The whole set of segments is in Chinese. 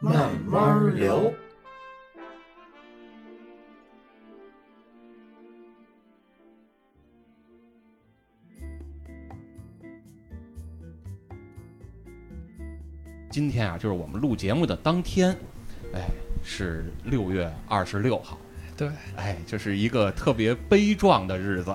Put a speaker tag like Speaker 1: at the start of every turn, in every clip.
Speaker 1: 慢慢聊。
Speaker 2: 今天啊，就是我们录节目的当天，哎，是六月二十六号，
Speaker 3: 对，
Speaker 2: 哎，这是一个特别悲壮的日子。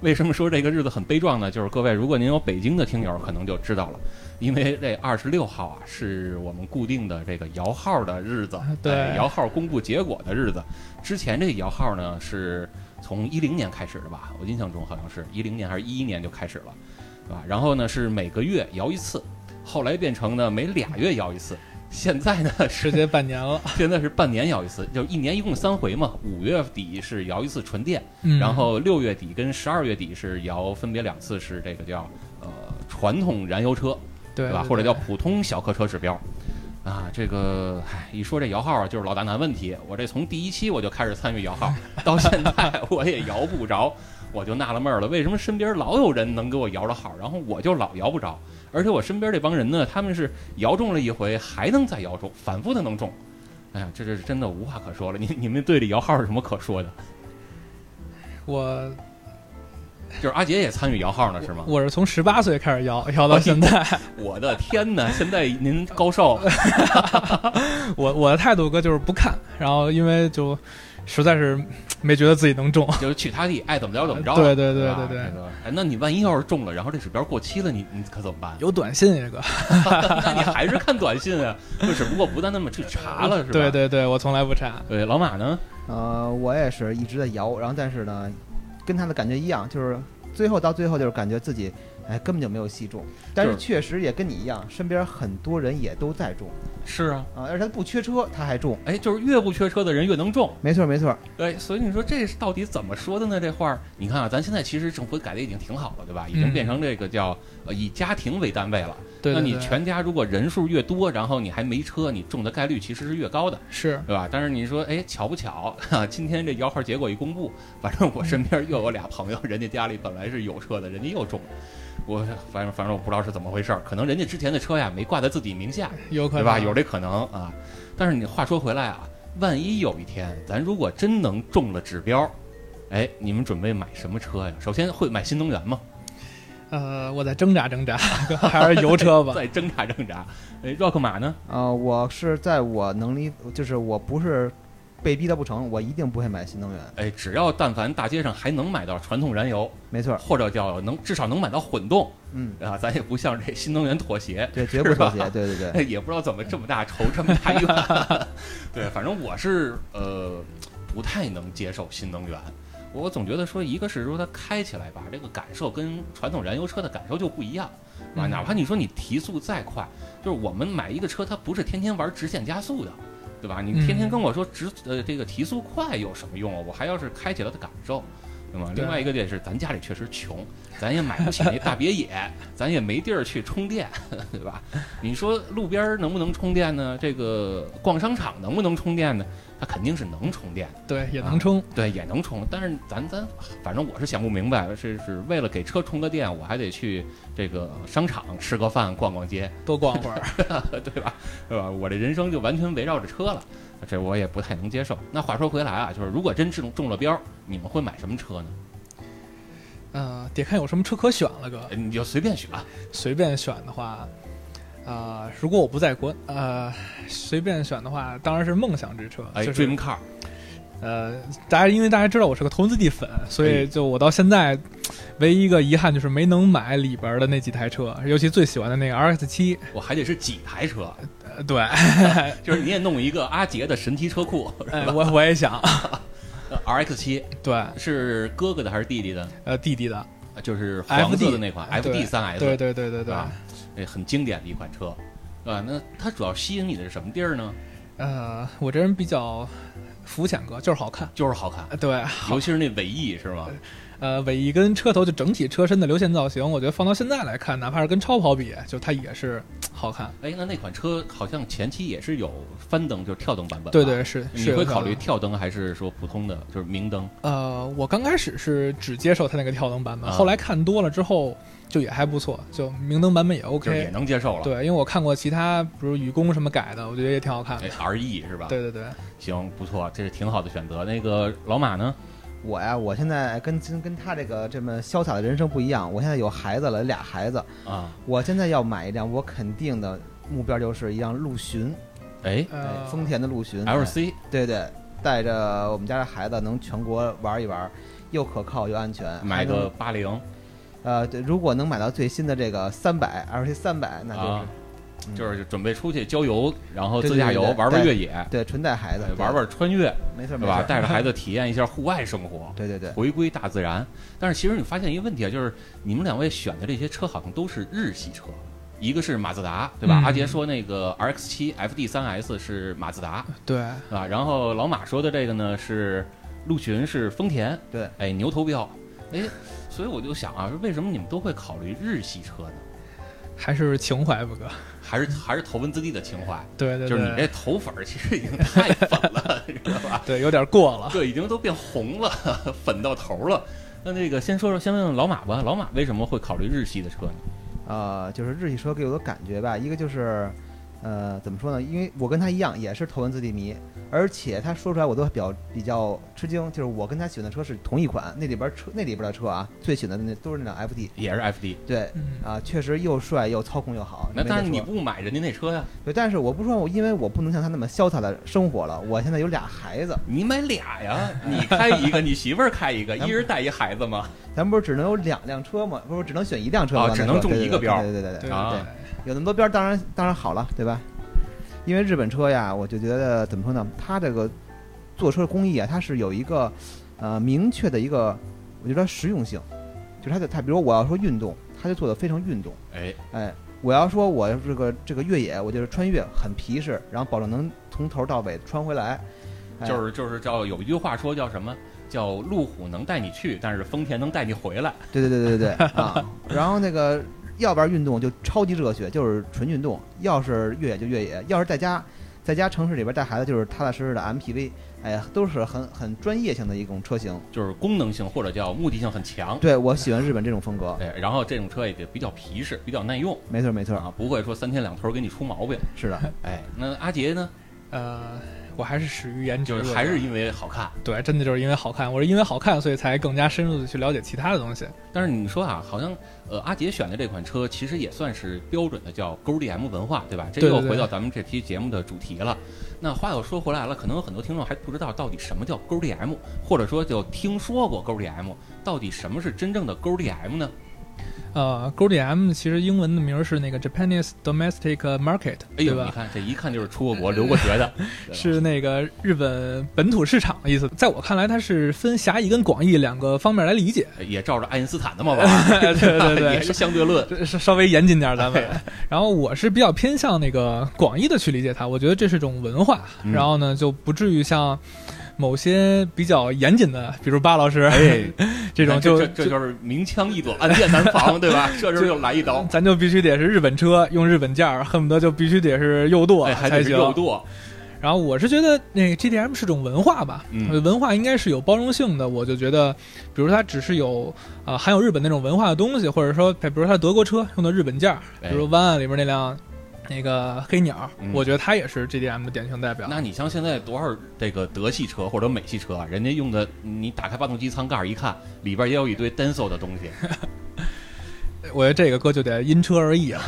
Speaker 2: 为什么说这个日子很悲壮呢？就是各位，如果您有北京的听友，可能就知道了，因为这二十六号啊，是我们固定的这个摇号的日子，
Speaker 3: 啊对
Speaker 2: 哎摇号公布结果的日子。之前这个摇号呢，是从一零年开始的吧？我印象中好像是一零年还是一一年就开始了，对吧？然后呢，是每个月摇一次，后来变成呢每俩月摇一次，现在 呢是
Speaker 3: 直接半年了。
Speaker 2: 现在是半年摇一次，就是一年一共三回嘛。五月底是摇一次纯电，
Speaker 3: 嗯
Speaker 2: 然后六月底跟十二月底是摇分别两次，是这个叫呃传统燃油车，
Speaker 3: 对
Speaker 2: 对吧？或者叫普通小客车指标。啊，这个唉，一说这摇号啊，就是老大难问题。我这从第一期我就开始参与摇 号，到现在我也摇不着，我就纳了闷儿了，为什么身边老有人能给我摇着号，然后我就老摇不着？而且我身边这帮人呢，他们是摇中了一回，还能再摇中，反复的能中。哎呀，这这是真的无话可说了。你你们队里摇号有什么可说的？
Speaker 3: 我
Speaker 2: 就是阿杰也参与摇号呢，是吗？
Speaker 3: 我是从十八岁开始 摇，摇到现在。
Speaker 2: 我的天哪！现在您高寿？
Speaker 3: 我我的态度哥就是不看，然后因为就实在是没觉得自己能中，
Speaker 2: 就是去他地，爱怎么着怎么着。
Speaker 3: 对对对
Speaker 2: 是吧
Speaker 3: 对对
Speaker 2: 这个哎，那你万一要是中了，然后这指标过期了，你你可怎么办？
Speaker 3: 有短信一个，
Speaker 2: 那你还是看短信啊，就只不过不再那么去查了，是吧？
Speaker 3: 对对对，我从来不查。
Speaker 2: 对，老马呢？
Speaker 1: 呃，我也是一直在摇，然后但是呢，跟他的感觉一样，就是最后到最后就是感觉自己，哎，根本就没有戏中。但是
Speaker 2: 就是
Speaker 1: 确实也跟你一样，身边很多人也都在中
Speaker 2: 是啊，
Speaker 1: 啊，而且他不缺车，他还中。
Speaker 2: 哎，就是越不缺车的人越能中。
Speaker 1: 没错没错，
Speaker 2: 对，哎所以你说这是到底怎么说的呢？这话儿，你看啊，咱现在其实政府改的已经挺好了，对吧？已经
Speaker 3: 嗯
Speaker 2: 变成这个叫、呃以家庭为单位了。
Speaker 3: 对，
Speaker 2: 那
Speaker 3: 对
Speaker 2: 你
Speaker 3: 对
Speaker 2: 全家如果人数越多，然后你还没车，你中的概率其实是越高的，
Speaker 3: 是
Speaker 2: 对吧？但是你说，哎，巧不巧啊？今天这摇号结果一公布，反正我身边又有俩朋友，人家家里本来是有车的，人家又中了。我反正反正我不知道是怎么回事儿，可能人家之前的车呀没挂在自己名下，
Speaker 3: 有可
Speaker 2: 对
Speaker 3: 能
Speaker 2: 吧？有这可能啊。但是你话说回来啊，万一有一天咱如果真能中了指标，哎，你们准备买什么车呀？首先会买新能源吗？
Speaker 3: 呃，我在挣扎 挣扎，还是油车吧。
Speaker 2: 再挣扎挣扎。哎，Rock 马呢？
Speaker 1: 呃，我是在我能力，就是我不是被逼的不成，我一定不会买新能源。
Speaker 2: 哎，只要但凡大街上还能买到传统燃油，
Speaker 1: 没错，
Speaker 2: 或者叫能至少能买到混动
Speaker 1: 嗯，
Speaker 2: 啊，咱也不向这新能源妥协。
Speaker 1: 对，绝不妥协
Speaker 2: 是吧，
Speaker 1: 对对对。
Speaker 2: 哎也不知道怎么这么大仇这么大怨。对，反正我是呃不太能接受新能源。我总觉得说，一个是说它开起来吧，这个感受跟传统燃油车的感受就不一样，啊，
Speaker 3: 嗯
Speaker 2: 哪怕你说你提速再快，就是我们买一个车，它不是天天玩直线加速的，对吧？你天天
Speaker 3: 嗯
Speaker 2: 跟我说直呃这个提速快有什么用啊？我还要是开起来的感受，对吗？
Speaker 3: 对
Speaker 2: 另外一个也是，咱家里确实穷，咱也买不起那大别野， 咱也没地儿去充电，对吧？你说路边儿能不能充电呢？这个逛商场能不能充电呢？它肯定是能充电的，
Speaker 3: 对，也能充。
Speaker 2: 对，也能充。但是咱咱反正我是想不明白，是是为了给车充个电，我还得去这个商场吃个饭、逛逛街，
Speaker 3: 多逛会儿，
Speaker 2: 对吧？对吧？我这人生就完全围绕着车了，这我也不太能接受。那话说回来啊，就是如果真中中了标，你们会买什么车呢？
Speaker 3: 呃，得看有什么车可选了，哥。
Speaker 2: 哎你就随便选，
Speaker 3: 随便选的话，啊、如果我不在国，呃，随便选的话，当然是梦想之车，
Speaker 2: 哎
Speaker 3: 就是
Speaker 2: ，dream car，
Speaker 3: 呃，大家因为大家知道我是个投资地粉，所以就我到现在。唯一一个遗憾就是没能买里边的那几台车，尤其最喜欢的那个 RX 七、
Speaker 2: 我还得是几台车？啊
Speaker 3: 呃。对，
Speaker 2: 就是你也弄一个阿杰的神奇车库
Speaker 3: 哎、我我也想，
Speaker 2: ，R X 七
Speaker 3: 对，
Speaker 2: 是哥哥的还是弟弟的？
Speaker 3: 呃，弟弟的，
Speaker 2: 就是黄色的那款 F D
Speaker 3: 哎对
Speaker 2: 三 S，
Speaker 3: 对对对对对，
Speaker 2: 吧？哎，很经典的一款车，对吧？那它主要吸引你的是什么地儿呢？
Speaker 3: 呃，我这人比较肤浅哥，就是好看。
Speaker 2: 就是 好看，
Speaker 3: 呃对，
Speaker 2: 尤其是那尾翼是吗？
Speaker 3: 呃，尾翼跟车头就整体车身的流线造型，我觉得放到现在来看，哪怕是跟超跑比，就它也是好看。
Speaker 2: 哎，那那款车好像前期也是有翻灯，就是跳灯版本吧。
Speaker 3: 对对是，
Speaker 2: 你
Speaker 3: 是
Speaker 2: 会
Speaker 3: 有
Speaker 2: 考虑
Speaker 3: 可能
Speaker 2: 跳灯还是说普通的，就是明灯？
Speaker 3: 呃，我刚开始是只接受它那个跳灯版本，
Speaker 2: 啊
Speaker 3: 后来看多了之后就也还不错，就明灯版本也
Speaker 2: 就是也
Speaker 3: OK。
Speaker 2: 能接受了。
Speaker 3: 对，因为我看过其他，比如雨宫什么改的，我觉得也挺好看的。
Speaker 2: 哎，R E 是吧？，
Speaker 3: 对对对，
Speaker 2: 行，不错，这是挺好的选择。那个老马呢？
Speaker 1: 我呀，我现在跟跟跟他这个这么潇洒的人生不一样，我现在有孩子了，俩孩子，
Speaker 2: 啊，
Speaker 1: 我现在要买一辆，我肯定的目标就是一辆陆巡，
Speaker 2: 哎
Speaker 1: 哎
Speaker 3: 呃，，
Speaker 1: 丰田的陆巡哎
Speaker 2: ，L C
Speaker 1: 对对，带着我们家的孩子能全国玩一玩，又可靠又安全，
Speaker 2: 买
Speaker 1: 还能
Speaker 2: 个八零
Speaker 1: 呃，对，如果能买到最新的这个三百 LC 三百，那就是、
Speaker 2: 啊，
Speaker 1: 嗯
Speaker 2: 就是准备出去郊游，然后
Speaker 1: 对
Speaker 2: 自
Speaker 1: 对
Speaker 2: 驾
Speaker 1: 对
Speaker 2: 游，
Speaker 1: 对
Speaker 2: 玩玩
Speaker 1: 带
Speaker 2: 越野，
Speaker 1: 对纯带孩子
Speaker 2: 哎玩，玩穿越，
Speaker 1: 对没错
Speaker 2: 对
Speaker 1: 没
Speaker 2: 吧？
Speaker 1: 错，
Speaker 2: 带着孩子体验一下户外生活。
Speaker 1: 对对对，
Speaker 2: 回归大自然。但是其实你发现一个问题啊，就是你们两位选的这些车好像都是日系车，一个是马自达，对吧？
Speaker 3: 嗯
Speaker 2: 阿杰说那个 RX 七 FD 三 S 是马自达，
Speaker 3: 对，
Speaker 2: 对吧？啊然后老马说的这个呢是陆巡是丰田，
Speaker 1: 对，
Speaker 2: 哎，牛头标，哎，所以我就想啊，为什么你们都会考虑日系车呢？
Speaker 3: 还是情怀吧哥。
Speaker 2: 还是还是头文字 D 的情怀，
Speaker 3: 对对对，
Speaker 2: 就是你这头粉儿其实已经太粉了，你知道吧？
Speaker 3: 对有点过了。
Speaker 2: 这已经都变红了，粉到头了。那那个先说说，先问问老马吧，老马为什么会考虑日系的车呢？
Speaker 1: 呃，就是日系车给我的感觉吧，一个就是，呃，怎么说呢？因为我跟他一样也是头文字 D 迷，而且他说出来我都比较比较吃惊，就是我跟他选的车是同一款，那里边车那里边的车啊，最选的那都是那辆 FD，
Speaker 2: 也是 FD，
Speaker 1: 对。
Speaker 3: 嗯，
Speaker 1: 啊，确实又帅又操控又好。
Speaker 2: 那
Speaker 1: 没得
Speaker 2: 但是你
Speaker 1: 说
Speaker 2: 不买人家那车呀、
Speaker 1: 对，但是我不说，我因为我不能像他那么潇洒的生活了。我现在有俩孩子，
Speaker 2: 你买俩呀，你开一个，你媳妇儿开一个，
Speaker 1: 咱
Speaker 2: 一人带一孩子吗？
Speaker 1: 咱不是只能有两辆车吗？不是只能选一辆车吗？
Speaker 2: 啊只能
Speaker 1: 那
Speaker 2: 中
Speaker 1: 对对
Speaker 2: 一个
Speaker 1: 对
Speaker 2: 标
Speaker 1: 对对对对
Speaker 3: 对
Speaker 1: 对，
Speaker 2: 啊
Speaker 3: 对
Speaker 1: 有那么多标，当然当然好了，对吧？因为日本车呀，我就觉得怎么说呢，它这个做车工艺啊，它是有一个呃明确的一个，我觉得实用性，就是它的它，比如我要说运动，它就做的非常运动，
Speaker 2: 哎，
Speaker 1: 哎。我要说，我这个这个越野，我就是穿越很皮实，然后保证能从头到尾穿回来。哎
Speaker 2: 就是就是叫有一句话说叫什么？叫路虎能带你去，但是丰田能带你回来。
Speaker 1: 对对对对对啊！然后那个要玩运动就超级热血，就是纯运动；要是越野就越野，要是在家，在家城市里边带孩子就是踏踏实实的 MPV，哎呀，都是很很专业性的一种车型。
Speaker 2: 就是功能性或者叫目的性很强。
Speaker 1: 对我喜欢日本这种风 格，
Speaker 2: 哎，然后这种车也比较皮实，比较耐用
Speaker 1: 没错没错，
Speaker 2: 啊，不会说三天两头给你出毛病。
Speaker 1: 是的，
Speaker 2: 哎，那阿杰呢？
Speaker 3: 呃，我还是始于颜值
Speaker 2: 就
Speaker 3: 论
Speaker 2: 是
Speaker 3: 吧，
Speaker 2: 还是因为好看。
Speaker 3: 对，真的就是因为好看，我是因为好看，所以才更加深入的去了解其他的东西。
Speaker 2: 但是你说啊，好像呃，阿杰选的这款车其实也算是标准的叫勾 DM 文化，对吧？这
Speaker 3: 对
Speaker 2: 又
Speaker 3: 对
Speaker 2: 回到咱们这期节目的主题了。那话又说回来了，可能有很多听众还不知道到底什么叫勾 DM，或者说就听说过勾 DM，到底什么是真正的勾 DM 呢？
Speaker 3: 呃 g o d m 其实英文的名儿是那个 Japanese Domestic Market，、
Speaker 2: 哎
Speaker 3: 对
Speaker 2: 呦，你
Speaker 3: 吧？
Speaker 2: 看这一看就是出过 国、留过学的，对吧
Speaker 3: 是那个日本本土市场的意思。在我看来，它是分狭义跟广义两个方面 来理解。
Speaker 2: 也照着爱因斯坦的 嘛吧？
Speaker 3: 对对
Speaker 2: 也
Speaker 3: 对，
Speaker 2: 是哎哎相对论。
Speaker 3: 这稍稍微严谨点儿，咱们。然后我是比较偏向那个广义的去理解它，我觉得这是一种文化。
Speaker 2: 嗯
Speaker 3: 然后呢，就不至于像某些比较严谨的，比如巴老师、
Speaker 2: 哎，
Speaker 3: 这
Speaker 2: 这
Speaker 3: 种就，
Speaker 2: 这这就是明枪易躲，暗箭难防，对吧？这时候又来一 刀，
Speaker 3: 咱就必须得是日本车，用日本件儿，恨不得就必须得是右舵
Speaker 2: 哎，还得
Speaker 3: 才
Speaker 2: 是
Speaker 3: 行。
Speaker 2: 右舵，
Speaker 3: 然后我是觉得那个 GDM 是种文化吧，
Speaker 2: 嗯
Speaker 3: 我觉得文化应该是有包容性的。我就觉得，比如它只是有啊、呃含有日本那种文化的东西，或者说，比如它德国车用的日本件儿，比
Speaker 2: 哎
Speaker 3: 如湾岸里边那辆那个黑鸟，
Speaker 2: 嗯
Speaker 3: 我觉得它也是 GDM 的典型代表。
Speaker 2: 那你像现在多少这个德系车或者美系车啊，人家用的，你打开发动机舱盖儿一看，里边也有一堆 Denso 的东西，
Speaker 3: 我觉得这个歌就得因车而异了，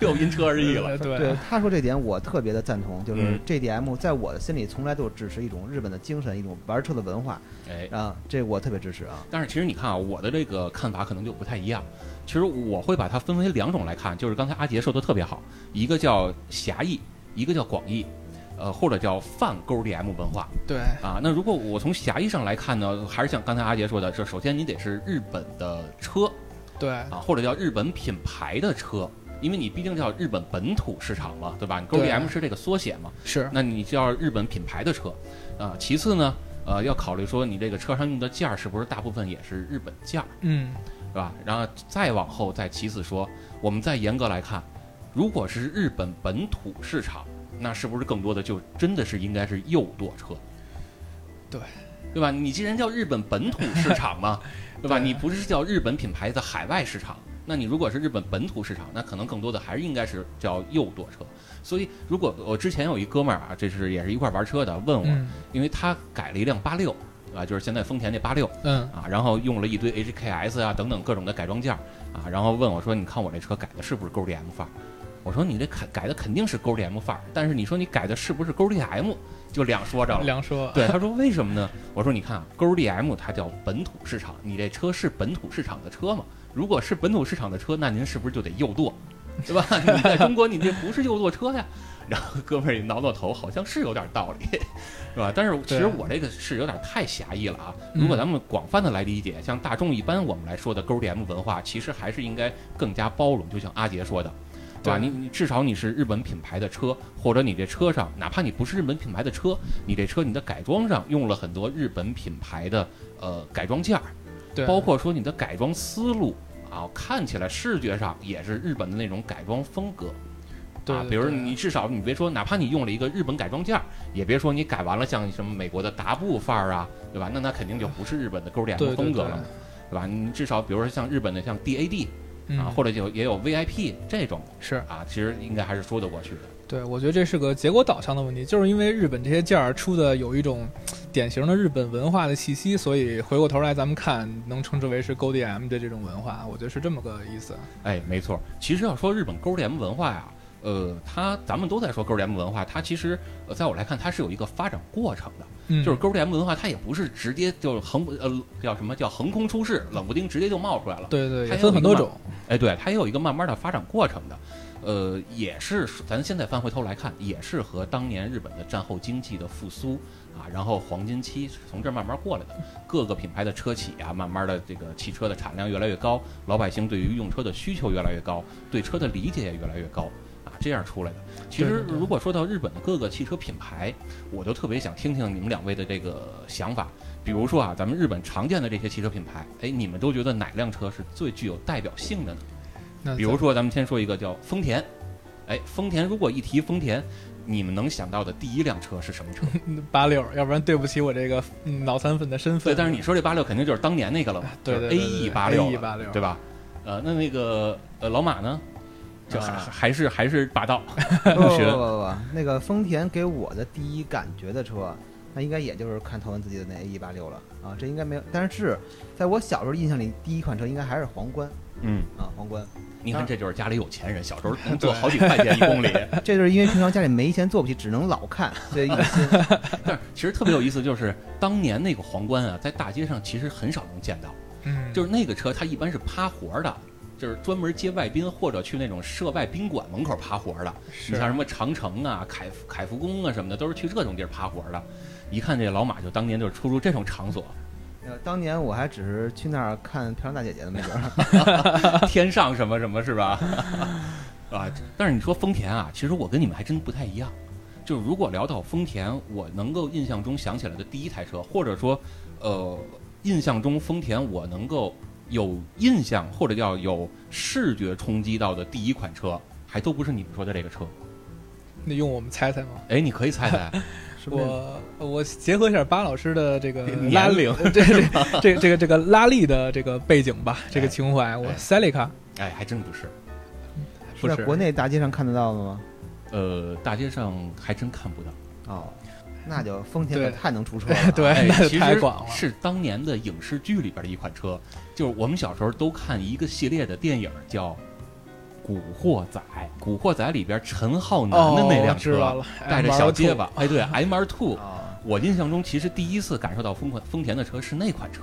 Speaker 2: 又因 车而异了。
Speaker 3: 呃对
Speaker 1: 对他说这点我特别的赞同，就是
Speaker 2: 嗯
Speaker 1: JDM 在我的心里从来都只是一种日本的精神，一种玩车的文化
Speaker 2: 哎，
Speaker 1: 啊，这我特别支持啊。
Speaker 2: 但是其实你看啊，我的这个看法可能就不太一样。其实我会把它分为两种来看，就是刚才阿杰说的特别好，一个叫狭义，一个叫广义，呃，或者叫泛勾 DM 文化。
Speaker 3: 对
Speaker 2: 啊，那如果我从狭义上来看呢，还是像刚才阿杰说的，这首先你得是日本的车
Speaker 3: 对
Speaker 2: 啊，或者叫日本品牌的车，因为你毕竟叫日本本土市场嘛，对吧？你 GM 是这个缩写嘛，
Speaker 3: 是
Speaker 2: 那你就要日本品牌的车啊、其次呢，呃，要考虑说你这个车上用的件儿是不是大部分也是日本件儿，
Speaker 3: 嗯
Speaker 2: 对吧？然后再往后再其次说，我们再严格来看，如果是日本本土市场，那是不是更多的就真的是应该是右舵车？
Speaker 3: 对，
Speaker 2: 对吧？你既然叫日本本土市场 嘛，对吧？
Speaker 3: 对
Speaker 2: 你不是叫日本品牌的海外市场，那你如果是日本本土市场，那可能更多的还是应该是叫右舵车。所以，如果我之前有一哥们儿啊，这是也是一块儿玩车的，问我，
Speaker 3: 嗯
Speaker 2: 因为他改了一辆八六啊，就是现在丰田那八六，
Speaker 3: 嗯
Speaker 2: 啊，然后用了一堆 HKS 啊等等各种的改装件儿啊，然后问我说：“你看我这车改的是不是 GDM 范儿？”我说：“你这改改的肯定是 GDM 范儿，但是你说你改的是不是 GDM，就两说着了。”
Speaker 3: 两说啊
Speaker 2: 对，他说为什么呢？我说你看啊，GDM 它叫本土市场，你这车是本土市场的车吗？如果是本土市场的车，那您是不是就得右舵，对吧？ 你在中国你这不是右舵车呀。 然后哥们儿也挠挠头，好像是有点道理， 是吧？但是其实
Speaker 3: 对
Speaker 2: 我这个是有点太狭义了啊。如果咱们广泛的来理解，像大众一般我们来说的 GDM 文化，其实还是应该更加包容。就像阿杰说的，对吧？
Speaker 3: 对
Speaker 2: 你你至少你是日本品牌的车，或者你这车上，哪怕你不是日本品牌的车，你这车你的改装上用了很多日本品牌的呃改装件儿，
Speaker 3: 对
Speaker 2: 包括说你的改装思路啊，看起来视觉上也是日本的那种改装风格。
Speaker 3: 对
Speaker 2: 啊，
Speaker 3: 对
Speaker 2: 比如
Speaker 3: 对
Speaker 2: 你至少你别说，哪怕你用了一个日本改装件儿，也别说你改完了像什么美国的达布范儿啊，对吧？那那肯定就不是日本的 GDM
Speaker 3: 对对
Speaker 2: 风格了
Speaker 3: 对
Speaker 2: 嘛，对吧？你至少比如说像日本的像 DAD
Speaker 3: 嗯
Speaker 2: 啊，或者有也有 VIP 这种
Speaker 3: 是
Speaker 2: 啊，其实应该还是说得过去的。
Speaker 3: 对，我觉得这是个结果导向的问题，就是因为日本这些件儿出的有一种典型的日本文化的气息，所以回过头来咱们看，能称之为是 GDM 的这种文化，我觉得是这么个意思。
Speaker 2: 哎，没错。其实要说日本 GDM 文化呀，呃，它咱们都在说 GDM 文化，它其实呃，在我来看，它是有一个发展过程的。
Speaker 3: 嗯
Speaker 2: 就是 GDM 文化，它也不是直接就横呃叫什么叫横空出世，冷不丁直接就冒出来了。
Speaker 3: 对对，
Speaker 2: 还
Speaker 3: 也
Speaker 2: 有
Speaker 3: 分很多
Speaker 2: 一个
Speaker 3: 种。
Speaker 2: 哎，对，它也有一个慢慢的发展过程的。呃，也是咱现在翻回头来看，也是和当年日本的战后经济的复苏啊，然后黄金期是从这儿慢慢过来的。各个品牌的车企啊，慢慢的这个汽车的产量越来越高，老百姓对于用车的需求越来越高，对车的理解也越来越高啊，这样出来的。其
Speaker 3: 对
Speaker 2: 实
Speaker 3: 对对
Speaker 2: 如果说到日本的各个汽车品牌，我就特别想听听你们两位的这个想法。比如说啊，咱们日本常见的这些汽车品牌，哎，你们都觉得哪辆车是最具有代表性的呢？
Speaker 3: 那
Speaker 2: 比如说，咱们先说一个叫丰田，哎，丰田，如果一提丰田，你们能想到的第一辆车是什么车？
Speaker 3: 八六，要不然对不起我这个嗯脑残粉的身
Speaker 2: 对，
Speaker 3: 份。
Speaker 2: 但是你说这八六肯定就是当年那个了嘛，
Speaker 3: 啊对对
Speaker 2: A
Speaker 3: 对
Speaker 2: E
Speaker 3: 对
Speaker 2: 八六了，
Speaker 3: AE86
Speaker 2: 对吧？呃，那那个呃老马呢？就还
Speaker 3: 啊
Speaker 2: 还是还是霸道，
Speaker 1: 不 不不不
Speaker 2: 学
Speaker 1: 不，那个丰田给我的第一感觉的车，那应该也就是看头文字 D 的那 A 一八六了啊，这应该没有。但是在我小时候印象里，第一款车应该还是皇冠
Speaker 2: 嗯，
Speaker 1: 啊，皇 冠。
Speaker 2: 你看这就是家里有钱人，小时候能坐好几块钱一公里，
Speaker 1: 这就是因为平常家里没钱，坐不起，只能老看，所以一心。
Speaker 2: 但是其实特别有意思，就是当年那个皇冠啊，在大街上其实很少能见到。
Speaker 3: 嗯，
Speaker 2: 就是那个车，它一般是趴活儿的，就是专门接外宾或者去那种涉外宾馆门口趴活儿的。你像什么长城啊、凯福凯福宫啊什么的，都是去这种地儿趴活儿的。一看这老马就当年就是出入这种场所，
Speaker 1: 呃当年我还只是去那儿看漂亮大姐姐的那个，
Speaker 2: 天上什么什么是吧？ 啊，但是你说丰田啊，其实我跟你们还真不太一样。就是如果聊到丰田，我能够印象中想起来的第一台车，或者说，呃，印象中丰田我能够有印象或者叫有视觉冲击到的第一款车，还都不是你们说的这个车。
Speaker 3: 那用我们猜猜吗？
Speaker 2: 哎，你可以猜猜，
Speaker 1: 是不是？
Speaker 3: 我呃我结合一下巴老师的这个
Speaker 2: 年
Speaker 3: 拉力
Speaker 2: 龄，
Speaker 3: 这这这这个这个拉力的这个背景吧，这个
Speaker 2: 哎
Speaker 3: 情怀，我
Speaker 2: 哎
Speaker 3: Celica
Speaker 2: 哎，还真不是。
Speaker 3: 不
Speaker 1: 是在国内大街上看得到的吗？
Speaker 2: 呃，大街上还真看不到。
Speaker 1: 哦，那就丰田
Speaker 3: 对
Speaker 1: 可太能出车了啊。
Speaker 3: 对，那
Speaker 2: 哎，
Speaker 3: 就
Speaker 2: 其
Speaker 3: 太
Speaker 2: 实
Speaker 3: 广了。
Speaker 2: 是当年的影视剧里边的一款车，就是我们小时候都看一个系列的电影叫《古惑仔》，《古惑仔》里边陈浩南的那辆
Speaker 3: 哦、知道
Speaker 2: 车，
Speaker 3: 了
Speaker 2: 带着
Speaker 3: MR2
Speaker 2: 小结巴，哎，对，M R Two。
Speaker 1: 哦，
Speaker 2: 我印象中，其实第一次感受到丰款丰田的车是那款车，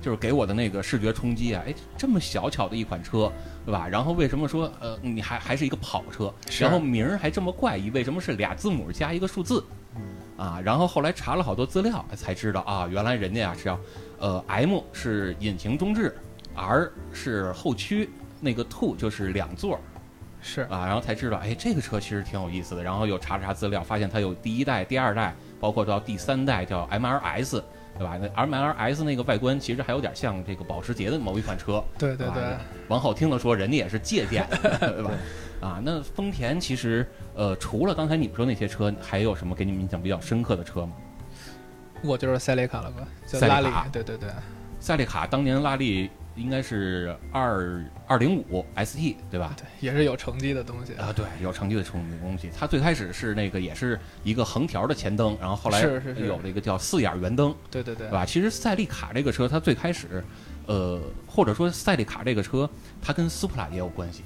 Speaker 2: 就是给我的那个视觉冲击啊！哎，这么小巧的一款车，对吧？然后为什么说呃，你还还是一个跑车，
Speaker 3: 是
Speaker 2: 然后名儿还这么怪异，为什么是俩字母加一个数字？
Speaker 3: 嗯
Speaker 2: 啊，然后后来查了好多资料，才知道啊，原来人家啊是要，呃，M 是引擎中置，R 是后驱，那个 Two 就是两座儿，
Speaker 3: 是
Speaker 2: 啊，然后才知道，哎，这个车其实挺有意思的。然后又查了查资料，发现它有第一代、第二代，包括到第三代叫 MRS，对吧？那 MRS 那个外观其实还有点像这个保时捷的某一款车。
Speaker 3: 对对对
Speaker 2: 啊，往好听了说，人家也是借 鉴，对吧？啊，那丰田其实呃，除了刚才你们说那些车，还有什么给你们印象比较深刻的车吗？
Speaker 3: 我就是塞雷卡了吧？叫
Speaker 2: 塞雷
Speaker 3: 拉
Speaker 2: 卡
Speaker 3: 力，对对对，
Speaker 2: 赛利卡当年拉力应该是二二零五 ST，对吧？
Speaker 3: 对，也是有成绩的东西。
Speaker 2: 啊，对，有成绩的冲的东西。它最开始是那个也是一个横条的前灯，然后后来
Speaker 3: 是是是
Speaker 2: 有这个叫四眼圆灯，
Speaker 3: 对对对
Speaker 2: 对，吧？其实赛利卡这个车，它最开始，呃，或者说赛利卡这个车，它跟斯普拉也有关系，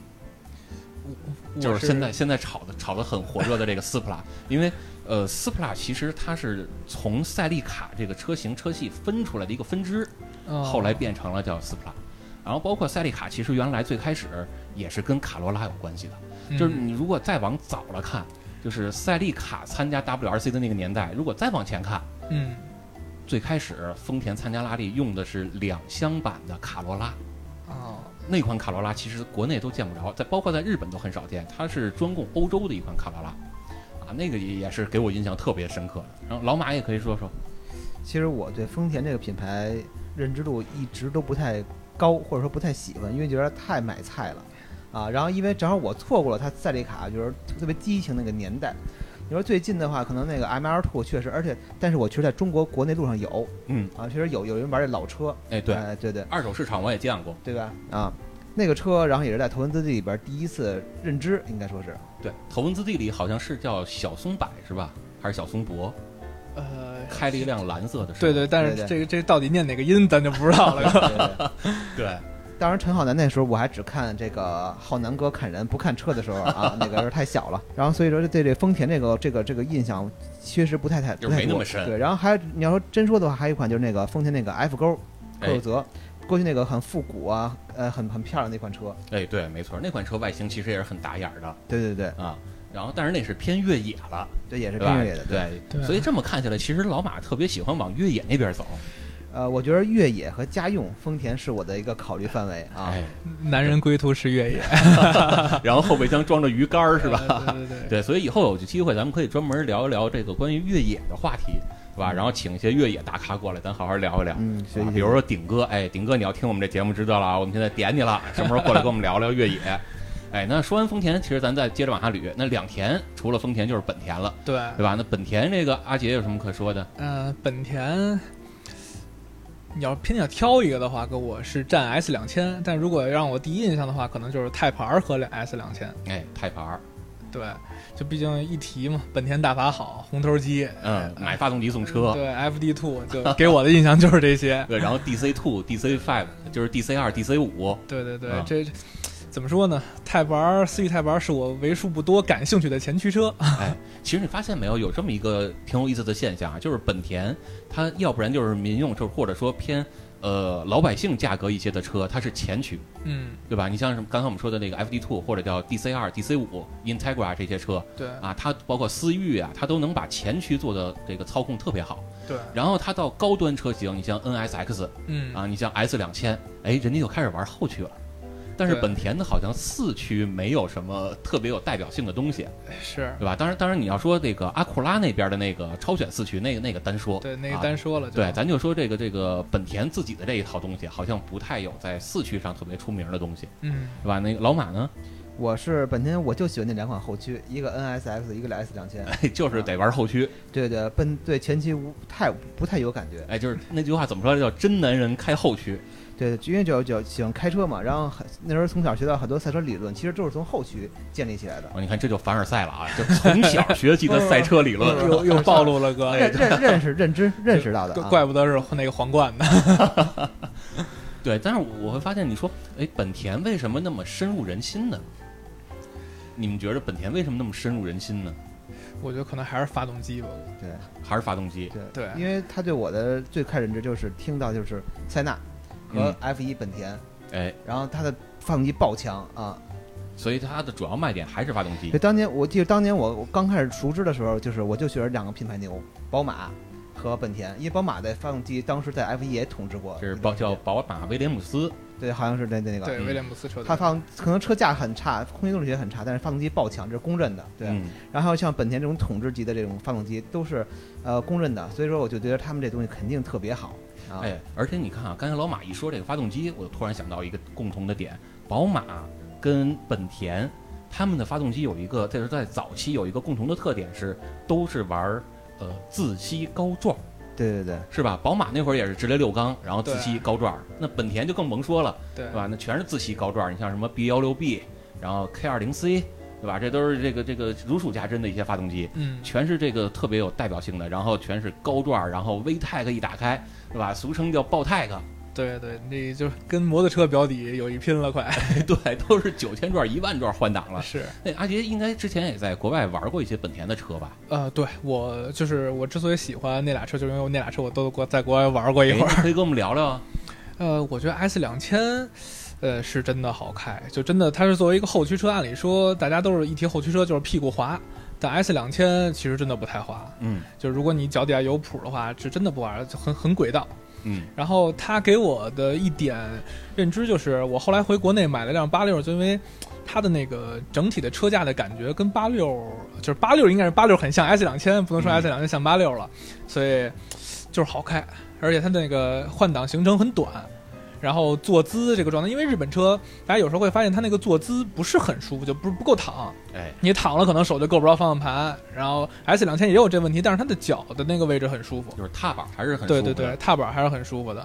Speaker 2: 就
Speaker 3: 我
Speaker 2: 是现在现在炒的炒的很火热的这个斯普拉，因为呃，斯普拉其实它是从赛利卡这个车型车系分出来的一个分支，
Speaker 3: 嗯
Speaker 2: 后来变成了叫斯普拉。然后包括赛利卡，其实原来最开始也是跟卡罗拉有关系的。就是
Speaker 3: 嗯
Speaker 2: 你如果再往早了看，就是赛利卡参加 WRC 的那个年代，如果再往前看，
Speaker 3: 嗯，
Speaker 2: 最开始丰田参加拉力用的是两厢版的卡罗拉，
Speaker 3: 哦，
Speaker 2: 那款卡罗拉其实国内都见不着，在包括在日本都很少见，它是专供欧洲的一款卡罗拉，啊，那个也也是给我印象特别深刻的。然后老马也可以说说，
Speaker 1: 其实我对丰田这个品牌认知度一直都不太高，或者说不太喜欢，因为觉得太买菜了啊。然后因为正好我错过了它赛利卡，就是特别激情那个年代。你说最近的话，可能那个 M L Two 确实，而且但是我其实在中国国内路上有
Speaker 2: 嗯，
Speaker 1: 啊，确实有有人玩这老车，
Speaker 2: 哎，对，
Speaker 1: 哎对对
Speaker 2: 二手市场我也见过，
Speaker 1: 对吧？啊，那个车，然后也是在头文字 D 里边第一次认知，应该说 是
Speaker 2: 对，头文字 D 里好像是叫小松柏是吧？还是小松柏？
Speaker 3: 呃，
Speaker 2: 开了一辆蓝色的车，
Speaker 3: 对对，但是
Speaker 1: 对对
Speaker 3: 这个这个到底念哪个音，咱就不知 道了。
Speaker 1: 对对对
Speaker 2: 对，
Speaker 1: 当然，陈浩南那时候我还只看这个浩南哥看人，不看车的时候啊，那个时候太小了。然后所以说对这丰田这个这个这个印象确实不太太
Speaker 2: 就是
Speaker 1: 不太
Speaker 2: 没那
Speaker 1: 多
Speaker 2: 么深
Speaker 1: 对，然后还有你要说真说的话，还有一款就是那个丰田那个 F 勾
Speaker 2: 哎
Speaker 1: 克鲁泽，过去那个很复古啊，呃，很很漂亮的那款车。
Speaker 2: 哎，对，没错，那款车外形其实也是很打眼儿的
Speaker 1: 对对对，
Speaker 2: 啊。然后，但是那是偏越野了，
Speaker 1: 这也是
Speaker 2: 对
Speaker 1: 偏
Speaker 2: 吧？
Speaker 1: 越野的。
Speaker 2: 对，
Speaker 3: 对
Speaker 2: 所以这么看起来，其实老马特别喜欢往越野那边走。
Speaker 1: 呃，我觉得越野和家用，丰田是我的一个考虑范围啊。
Speaker 2: 哎，
Speaker 3: 男人归途是越野，
Speaker 2: 然后后备箱装着鱼竿儿是吧？
Speaker 3: 呃对 对对，
Speaker 2: 对，所以以后有机会咱们可以专门聊一聊这个关于越野的话题，是吧？然后请一些越野大咖过来，咱好好聊一聊。
Speaker 1: 嗯，所以
Speaker 2: 啊比如说顶哥，哎，顶哥，你要听我们这节目知道了啊，我们现在点你了，什么时候过来跟我们聊聊越野？哎，那说完丰田，其实咱再接着往下捋。那两田除了丰田就是本田了，
Speaker 3: 对，
Speaker 2: 对吧？那本田这个阿杰有什么可说的？
Speaker 3: 嗯，本田。你要偏要挑一个的话，跟我是占 S 两千，但如果让我第一印象的话，可能就是泰牌儿和 S 两千。
Speaker 2: 哎，泰牌儿，
Speaker 3: 对，就毕竟一提嘛，本田大法好，红头机，
Speaker 2: 嗯，买发动机送车，
Speaker 3: 对 FD Two 就给我的印象就是这些。
Speaker 2: 对，然后 DC two、DC five 就是 DC 二、DC 五，
Speaker 3: 对对对，
Speaker 2: 啊
Speaker 3: 这这怎么说呢？泰牌儿思域泰牌儿是我为数不多感兴趣的前驱车。
Speaker 2: 其实你发现没有，有这么一个挺有意思的现象啊，就是本田它要不然就是民用，就是或者说偏呃老百姓价格一些的车，它是前驱，
Speaker 3: 嗯，
Speaker 2: 对吧？你像什么刚才我们说的那个 FD Two 或者叫 DC 二、DC 五、Integra 这些车
Speaker 3: 对
Speaker 2: 啊，它包括思域啊，它都能把前驱做的这个操控特别好。
Speaker 3: 对，
Speaker 2: 然后它到高端车型，你像 NSX
Speaker 3: 嗯
Speaker 2: 啊，你像 S 两千，哎，人家就开始玩后驱了。但是
Speaker 3: 对
Speaker 2: 本田的好像四驱没有什么特别有代表性的东西，
Speaker 3: 是
Speaker 2: 对吧？当然，当然你要说这个阿库拉那边的那个超选四驱，那个那个单说，
Speaker 3: 对那
Speaker 2: 啊
Speaker 3: 个单说了就，
Speaker 2: 对，咱就说这个这个本田自己的这一套东西，好像不太有在四驱上特别出名的东西，
Speaker 3: 嗯
Speaker 2: 对吧？那个老马呢，
Speaker 1: 我是本田，我就喜欢那两款后驱，一个 NSX，一个 S 两千。
Speaker 2: 哎，就是得玩后驱，
Speaker 1: 对对，奔对前期无太不太有感觉，
Speaker 2: 哎，就是那句话怎么说叫真男人开后驱，
Speaker 1: 对，因为就就喜欢开车嘛，然后很那时候从小学到很多赛车理论，其实就是从后驱建立起来的，
Speaker 2: 哦，你看这就凡尔赛了啊，就从 小学习的赛车理论，啊
Speaker 3: 又又又暴露了哥，
Speaker 2: 哎
Speaker 1: 认认认识认知认识到的、啊，
Speaker 3: 怪不得是那个皇冠呢。
Speaker 2: 对。但是我会发现，你说，哎，本田为什么那么深入人心呢？你们觉得本田为什么那么深入人心呢？
Speaker 3: 我觉得可能还是发动机吧。
Speaker 1: 对
Speaker 2: 还是发动机？
Speaker 1: 对
Speaker 3: 对
Speaker 1: 因为他对我的最开始认知就是听到就是塞纳和
Speaker 2: 嗯
Speaker 1: F 一本田，
Speaker 2: 哎，
Speaker 1: 然后它的发动机爆强啊，
Speaker 2: 所以它的主要卖点还是发动机
Speaker 1: 对，。当年我记得当年我我刚开始熟知的时候，就是我就觉得两个品牌牛，宝马和本田，因为宝马在发动机当时在 F 一也统治过一段
Speaker 2: 这是
Speaker 1: 时间，
Speaker 2: 宝叫宝马威廉姆斯，
Speaker 1: 对，好像是那那个，
Speaker 3: 对，
Speaker 2: 嗯
Speaker 3: 威廉姆斯车队
Speaker 1: 它发动可能车架很差，空气动力学很差，但是发动机爆强，这是公认的，对。
Speaker 2: 嗯，
Speaker 1: 然后像本田这种统治级的这种发动机都是呃公认的，所以说我就觉得他们这东西肯定特别好啊。
Speaker 2: 哎，而且你看啊，刚才老马一说这个发动机，我就突然想到一个共同的点，宝马跟本田他们的发动机有一个，这是在早期有一个共同的特点是，都是玩儿呃自吸高撞。
Speaker 1: 对对对，
Speaker 2: 是吧？宝马那会儿也是直列六缸，然后自
Speaker 3: 对
Speaker 2: 吸高转儿。那本田就更甭说了，
Speaker 3: 对
Speaker 2: 对吧？那全是自吸高转儿。你像什么 B 幺六 B，然后 K 二零 C，对吧？这都是这个这个如数家珍的一些发动机，
Speaker 3: 嗯，
Speaker 2: 全是这个特别有代表性的。然后全是高转儿，然后 VTEC 一打开，对吧？俗称叫爆 TEC，
Speaker 3: 对对，那就跟摩托车表里有一拼了，快
Speaker 2: 对，都是九千转儿、一万转儿换 挡了。
Speaker 3: 是。
Speaker 2: 那阿杰应该之前也在国外玩过一些本田的车吧？
Speaker 3: 呃，对我就是我之所以喜欢那俩车，就是因为那俩车我都国在国外玩过一会儿。
Speaker 2: 哎可以跟我们聊聊啊。
Speaker 3: 呃，我觉得 S 两千，呃，是真的好开，就真的它是作为一个后驱车，按理说大家都是一提后驱车就是屁股滑，但 S 两千其实真的不太滑，
Speaker 2: 嗯
Speaker 3: 就如果你脚底下有谱的话，是真的不滑，就很很轨道。
Speaker 2: 嗯
Speaker 3: 然后他给我的一点认知就是，我后来回国内买了辆八六，就因为它的那个整体的车架的感觉跟八六，就是八六应该是八六很像 S 两千，不能说
Speaker 2: 嗯
Speaker 3: S 两千像八六了，所以就是好开，而且它那个换挡行程很短。然后坐姿这个状态，因为日本车，大家有时候会发现它那个坐姿不是很舒服，就不不够躺。
Speaker 2: 哎，
Speaker 3: 你躺了可能手就够不着方向盘。然后 S 两千也有这问题，但是它的脚的那个位置很舒服。
Speaker 2: 就是踏板还是很舒
Speaker 3: 对
Speaker 2: 服
Speaker 3: 对
Speaker 2: 的
Speaker 3: 对，。踏板还是很舒服的。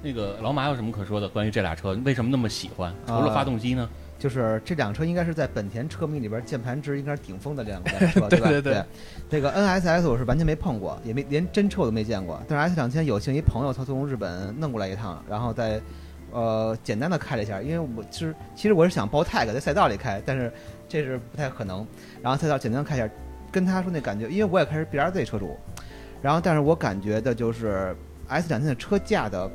Speaker 2: 那个老马有什么可说的？关于这俩车，为什么那么喜欢？除了
Speaker 1: 啊
Speaker 2: 发动机呢？
Speaker 1: 就是这辆车应该是在本田车迷里边键盘值应该是顶峰的这两辆车，吧？
Speaker 3: 对对对
Speaker 1: 对，那个 NSX 我是完全没碰过，也没连真车我都没见过。但是 S 两千有幸一朋友他从日本弄过来一趟，然后再呃简单的开了一下，因为我是其实我是想报 tag 在赛道里开，但是这是不太可能。然后赛道简单开一下，跟他说那感觉，因为我也开始 BRZ 车主，然后但是我感觉的就是 S 两千的车架的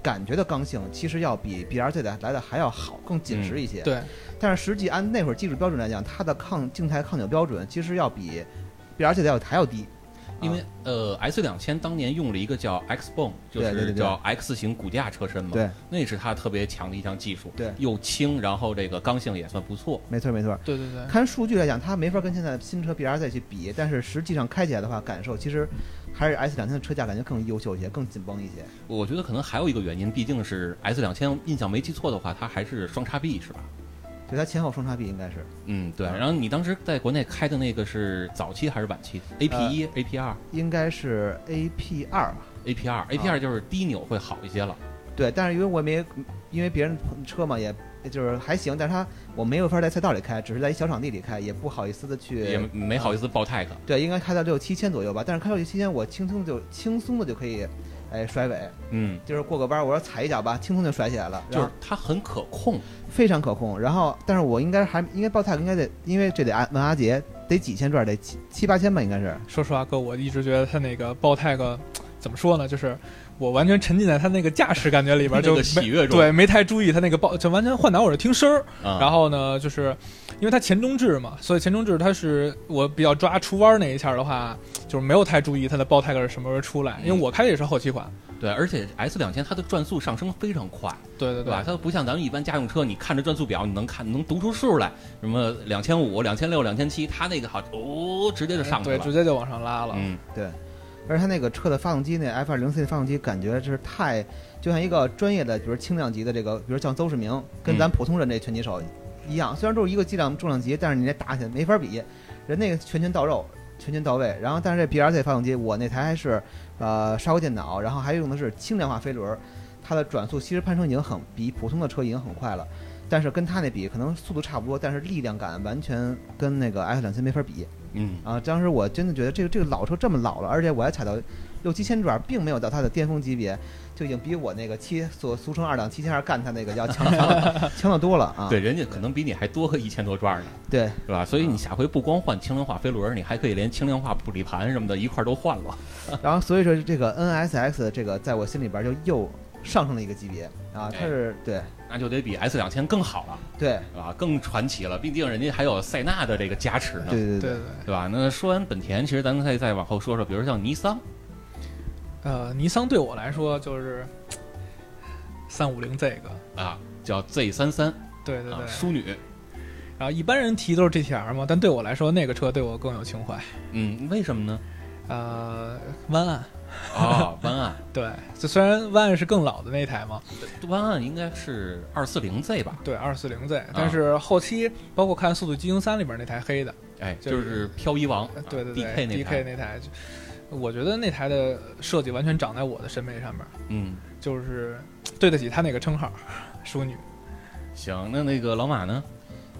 Speaker 1: 感觉的刚性，其实要比 BRZ 的来的还要好，更紧实一些。
Speaker 3: 对，
Speaker 1: 但是实际按那会儿技术标准来讲，它的抗静态抗扭标准其实要比 B R 且要还要低。
Speaker 2: 因为呃，S 两千当年用了一个叫 X Bone，就
Speaker 1: 对对
Speaker 2: 是
Speaker 1: 对对
Speaker 2: 叫 X 型骨架车身嘛，
Speaker 1: 对，
Speaker 2: 那是它特别强的一项技术，
Speaker 1: 对
Speaker 2: 又轻，然后这个刚性也算不错，
Speaker 1: 没错没错。
Speaker 3: 对对对，
Speaker 1: 看数据来讲，它没法跟现在新车 B R 再去比，但是实际上开起来的话，感受其实还是 S 两千的车架感觉更优秀一些，更紧绷一些。
Speaker 2: 我觉得可能还有一个原因，毕竟是 S 两千，印象没记错的话，它还是双叉臂是吧？
Speaker 1: 对，它前后双叉臂应该是
Speaker 2: 嗯，对。
Speaker 1: 啊
Speaker 2: 然后你当时在国内开的那个是早期还是晚期？AP 一、AP 二、
Speaker 1: 应该是 A P 二。
Speaker 2: AP 二、AP 二就是低扭会好一些了。
Speaker 1: 对，但是因为我也没因为别人车嘛，也就是还行，但是它我没有法在赛道里开，只是在一小场地里开，也不好意思的去
Speaker 2: 也没好意思报 tech，
Speaker 1: 对，应该开到六七千左右吧。但是开到六七千，我轻松就轻松的就可以，哎，甩尾，
Speaker 2: 嗯，
Speaker 1: 就是过个弯儿，我说踩一脚吧，轻松就甩起来了，然
Speaker 2: 就
Speaker 1: 后
Speaker 2: 是它很可控，
Speaker 1: 非常可控。然后，但是我应该还应该报菜，应该得，因为这得按问阿杰，得几千转，得七七八千吧，应该是。
Speaker 3: 说实话，哥，我一直觉得他那个爆泰克怎么说呢？就是我完全沉浸在他那个驾驶感觉里边，
Speaker 2: 那
Speaker 3: 就
Speaker 2: 个
Speaker 3: 没
Speaker 2: 喜悦中，
Speaker 3: 对没太注意他那个爆，就完全换挡我是听声儿。
Speaker 2: 嗯，
Speaker 3: 然后呢，就是因为它前中置嘛，所以前中置它是我比较抓出弯那一下的话，就是没有太注意它的爆泰克是什么时候出来，
Speaker 2: 嗯
Speaker 3: 因为我开的也是后期款。
Speaker 2: 对，而且 S 两千它的转速上升非常快，
Speaker 3: 对对
Speaker 2: 对吧？它不像咱们一般家用车，你看着转速表，你能看能读出数来，什么两千五、两千六、两千七，它那个好哦，直接就上去
Speaker 3: 哎对，
Speaker 2: 了
Speaker 3: 直。接就往上拉了。
Speaker 2: 嗯，
Speaker 1: 而且它那个车的发动机，那 F 二零 C 的发动机，感觉就是太就像一个专业的，比如轻量级的这个，比如像邹市明，跟咱普通人这拳击手一样，虽然都是一个剂量重量级，但是你这打起来没法比，人那个拳拳到肉，拳拳到位。然后，但是这 B R Z 发动机，我那台还是呃砂锅电脑，然后还用的是轻量化飞轮，它的转速其实攀升已经很比普通的车已经很快了。但是跟它那比，可能速度差不多，但是力量感完全跟那个 F 两千没法比。
Speaker 2: 嗯，
Speaker 1: 啊，当时我真的觉得这个这个老车这么老了，而且我还踩到六七千转，并没有到它的巅峰级别，就已经比我那个七所俗称二档七千二干它那个要强强得强得多了啊！
Speaker 2: 对，人家可能比你还多个一千多转呢，
Speaker 1: 对
Speaker 2: 是吧？所以你下回不光换轻量化飞轮，你还可以连轻量化补力盘什么的一块儿都换了。
Speaker 1: 然后所以说这个 NSX 这个在我心里边就又上升了一个级别啊，它是对
Speaker 2: 那就得比 S 两千更好了，
Speaker 1: 对
Speaker 2: 是吧？更传奇了，毕竟人家还有塞纳的这个加持呢，
Speaker 1: 对对
Speaker 3: 对对
Speaker 1: 对，
Speaker 3: 对。
Speaker 2: 对吧？那说完本田，其实咱们可以再往后说说，比如像尼桑，
Speaker 3: 呃，尼桑对我来说就是三五零这个，
Speaker 2: 啊，叫 Z 三三
Speaker 3: 对对
Speaker 2: 啊
Speaker 3: 对，，
Speaker 2: 淑女。
Speaker 3: 然后一般人提都是 GTR 嘛，但对我来说那个车对我更有情怀。
Speaker 2: 嗯，为什么 呢？
Speaker 3: 呃，湾岸，
Speaker 2: 啊，湾岸，
Speaker 3: 对，就虽然湾岸是更老的那一台嘛，
Speaker 2: 湾岸应该是二四零 Z 吧？
Speaker 3: 对，二四零 Z，但
Speaker 2: 啊
Speaker 3: 是后期包括看《速度与激情三》里边那台黑的，
Speaker 2: 哎，
Speaker 3: 就
Speaker 2: 就是漂移王，
Speaker 3: 呃对对对
Speaker 2: 啊 d k 那
Speaker 3: DK
Speaker 2: 台，
Speaker 3: 那台，就我觉得那台的设计完全长在我的审美上面，
Speaker 2: 嗯，
Speaker 3: 就是对得起他那个称号“淑女
Speaker 2: 行，那那个老马呢？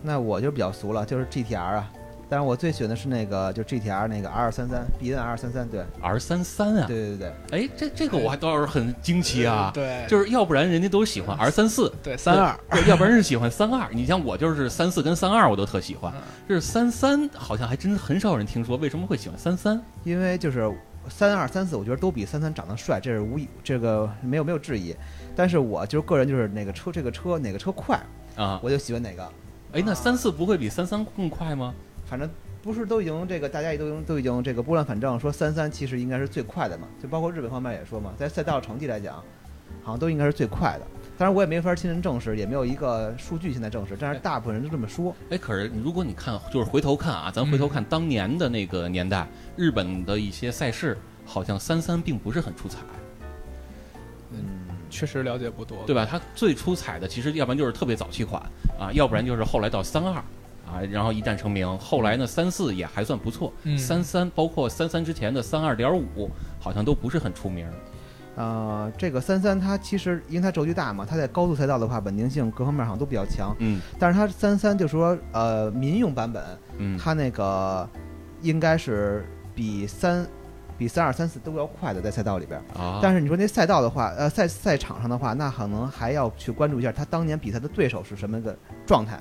Speaker 1: 那我就比较俗了，就是 GTR 啊。但是我最喜欢的是那个，就 GTR 那个 R 三三 B N R 三三，对
Speaker 2: R 三三啊，
Speaker 1: 对对对，
Speaker 2: 哎，这这个我还倒是很惊”，奇啊，
Speaker 3: 对，
Speaker 2: 就是要不然人家都喜欢 R 三四，
Speaker 3: 对三二，
Speaker 2: 对，要不然是喜欢三二。你像我就是三四跟三二我都特喜欢，就是三三好像还真很少人听说，为什么会喜欢三三？
Speaker 1: 因为就是三二三四，我觉得都比三三长得帅，这是无疑，这个没有没有质疑。但是我就是个人就是哪个车这个车哪个车快，
Speaker 2: 啊，
Speaker 1: 我就喜欢哪个。
Speaker 2: 哎，那三四不会比三三更快吗？
Speaker 1: 反正不是都已经这个大家也都已经都已经这个拨乱反正，说三三其实应该是最快的嘛，就包括日本方面也说嘛，在赛道成绩来讲，好像都应该是最快的。当然我也没法亲身证实，也没有一个数据现在证实，但是大部分人都这么说。
Speaker 2: 哎，可是如果你看，就是回头看啊，咱回头看当年的那个年代，日本的一些赛事，好像三三并不是很出彩，
Speaker 3: 确实了解不多，
Speaker 2: 对吧？它最出彩的其实要不然就是特别早期款啊，要不然就是后来到三二啊，然后一战成名。后来呢，三四也还算不错，
Speaker 3: 嗯
Speaker 2: 三三包括三三之前的三二点五，好像都不是很出名。
Speaker 1: 呃，这个三三它其实因为它轴距大嘛，它在高速赛道的话稳定性各方面好像都比较强，
Speaker 2: 嗯
Speaker 1: 但是它三三就说呃民用版本，
Speaker 2: 嗯
Speaker 1: 它那个应该是比三比三二三四都要快的在赛道里边。
Speaker 2: 啊，
Speaker 1: 但是你说那赛道的话，呃，赛赛场上的话，那可能还要去关注一下他当年比赛的对手是什么个 状态，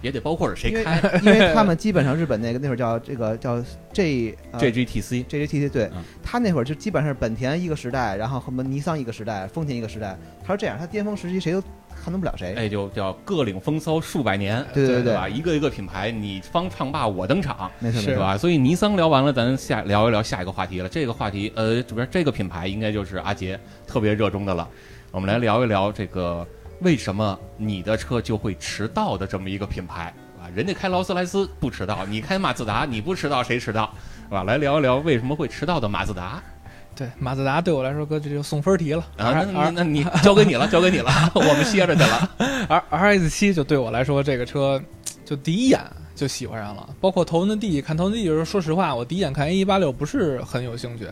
Speaker 2: 也得包括是
Speaker 1: 因为
Speaker 2: 谁开
Speaker 1: 因为他们基本上日本那个那会儿叫这个叫 J 呃
Speaker 2: JGTC。
Speaker 1: JGTC 对
Speaker 2: 嗯，
Speaker 1: 他那会儿就基本上是本田一个时代，然后什么尼桑一个时代，丰田一个时代，他是这样，他巅峰时期谁都看动不了谁，
Speaker 2: 哎，就叫各领风骚数百年，
Speaker 1: 对对
Speaker 2: 吧？一个一个品牌，你方唱罢我登场，
Speaker 1: 没错没
Speaker 3: 是
Speaker 2: 对
Speaker 1: 错，
Speaker 2: 吧？所以尼桑聊完了，咱下聊一聊下一个话题了。这个话题，呃，这边这个品牌应该就是阿杰特别热衷的了。我们来聊一聊这个为什么你的车就会迟到的这么一个品牌啊？人家开劳斯莱斯不迟到，你开马自达你不迟到谁迟到？是吧？来聊一聊为什么会迟到的马自达
Speaker 3: 对，马自达对我来说，哥这就送分题了。
Speaker 2: 啊？那
Speaker 3: R
Speaker 2: 那
Speaker 3: R
Speaker 2: 那你交给你了，交给你了，我们歇着去了。
Speaker 3: R R S 七就对我来说，这个车就第一眼就喜欢上了。包括头文字 D，看头文字 D 的时候，说实话，我第一眼看 A 一八六不是很有兴趣。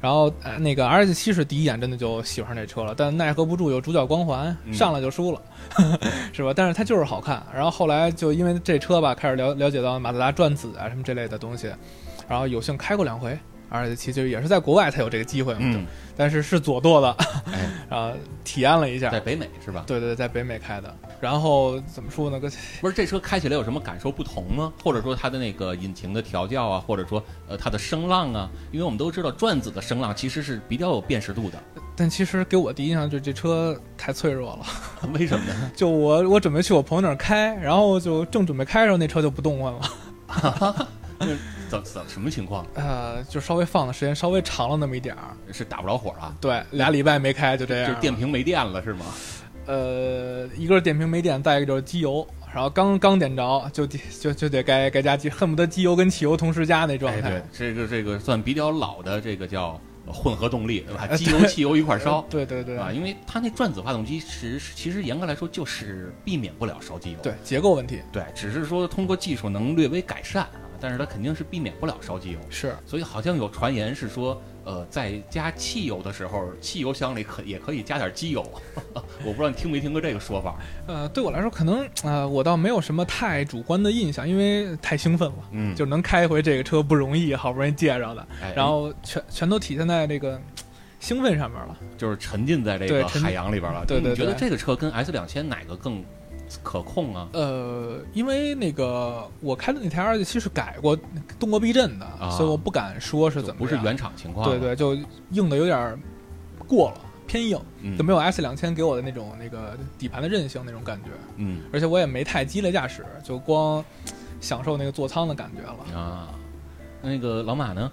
Speaker 3: 然后、呃、那个 R S 七是第一眼真的就喜欢上这车了，但奈何不住有主角光环，
Speaker 2: 嗯
Speaker 3: 上来就输了， 是吧？但是它就是好看。然后后来就因为这车吧，开始了了解到马自达转子啊什么这类的东西，然后有幸开过两回 R S 七，就也是在国外才有这个机会嘛，
Speaker 2: 嗯，
Speaker 3: 但是是左舵的，
Speaker 2: 哎
Speaker 3: 然后体验了一下
Speaker 2: 在。北美是吧？
Speaker 3: 对对，对，在北美开的。然后怎么说呢？跟
Speaker 2: 不是这车开起来有什么感受不同吗？或者说它的那个引擎的调教啊，或者说呃它的声浪啊，因为我们都知道转子的声浪其实是比较有辨识度的，
Speaker 3: 但其实给我第一印象就是这车太脆弱了。
Speaker 2: 为什么 呢？
Speaker 3: 就我我准备去我朋友那儿开，然后就正准备开的时候，那车就不动换了。
Speaker 2: 怎怎什么情况？
Speaker 3: 呃，就稍微放的时间稍微长了那么一点儿。
Speaker 2: 是打不着火了？
Speaker 3: 对，俩礼拜没开就这样
Speaker 2: 就
Speaker 3: 了。
Speaker 2: 是电瓶没电了是吗？
Speaker 3: 呃，一个是电瓶没电，再一个就是机油。然后刚刚点着，就得就就得该该加机，恨不得机油跟汽油同时加那状
Speaker 2: 哎，
Speaker 3: 态。
Speaker 2: 对， 这个这个算比较老的这个叫混合动 力，对吧？
Speaker 3: 哎
Speaker 2: 机油
Speaker 3: 对
Speaker 2: 汽油一块
Speaker 3: 呃
Speaker 2: 烧。
Speaker 3: 对对对、
Speaker 2: 啊，因为它那转子发动机其实其实严格来说就是避免不了烧机油，
Speaker 3: 对，结构问题
Speaker 2: 对，只是说通过技术能略微改善啊，但是它肯定是避免不了烧机油。
Speaker 3: 是
Speaker 2: 所以好像有传言是说，呃，在加汽油的时候，汽油箱里可也可以加点机油。 我不知道你听没听过这个说法。
Speaker 3: 呃，对我来说，可能呃，我倒没有什么太主观的印象，因为太兴奋了，
Speaker 2: 嗯
Speaker 3: 就能开一回这个车不容易，好不容易借着的，
Speaker 2: 哎
Speaker 3: 然后全全都体现在这个兴奋上面了。
Speaker 2: 就是沉浸在这
Speaker 3: 对
Speaker 2: 个
Speaker 3: 沉浸
Speaker 2: 海洋里边了。
Speaker 3: 对对
Speaker 2: 你觉得
Speaker 3: 对
Speaker 2: 这个车跟 S 两千哪个更可控啊？
Speaker 3: 呃，因为那个我开的那台 R 七是改过、动过避震的，
Speaker 2: 啊
Speaker 3: 所以我不敢说是
Speaker 2: 就
Speaker 3: 怎么
Speaker 2: 不是
Speaker 3: 样
Speaker 2: 原厂情况？啊
Speaker 3: 啊对，对，就硬的有点儿过了，偏硬，
Speaker 2: 嗯
Speaker 3: 就没有 S 两千给我的那种那个底盘的韧性那种感觉，
Speaker 2: 嗯
Speaker 3: 而且我也没太激烈驾驶，就光享受那个座舱的感觉了。
Speaker 2: 啊，那个老马呢？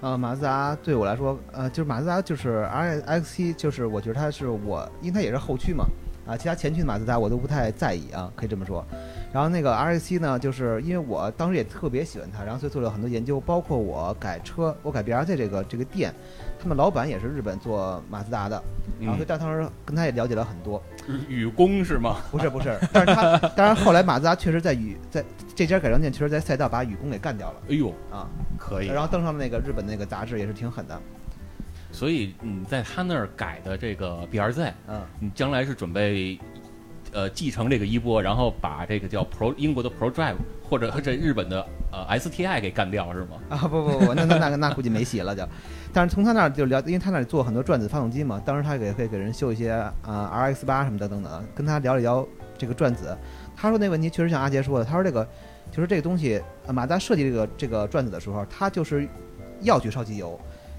Speaker 1: 呃，马自达对我来说，呃，就是马自达就是 R X 七，就是我觉得它是我，因为它也是后驱嘛，啊，其他前驱的马自达我都不太在意啊，可以这么说。然后那个 R X 七呢，就是因为我当时也特别喜欢它，然后所以做了很多研究，包括我改车，我改 B R Z 这个这个店，他们老板也是日本做马自达的，然后所以
Speaker 2: 嗯，
Speaker 1: 当时跟他也了解了很多。
Speaker 2: 雨雨工是吗？
Speaker 1: 不是不是， 但是他当然后来马自达确实在雨在这家改装店确实在赛道把雨工给干掉了
Speaker 2: 哎呦，
Speaker 1: 啊，
Speaker 2: 可以。
Speaker 1: 然后登上了那个日本那个杂志也是挺狠的，
Speaker 2: 所以你在他那儿改的这个 BRZ，
Speaker 1: 嗯。
Speaker 2: 你将来是准备呃继承这个衣钵，然后把这个叫 Pro 英国的 Pro Drive 或者这日本的呃 STI 给干掉是吗？
Speaker 1: 啊不不不，那那那那估计没戏了就。但是从他那儿就了，因为他那里做很多转子发动机嘛，当时他给会给人修一些啊、RX 八什么的等等，跟他聊了聊这个转子。他说那问题确实像阿杰说的，他说这个就是这个东西，呃马自达设计这个这个转子的时候，他就是要去烧机油。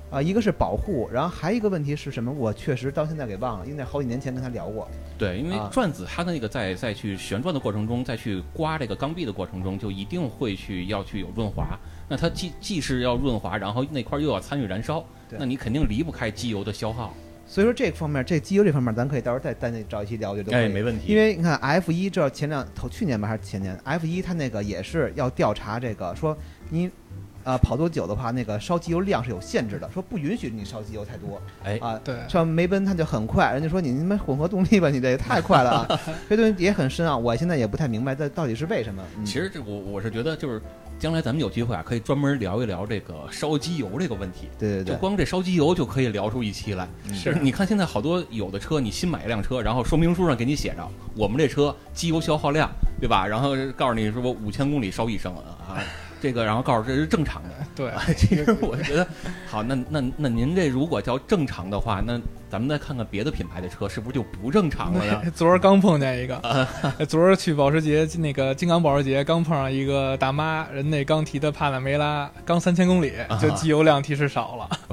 Speaker 1: 啊、一个是保护，然后还一个问题是什么？我确实到现在给忘了，因为那好几年前跟他聊过。
Speaker 2: 对，因为
Speaker 1: 啊
Speaker 2: 转子它的那个在在去旋转的过程中，再去刮这个钢壁的过程中，就一定会去要去有润滑。那它既既是要润滑，然后那块儿又要参与燃烧，
Speaker 1: 对
Speaker 2: 那你肯定离不开机油的消耗。
Speaker 1: 所以说这方面，这机油这方面，咱可以到时候再单找一期聊，我觉得都可以。
Speaker 2: 问
Speaker 1: 因为你看 F 一，这前两头去年吧还是前年，F 一它那个也是要调查这个，说你呃跑多久的话，那个烧机油量是有限制的，说不允许你烧机油太多。
Speaker 2: 哎
Speaker 1: 啊，
Speaker 3: 对，
Speaker 1: 像梅奔它就很快，人家说你他妈混合动力吧，你这也太快了 啊！这东西也很深啊，我现在也不太明白这到底是为什么。嗯、
Speaker 2: 其实这我我是觉得就是。将来咱们有机会啊，可以专门聊一聊这个烧机油这个问题。
Speaker 1: 对对
Speaker 2: 就
Speaker 1: 对，
Speaker 2: 光这烧机油就可以聊出一期来。
Speaker 3: 是
Speaker 2: 你看现在好多有的车，你新买一辆车，然后说明书上给你写着我们这车机油消耗量，对吧？然后告诉你说我五千公里烧一升 啊，这个然后告诉这是正常的。
Speaker 3: 对，
Speaker 2: 其实我觉得，好，那那那您这如果叫正常的话，那咱们再看看别的品牌的车是不是就不正常了呀？
Speaker 3: 昨儿刚碰见一个，昨儿去保时捷那个金刚保时捷刚碰上一个大妈，人那刚提的帕拉梅拉刚三千公里，
Speaker 2: 啊
Speaker 3: 就机油量提示少了。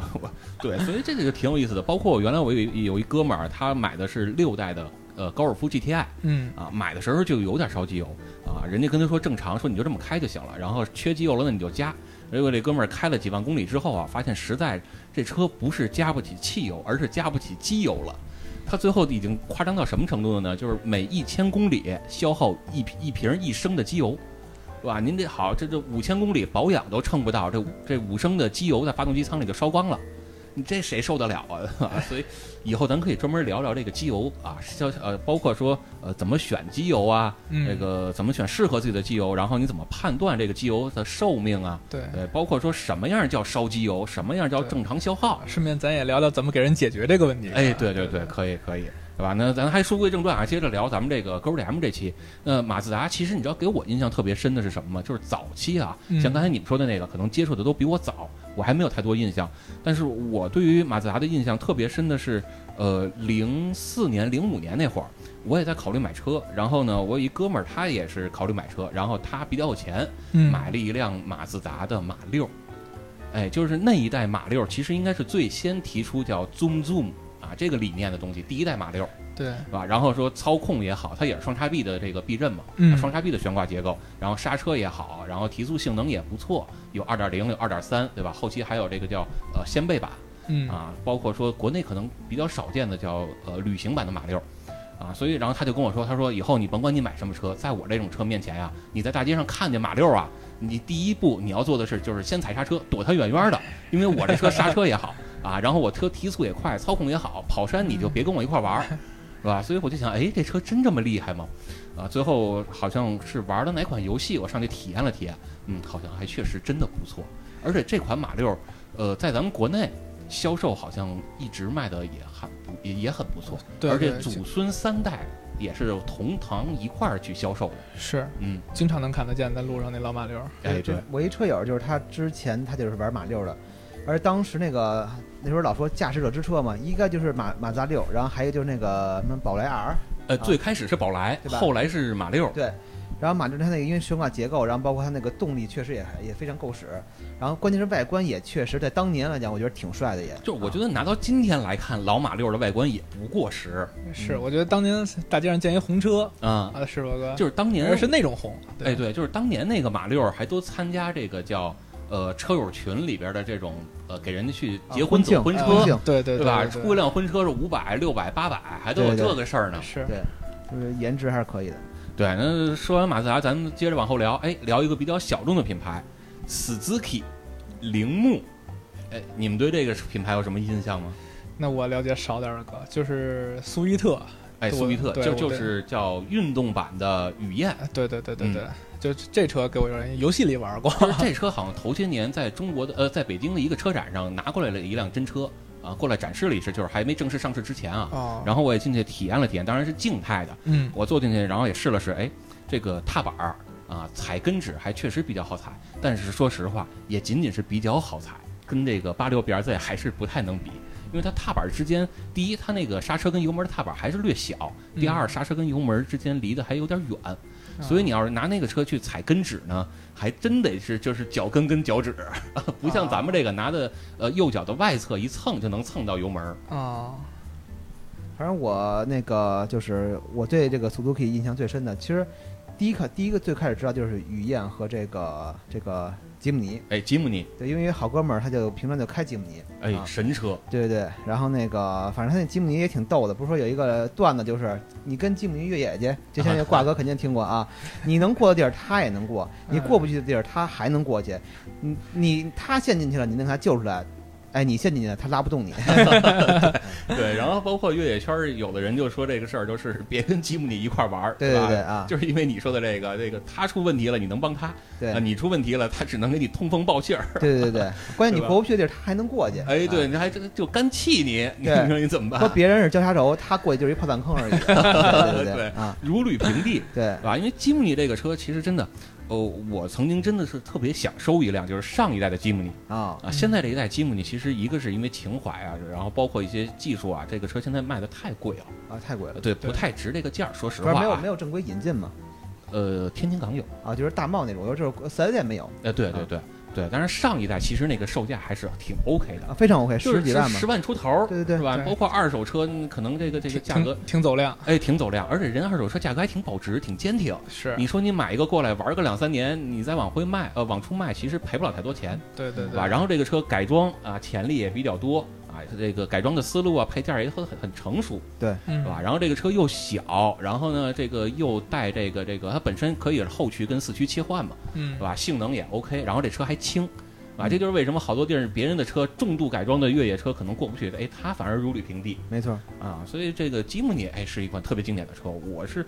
Speaker 2: 对，所以这个就挺有意思的。包括原来我有一有一哥们儿，他买的是六代的呃高尔夫 GTI，
Speaker 3: 嗯，
Speaker 2: 啊，买的时候就有点烧机油啊，人家跟他说正常，说你就这么开就行了，然后缺机油了那你就加。结果这哥们儿开了几万公里之后啊，发现实在这车不是加不起汽油，而是加不起机油了。他最后已经夸张到什么程度了呢？就是每一千公里消耗一瓶一瓶一升的机油，是吧？您这好，这这五千公里保养都蹭不到，这五这五升的机油在发动机舱里就烧光了，你这谁受得了啊？所以以后咱可以专门聊聊这个机油啊，消呃，包括说呃怎么选机油啊，
Speaker 3: 嗯
Speaker 2: 这个怎么选适合自己的机油，然后你怎么判断这个机油的寿命啊？
Speaker 3: 对。
Speaker 2: 对，包括说什么样叫烧机油，什么样叫
Speaker 3: 对
Speaker 2: 正常消耗。
Speaker 3: 顺便咱也聊聊怎么给人解决这个问题。
Speaker 2: 哎，对对对，可以可以，对吧？那咱还书归正传啊，接着聊咱们这个 GDM 这期。那马自达其实你知道给我印象特别深的是什么吗？就是早期啊，
Speaker 3: 嗯
Speaker 2: 像刚才你们说的那个，可能接触的都比我早，我还没有太多印象。但是我对于马自达的印象特别深的是，呃，零四年、零五年那会儿，我也在考虑买车。然后呢，我有一哥们儿他也是考虑买车，然后他比较有钱，
Speaker 3: 嗯，
Speaker 2: 买了一辆马自达的马六，哎，就是那一代马六，其实应该是最先提出叫 Zoom Zoom 啊这个理念的东西，第一代马六
Speaker 3: 对，
Speaker 2: 是吧？然后说操控也好，它也是双叉臂的这个避震嘛，
Speaker 3: 嗯
Speaker 2: 双叉臂的悬挂结构，然后刹车也好，然后提速性能也不错，有2.0有2.3对吧？后期还有这个叫呃掀背版，
Speaker 3: 嗯
Speaker 2: 啊，包括说国内可能比较少见的叫呃旅行版的马六，啊，所以然后他就跟我说，他说以后你甭管你买什么车，在我这种车面前呀、你在大街上看见马六啊，你第一步你要做的是就是先踩刹车，躲它远远的，因为我这车刹车也好啊，然后我车提速也快，操控也好，跑山你就别跟我一块玩儿，是吧？所以我就想，哎，这车真这么厉害吗？啊，最后好像是玩了哪款游戏，我上去体验了体验，嗯，好像还确实真的不错，而且这款马六，呃，在咱们国内销售好像一直卖的也很不也也很不错，
Speaker 3: 对
Speaker 2: 而且
Speaker 3: 对
Speaker 2: 祖孙三代也是同堂一块儿去销售的，
Speaker 3: 是
Speaker 2: 嗯，
Speaker 3: 经常能看得见在路上那老马溜儿。
Speaker 2: 哎对
Speaker 1: 就，我一车友就是他之前他就是玩马六的，而当时那个那时候老说驾驶者之车嘛，一个就是马马自达六，然后还有就是那个什么宝来 R，
Speaker 2: 呃，
Speaker 1: 啊
Speaker 2: 最开始是宝来，
Speaker 1: 对吧
Speaker 2: 后来是马六，
Speaker 1: 对，然后马自达它那个因为悬挂结构，然后包括它那个动力确实也也非常够使，然后关键是外观也确实在当年来讲，我觉得挺帅的也。
Speaker 2: 就是我觉
Speaker 1: 得、
Speaker 2: 得拿到今天来看，老马六的外观也不过时
Speaker 3: 是，我觉得当年大街上见一红车
Speaker 2: 嗯啊，
Speaker 3: 啊，是吧哥？
Speaker 2: 就是当
Speaker 3: 而
Speaker 2: 年哎
Speaker 3: 是那种红。
Speaker 2: 哎，对，就是当年那个马六儿还都参加这个叫呃车友群里边的这种呃给人家去
Speaker 1: 啊
Speaker 2: 结
Speaker 1: 婚
Speaker 2: 婚走
Speaker 1: 庆
Speaker 2: 婚车，
Speaker 1: 婚庆
Speaker 3: 对对
Speaker 2: 对
Speaker 3: 对
Speaker 2: 吧？
Speaker 3: 对
Speaker 2: 出一辆婚车是五百、六百、八百，还都有
Speaker 1: 对对
Speaker 2: 这个事儿呢。
Speaker 3: 是
Speaker 1: 对，就是颜值还是可以的。
Speaker 2: 对，那说完马自达，咱们接着往后聊，哎，聊一个比较小众的品牌，Suzuki 铃木。哎，你们对这个品牌有什么印象吗？
Speaker 3: 那我了解少点儿了哥，就是苏伊特，
Speaker 2: 哎，
Speaker 3: 对
Speaker 2: 苏比特
Speaker 3: 对
Speaker 2: 就
Speaker 3: 我对
Speaker 2: 就是叫运动版的雨 燕，
Speaker 3: 哎对对对对
Speaker 2: 嗯
Speaker 3: 对，就这车给我有点游戏里 玩过，
Speaker 2: 就是这车好像头些年在中国的呃，在北京的一个车展上拿过来了一辆真车啊，过来展示了一次，就是还没正式上市之前啊。
Speaker 3: 哦，
Speaker 2: 然后我也进去体验了体验，当然是静态的，
Speaker 3: 嗯，
Speaker 2: 我坐进去，然后也试了试，哎，这个踏板儿啊，踩跟趾还确实比较好踩，但是说实话，也仅仅是比较好踩，跟这个八六 BRZ 还是不太能比。因为它踏板之间，第一，它那个刹车跟油门的踏板还是略小；第二，刹车跟油门之间离得还有点远，所以你要是拿那个车去踩跟趾呢，还真得是就是脚跟跟脚趾， 不像咱们这个拿的呃右脚的外侧一蹭就能蹭到油门儿。
Speaker 3: 啊，
Speaker 1: 反正我那个就是我对这个 Suzuki 印象最深的，其实第一看第一个最开始知道就是雨燕和这个这个吉姆尼，
Speaker 2: 哎，吉姆尼，
Speaker 1: 对，因为有好哥们儿他就平常就开吉姆尼，
Speaker 2: 哎，
Speaker 1: 啊
Speaker 2: 神车，
Speaker 1: 对对对，然后那个反正他那吉姆尼也挺逗的，不是说有一个段子就是你跟吉姆尼越野去，就像那挂哥肯定听过啊，你能过的地儿他也能过，你过不去的地儿他还能过去，你你他陷进去了，你能给他救出来。哎，你陷进去了，他拉不动你。
Speaker 2: 对，然后包括越野圈儿，有的人就说这个事儿，就是 别跟吉姆尼一块儿玩儿，
Speaker 1: 对对
Speaker 2: 吧
Speaker 1: 对啊，
Speaker 2: 就是因为你说的这个，这个他出问题了，你能帮他；
Speaker 1: 对
Speaker 2: 啊，你出问题了，他只能给你通风报信儿。
Speaker 1: 对对对，关键
Speaker 2: 对
Speaker 1: 你
Speaker 2: 吧
Speaker 1: 过不去的地儿他还能过去。
Speaker 2: 哎，
Speaker 1: 啊
Speaker 2: 对，你还真就干气你，你
Speaker 1: 对
Speaker 2: 说你怎么
Speaker 1: 说
Speaker 2: 办？
Speaker 1: 别人是交叉轴，他过去就是一炮弹坑而已。对对
Speaker 2: 对
Speaker 1: 啊，
Speaker 2: 如履平地，
Speaker 1: 对
Speaker 2: 对吧？因为吉姆尼这个车其实真的，哦，我曾经真的是特别想收一辆，就是上一代的吉姆尼
Speaker 1: 啊，
Speaker 2: 啊。现在这一代吉姆尼，其实一个是因为情怀啊，然后包括一些技术啊，这个车现在卖的太贵了，
Speaker 1: 啊，太贵了
Speaker 2: 呃。对，不
Speaker 3: 对
Speaker 2: 太值这个价儿。说实
Speaker 1: 不是
Speaker 2: 话
Speaker 1: 没有
Speaker 2: 啊
Speaker 1: 没，有正规引进嘛？
Speaker 2: 呃，天津港有。
Speaker 1: 啊，就是大贸那种，我说这四 S 店没有
Speaker 2: 呃，对对
Speaker 1: 啊
Speaker 2: 对对，但是上一代其实那个售价还是挺 OK
Speaker 1: 啊，
Speaker 2: 的，
Speaker 1: 非常 OK，
Speaker 2: 就是
Speaker 1: 十几万嘛
Speaker 2: 十。万出头儿，
Speaker 1: 对对对
Speaker 2: 是吧？
Speaker 3: 对
Speaker 2: 包括二手车，嗯可能这个这个
Speaker 3: 挺
Speaker 2: 价格，
Speaker 3: 挺挺走量，
Speaker 2: 哎，挺走量，而且人二手车价格还挺保值，挺坚挺。
Speaker 3: 是
Speaker 2: 你说你买一个过来玩个两三年，你再往回卖，呃，往出卖，其实赔不了太多钱，
Speaker 3: 对对
Speaker 2: 对
Speaker 3: 对
Speaker 2: 吧？，然后这个车改装啊，潜力也比较多啊，这个改装的思路啊，配件儿也很很很成熟，
Speaker 3: 嗯
Speaker 2: 是吧？然后这个车又小，然后呢，这个又带这个这个，它本身可以是后驱跟四驱切换嘛，
Speaker 3: 嗯
Speaker 2: 是，吧？性能也 OK，然后这车还轻，啊，这就是为什么好多地儿别人的车重度改装的越野车可能过不去，哎，它反而如履平地
Speaker 1: 没错，
Speaker 2: 啊。所以这个吉姆尼哎是一款特别经典的车，我是，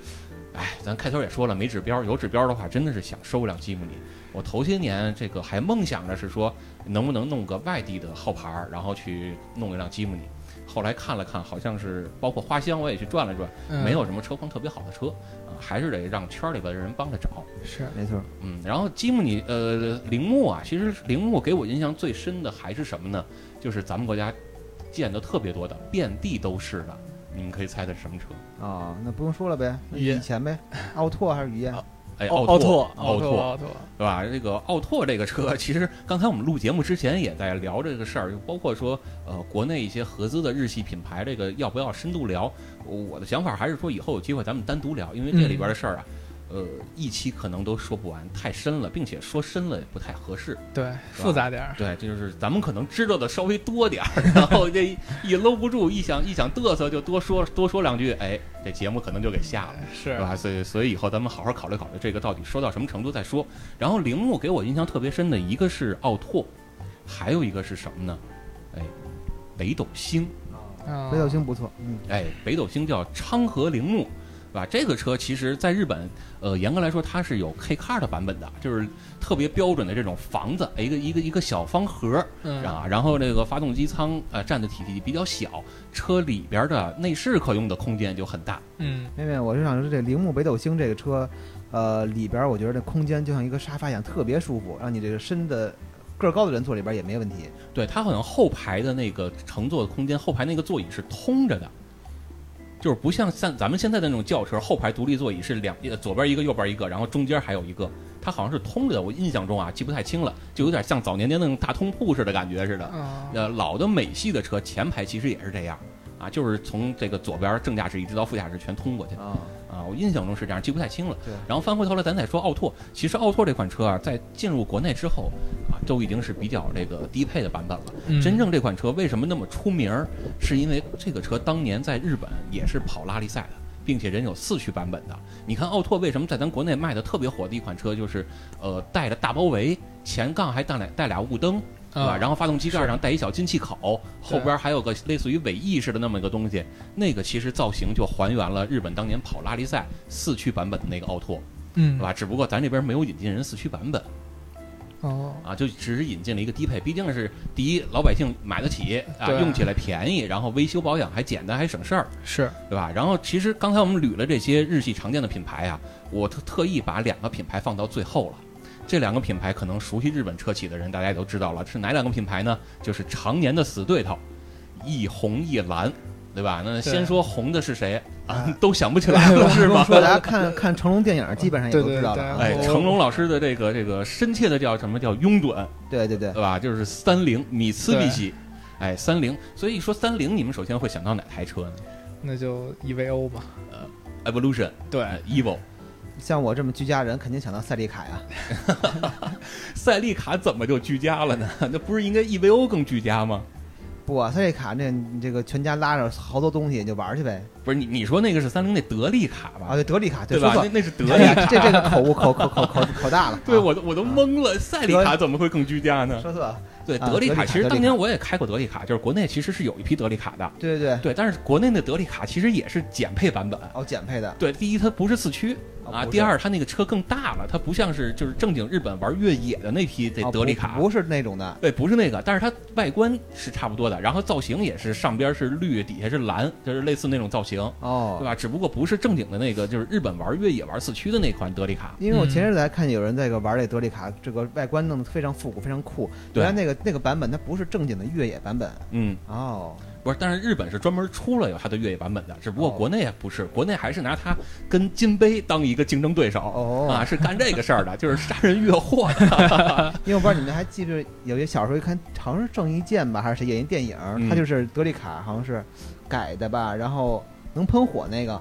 Speaker 2: 哎，咱开头也说了没指标，有指标的话真的是想收一辆吉姆尼。我头些年这个还梦想着是说能不能弄个外地的号牌儿，然后去弄一辆吉姆尼。后来看了看，好像是包括花乡我也去转了转，
Speaker 3: 嗯
Speaker 2: 没有什么车况特别好的车，啊，还是得让圈里边的人帮着找。
Speaker 3: 是
Speaker 1: 没错，
Speaker 2: 嗯，然后吉姆尼呃铃木啊，其实铃木给我印象最深的还是什么呢？就是咱们国家建的特别多的，遍地都是的。你们可以猜猜是什么车？
Speaker 1: 啊，那不用说了呗，那
Speaker 3: 雨燕
Speaker 1: 以前呗，奥拓还是雨燕
Speaker 3: 啊
Speaker 2: 哎，
Speaker 3: 奥
Speaker 2: 奥
Speaker 3: 拓
Speaker 2: 奥
Speaker 3: 拓
Speaker 2: 拓，
Speaker 3: 奥拓，
Speaker 2: 对吧？这个奥拓这个车，其实刚才我们录节目之前也在聊这个事儿，就包括说，呃，国内一些合资的日系品牌，这个要不要深度聊？我的想法还是说，以后有机会咱们单独聊，因为这里
Speaker 3: 嗯
Speaker 2: 边的事儿啊，呃，一期可能都说不完，太深了，并且说深了也不太合适。
Speaker 3: 对，复杂点儿，
Speaker 2: 对，这就是咱们可能知道的稍微多点儿， 然后这一一搂不住，一想一想嘚瑟，就多说多说两句，哎，这节目可能就给下了，
Speaker 3: 是
Speaker 2: 是吧？所以所以以后咱们好好考虑考虑这个到底说到什么程度再说。然后铃木给我印象特别深的一个是奥拓，还有一个是什么呢？哎，北斗星，
Speaker 3: 嗯
Speaker 1: 北斗星不错，嗯，
Speaker 2: 哎，北斗星叫昌河铃木，是吧？这个车其实在日本，呃，严格来说它是有 K car 的版本的，就是特别标准的这种房子，一个一个一个小方盒。
Speaker 3: 嗯
Speaker 2: 啊，然后这个发动机舱呃占的体积比较小，车里边的内饰可用的空间就很大。
Speaker 3: 嗯
Speaker 1: 妹妹，我是想说这铃木北斗星这个车，呃，里边我觉得这空间就像一个沙发一样，特别舒服，让你这个身的个儿高的人坐里边也没问题。
Speaker 2: 对，它好像后排的那个乘坐的空间，后排那个座椅是通着的，就是不像像咱们现在的那种轿车，后排独立座椅是两呃左边一个，右边一个，然后中间还有一个，它好像是通着的。我印象中啊，记不太清了，就有点像早年间那种大通铺似的感觉似的。
Speaker 3: 啊
Speaker 2: 呃，老的美系的车前排其实也是这样啊，就是从这个左边正驾驶一直到副驾驶全通过去。
Speaker 1: 啊，
Speaker 2: 啊，我印象中是这样，记不太清了。
Speaker 1: 对
Speaker 2: 然后翻回头来，咱再说奥拓。其实奥拓这款车啊，在进入国内之后啊，都已经是比较这个低配的版本了。
Speaker 3: 嗯
Speaker 2: 真正这款车为什么那么出名儿，是因为这个车当年在日本也是跑拉力赛的，并且人有四驱版本的。你看奥拓为什么在咱国内卖的特别火的一款车，就是呃带着大包围，前杠还带俩带俩雾灯。对吧？
Speaker 3: 啊
Speaker 2: 然后发动机盖上带一小进气口，后边还有个类似于尾翼似的那么一个东西，那个其实造型就还原了日本当年跑拉力赛四驱版本的那个奥拓，
Speaker 3: 嗯
Speaker 2: 对吧？只不过咱这边没有引进人四驱版本
Speaker 3: 哦
Speaker 2: 啊，就只是引进了一个低配，毕竟是第一老百姓买得起啊，
Speaker 3: 对
Speaker 2: 用起来便宜，然后维修保养还简单还省事儿，
Speaker 3: 是
Speaker 2: 对吧？然后其实刚才我们捋了这些日系常见的品牌啊，我特特意把两个品牌放到最后了。这两个品牌可能熟悉日本车企的人，大家也都知道了，是哪两个品牌呢？就是常年的死对头，一红一蓝，对吧？那
Speaker 3: 对
Speaker 2: 先说红的是谁啊
Speaker 1: 哎？
Speaker 2: 都想不起来 了是吗？
Speaker 1: 说大家看 看成龙电影，基本上也都知道了啊。
Speaker 3: 对对
Speaker 2: 哎，
Speaker 3: 我
Speaker 2: 成龙老师的这个这个深切的叫什么叫拥趸，
Speaker 1: 对对对，
Speaker 2: 对吧？就是三菱米兹比西，哎，三菱。所以一说三菱，你们首先会想到哪台车呢
Speaker 3: 那就 EVO 嘛，
Speaker 2: ？Evolution，
Speaker 3: 对
Speaker 2: 哎，Evo。
Speaker 1: 像我这么居家人，肯定想到赛利凯啊。
Speaker 2: 赛利卡怎么就居家了呢？ 那不是应该 EVO 更居家吗？
Speaker 1: 不啊，赛利卡那你这个全家拉着好多东西就玩去呗。
Speaker 2: 不是你你说那个是三菱那德利卡吧？
Speaker 1: 啊，对，德利卡，
Speaker 2: 对
Speaker 1: 说
Speaker 2: 吧？
Speaker 1: 错
Speaker 2: 那
Speaker 1: 了，
Speaker 2: 那是德
Speaker 1: 哎
Speaker 2: 利
Speaker 1: 呀
Speaker 2: 卡。
Speaker 1: 这这个口误口口口口口大了。
Speaker 2: 对，
Speaker 1: 啊
Speaker 2: 我都我都懵了，赛利卡怎么会更居家呢？
Speaker 1: 说错了。
Speaker 2: 对，
Speaker 1: 啊
Speaker 2: 德利
Speaker 1: 德利
Speaker 2: 卡
Speaker 1: 卡
Speaker 2: 其实
Speaker 1: 德利
Speaker 2: 当年
Speaker 1: 卡
Speaker 2: 我也开过德利卡，就是国内其实是有一批德利卡的，
Speaker 1: 对对对，
Speaker 2: 对，但是国内那德利卡其实也是减配版本。
Speaker 1: 哦，减配的
Speaker 2: 对，第一它不是四驱
Speaker 1: 哦
Speaker 2: 啊，第二它那个车更大了，它不像是就是正经日本玩越野的那批这德利卡，
Speaker 1: 哦不是那种的。
Speaker 2: 对，不是那个，但是它外观是差不多的，然后造型也是上边是绿，底下是蓝，就是类似那种造型，对
Speaker 1: 哦，
Speaker 2: 吧？只不过不是正经的那个，就是日本玩越野玩四驱的那款德利卡。
Speaker 1: 因为我前日子还看有人在个玩这德利卡，这个外观弄得非常复古，非常酷。
Speaker 2: 对
Speaker 1: 原来那个那个版本它不是正经的越野版本
Speaker 2: 嗯，
Speaker 1: 哦，
Speaker 2: 不是，但是日本是专门出了有它的越野版本的，只不过
Speaker 1: 哦
Speaker 2: 国内还不是，国内还是拿它跟金杯当一个竞争对手。
Speaker 1: 哦
Speaker 2: 啊，是干这个事儿的，就是杀人越货的。
Speaker 1: 因为我不知道你们还记不记得，有些小时候一看，好像是郑伊健吧，还是谁演一电影，
Speaker 2: 嗯
Speaker 1: 他就是德利卡，好像是改的吧，然后能喷火那个，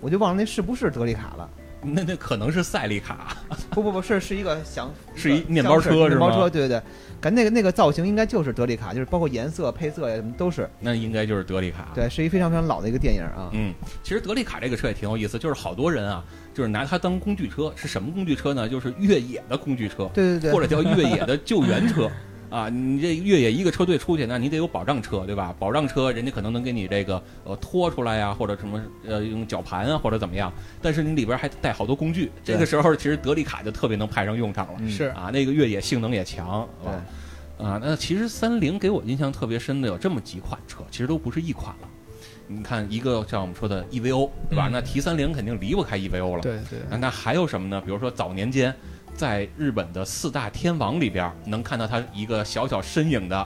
Speaker 1: 我就忘了那是不是德利卡了。
Speaker 2: 那那可能是赛利卡，
Speaker 1: 不不不是，是一个想
Speaker 2: 是一面包车
Speaker 1: 厢式
Speaker 2: 是
Speaker 1: 面
Speaker 2: 吗
Speaker 1: 包车，对对对，感觉那个那个造型应该就是德利卡，就是包括颜色、配色呀什么都是。
Speaker 2: 那应该就是德利卡。
Speaker 1: 对，是一非常非常老的一个电影啊。
Speaker 2: 嗯，其实德利卡这个车也挺有意思，就是好多人啊，就是拿它当工具车，是什么工具车呢？就是越野的工具车，
Speaker 1: 对对
Speaker 2: 或
Speaker 1: 对，
Speaker 2: 者叫越野的救援车。啊，你这越野一个车队出去，那你得有保障车，对吧？保障车人家可能能给你这个呃拖出来呀、或者什么呃用绞盘啊，或者怎么样。但是你里边还带好多工具，这个
Speaker 1: 对
Speaker 2: 时候其实德利卡就特别能派上用场了。
Speaker 1: 嗯
Speaker 3: 是
Speaker 2: 啊，那个越野性能也强，
Speaker 1: 对
Speaker 2: 啊啊，那其实三菱给我印象特别深的有这么几款车，其实都不是一款了。你看，一个像我们说的 EVO，对吧？
Speaker 3: 嗯
Speaker 2: 那 T 三零肯定离不开 EVO 了。
Speaker 3: 对对
Speaker 2: 那那还有什么呢？比如说早年间，在日本的四大天王里边儿，能看到他一个小小身影的，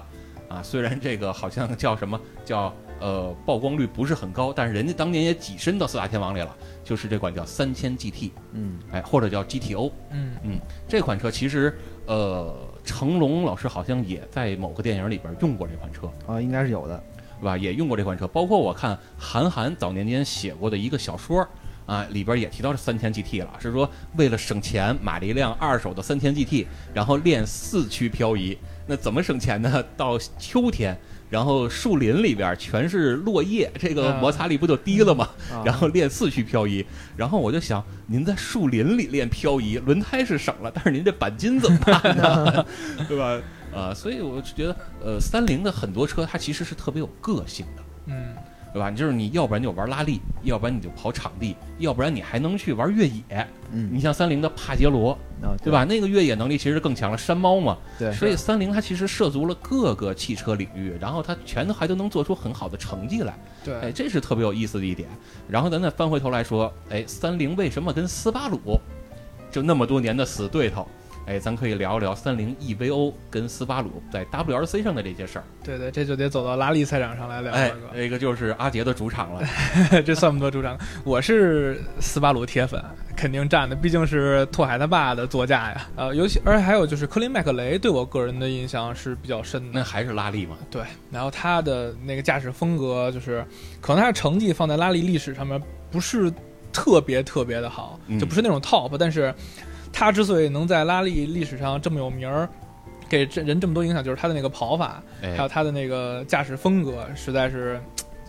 Speaker 2: 啊，虽然这个好像叫什么叫呃曝光率不是很高，但是人家当年也跻身到四大天王里了，就是这款叫三千 GT，
Speaker 1: 嗯，
Speaker 2: 哎，或者叫 GTO。
Speaker 3: 嗯
Speaker 2: 这款车其实，呃，成龙老师好像也在某个电影里边用过这款车，
Speaker 1: 啊，应该是有的。
Speaker 2: 是吧？也用过这款车，包括我看韩寒早年间写过的一个小说。啊，里边也提到这三千 GT 了，是说为了省钱买了一辆二手的三千 GT，然后练四驱漂移。那怎么省钱呢？ 到秋天，然后树林里边全是落叶，这个
Speaker 3: 啊
Speaker 2: 摩擦力不就低了吗？
Speaker 1: 啊
Speaker 2: 然后练四驱漂移。然后我就想，您在树林里练漂移，轮胎是省了，但是您这钣金怎么办呢？ 对吧？呃，所以我就觉得，呃，三菱的很多车它其实是特别有个性的，
Speaker 3: 嗯
Speaker 2: 对吧？就是你要不然就玩拉力，要不然你就跑场地，要不然你还能去玩越野。
Speaker 1: 嗯
Speaker 2: 你像三菱的帕杰罗，
Speaker 1: 啊，
Speaker 2: 对？吧？那个越野能力其实更强了，山猫嘛。
Speaker 1: 对，
Speaker 2: 所以三菱它其实涉足了各个汽车领域，然后它全都还都能做出很好的成绩来。哎，
Speaker 3: 对
Speaker 2: 这是特别有意思的一点。然后咱再翻回头来说，哎，三菱为什么跟斯巴鲁就那么多年的死对头？哎，咱可以聊一聊三菱 EVO 跟斯巴鲁在 WRC 上的这些事儿。
Speaker 3: 对对，这就得走到拉力赛场上来聊
Speaker 2: 哎
Speaker 3: 了，哥。
Speaker 2: 那个就是阿杰的主场 了。
Speaker 3: 这算不得主张。我是斯巴鲁铁粉，肯定站的，毕竟是拓海他爸的座驾呀。呃，尤其而且还有就是科林麦克雷，对我个人的印象是比较深
Speaker 2: 那
Speaker 3: 的。
Speaker 2: 还是拉力嘛？
Speaker 3: 对，然后他的那个驾驶风格，就是可能他的成绩放在拉力历史上面不是特别特别的好，
Speaker 2: 嗯
Speaker 3: 就不是那种 top，但是他之所以能在拉力历史上这么有名儿。给这人这么多影响，就是它的那个跑法，
Speaker 2: 哎
Speaker 3: 还有它的那个驾驶风格，实在是，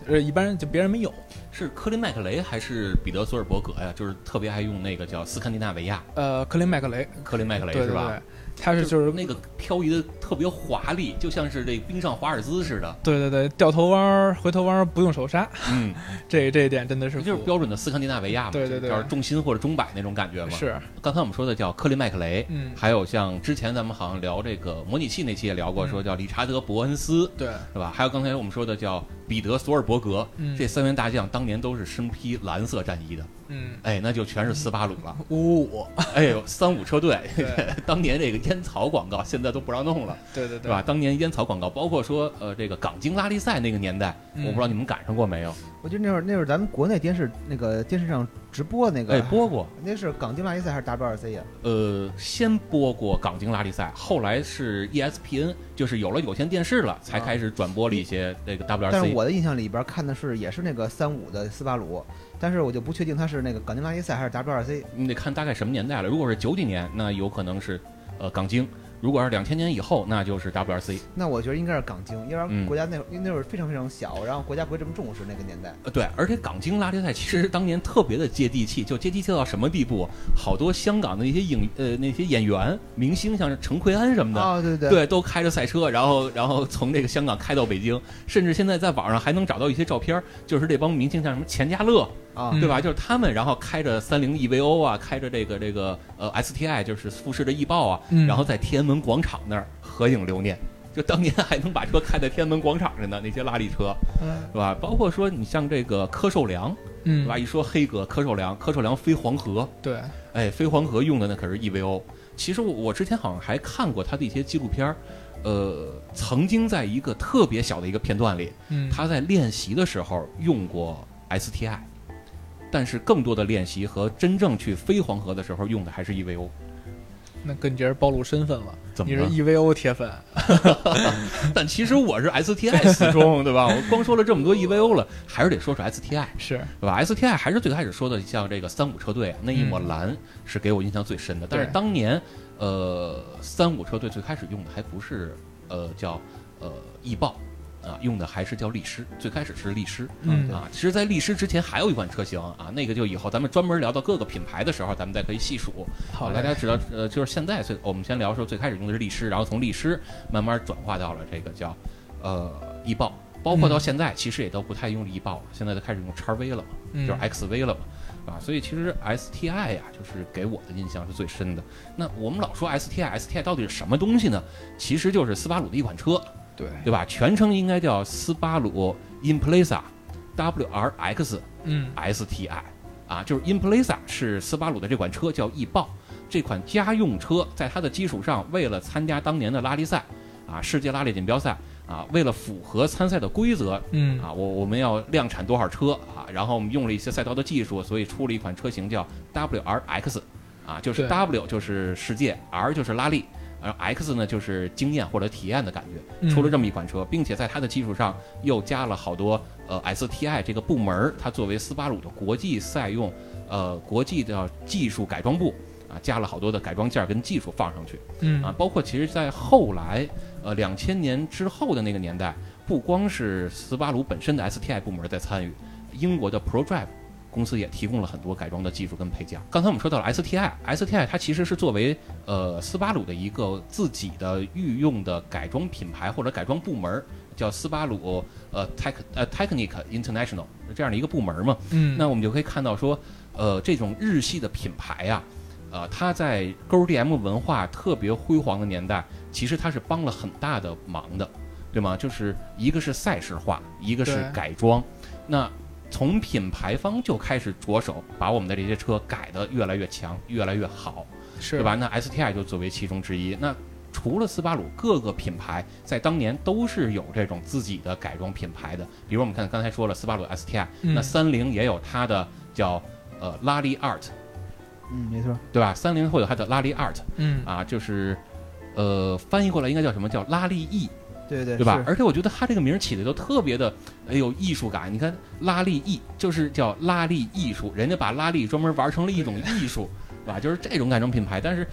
Speaker 3: 呃，一般人就别人没有。
Speaker 2: 是科林麦克雷还是彼得索尔伯格呀？就是特别爱用那个叫斯堪的纳维亚
Speaker 3: 呃，克林麦克雷，
Speaker 2: 科林麦克雷
Speaker 3: 对对
Speaker 2: 是吧
Speaker 3: 对？，他是就是
Speaker 2: 那个漂移的特别华丽，就像是这冰上华尔兹似的。
Speaker 3: 对对对，掉头弯儿、回头弯儿不用手刹，
Speaker 2: 嗯，
Speaker 3: 这这一点真的是
Speaker 2: 就是
Speaker 3: 服
Speaker 2: 标准的斯堪的纳维亚嘛，
Speaker 3: 对对对
Speaker 2: 就是重心或者中摆那种感觉嘛。，
Speaker 3: 是，
Speaker 2: 刚才我们说的叫科林麦克雷，
Speaker 3: 嗯，
Speaker 2: 还有像之前咱们好像聊这个模拟器那期也聊过，
Speaker 3: 嗯
Speaker 2: 说叫理查德·伯恩斯，
Speaker 3: 对，
Speaker 2: 是吧？还有刚才我们说的叫彼得·索尔伯格，
Speaker 3: 嗯
Speaker 2: 这三员大将当年都是身披蓝色战衣的，
Speaker 3: 嗯，
Speaker 2: 哎，那就全是斯巴鲁了。
Speaker 3: 五五五，
Speaker 2: 哎呦，三五车 队，
Speaker 3: 对
Speaker 2: 当年这个烟草广告现在都不让弄了，
Speaker 3: 对对
Speaker 2: 是
Speaker 3: 对
Speaker 2: 吧？？当年烟草广告，包括说呃这个港京拉力赛那个年代，
Speaker 3: 嗯
Speaker 2: 我不知道你们赶上过没有？
Speaker 1: 我记得那会儿那会儿咱们国内电视那个电视上直播那个，
Speaker 2: 哎，播过，
Speaker 1: 那是港京拉力赛还是 WRC 呀？
Speaker 2: 呃，先播过港京拉力赛，后来是 E ESPN，就是有了有线电视了，才开始转播了一些那个
Speaker 1: 但是
Speaker 2: WRC。
Speaker 1: 我的印象里边看的是也是那个三五的斯巴鲁，但是我就不确定它是那个港京拉力赛还是 WRC。
Speaker 2: 你得看大概什么年代了。如果是九几年，那有可能是呃港京；如果是两千年以后，那就是 WRC。
Speaker 1: 那我觉得应该是港京，要不
Speaker 2: 嗯
Speaker 1: 然国家那会儿、因为那会儿非常非常小，然后国家不会这么重视那个年代。
Speaker 2: 呃，对，而且港京拉力赛其实当年特别的接地气，就接地气到什么地步？啊好多香港的一些影呃那些演员明星，像是陈奎安什么的，
Speaker 1: 哦，对对，
Speaker 2: 对，都开着赛车，然后然后从这个香港开到北京，甚至现在在网上还能找到一些照片儿，就是这帮明星，像什么钱嘉乐，
Speaker 1: 啊，
Speaker 3: 嗯
Speaker 2: 对吧？就是他们，然后开着三菱 EVO 啊，开着这个这个呃 STI，就是富士的翼豹啊，
Speaker 3: 嗯
Speaker 2: 然后在天安门广场那儿合影留念。就当年 还能把车开在天安门广场上呢，那些拉力车
Speaker 3: 嗯
Speaker 2: 是吧？包括说你像这个柯受良，对吧？
Speaker 3: 嗯，
Speaker 2: 一说黑哥柯受良，柯受良飞黄河，
Speaker 3: 对，
Speaker 2: 哎，飞黄河用的那可是 EVO。其实我我之前好像还看过他的一些纪录片儿，呃，曾经在一个特别小的一个片段里，
Speaker 3: 嗯，
Speaker 2: 他在练习的时候用过 STI，但是更多的练习和真正去飞黄河的时候用的还是 E EVO。
Speaker 3: 那跟你这是暴露身份了，
Speaker 2: 怎
Speaker 3: 你
Speaker 2: 么
Speaker 3: 是
Speaker 2: 了？
Speaker 3: EVO 铁粉，
Speaker 2: 但其实我是 STI 死忠，对吧？我光说了这么多 EVO 了，还是得说说 STI，
Speaker 3: 是，
Speaker 2: 对吧？STI 还是最开始说的像这个三五车队啊那一抹
Speaker 3: 嗯
Speaker 2: 蓝是给我印象最深的。但是
Speaker 3: 对
Speaker 2: 当年，呃，三五车队最开始用的还不是呃叫呃易豹啊，用的还是叫力狮，最开始是力狮。
Speaker 3: 嗯
Speaker 2: 啊，其实，在力狮之前还有一款车型啊，那个就以后咱们专门聊到各个品牌的时候，咱们再可以细数。
Speaker 3: 好
Speaker 2: 大
Speaker 3: 嘞，
Speaker 2: 家知道，呃，就是现在最我们先聊说最开始用的是力狮，然后从力狮慢慢转化到了这个叫呃易豹，包括到
Speaker 3: 嗯
Speaker 2: 现在其实也都不太用易豹了，现在都开始用叉 V 了嘛，
Speaker 3: 嗯
Speaker 2: 就是 XV 了嘛。啊，所以其实 STI 呀、啊就是给我的印象是最深的。那我们老说 STI，STI 到底是什么东西呢？其实就是斯巴鲁的一款车，
Speaker 3: 对，
Speaker 2: 对吧？全称应该叫斯巴鲁 Impreza WRX
Speaker 3: 嗯
Speaker 2: STI 啊，就是 Impreza 是斯巴鲁的这款车叫翼豹，这款家用车在它的基础上，为了参加当年的拉力赛啊，世界拉力锦标赛啊，为了符合参赛的规则
Speaker 3: 嗯
Speaker 2: 啊，我我们要量产多少车啊，然后我们用了一些赛道的技术，所以出了一款车型叫 WRX 啊，就是
Speaker 3: 对
Speaker 2: W 就是世界，R 就是拉力。而 X 呢，就是经验或者体验的感觉，
Speaker 3: 嗯
Speaker 2: 出了这么一款车，并且在它的基础上又加了好多呃 STI 这个部门儿，它作为斯巴鲁的国际赛用呃国际的技术改装部啊，加了好多的改装件儿跟技术放上去啊，
Speaker 3: 嗯
Speaker 2: 包括其实在后来呃两千年之后的那个年代，不光是斯巴鲁本身的 STI 部门在参与，英国的 ProDrive 公司也提供了很多改装的技术跟配件儿。刚才我们说到了 STI，STI 它其实是作为呃斯巴鲁的一个自己的御用的改装品牌或者改装部门儿，叫斯巴鲁呃 Tech 呃 Technic International 这样的一个部门儿嘛。
Speaker 3: 嗯，
Speaker 2: 那我们就可以看到说，呃，这种日系的品牌呀、呃，它在勾 DM 文化特别辉煌的年代，其实它是帮了很大的忙的，对吗？就是一个是赛事化，一个是
Speaker 3: 对
Speaker 2: 改装，那。从品牌方就开始着手，把我们的这些车改得越来越强，越来越好。
Speaker 3: 是
Speaker 2: 对吧？？那 STI 就作为其中之一。那除了斯巴鲁，各个品牌在当年都是有这种自己的改装品牌的。比如我们看刚才说了斯巴鲁 STI，、
Speaker 3: 嗯
Speaker 2: 那三菱也有它的叫呃拉力 Art，
Speaker 1: 嗯，没错，
Speaker 2: 对吧？三菱会有它的拉力 Art
Speaker 3: 嗯
Speaker 2: 啊，就是呃翻译过来应该叫什么叫拉力 E，
Speaker 1: 对对
Speaker 2: 对吧？
Speaker 1: 是
Speaker 2: 而且我觉得它这个名儿起的都特别的哎有艺术感。你看拉力艺就是叫拉力艺术，人家把拉力专门玩成了一种艺术，对吧？就是这种改装品牌，但是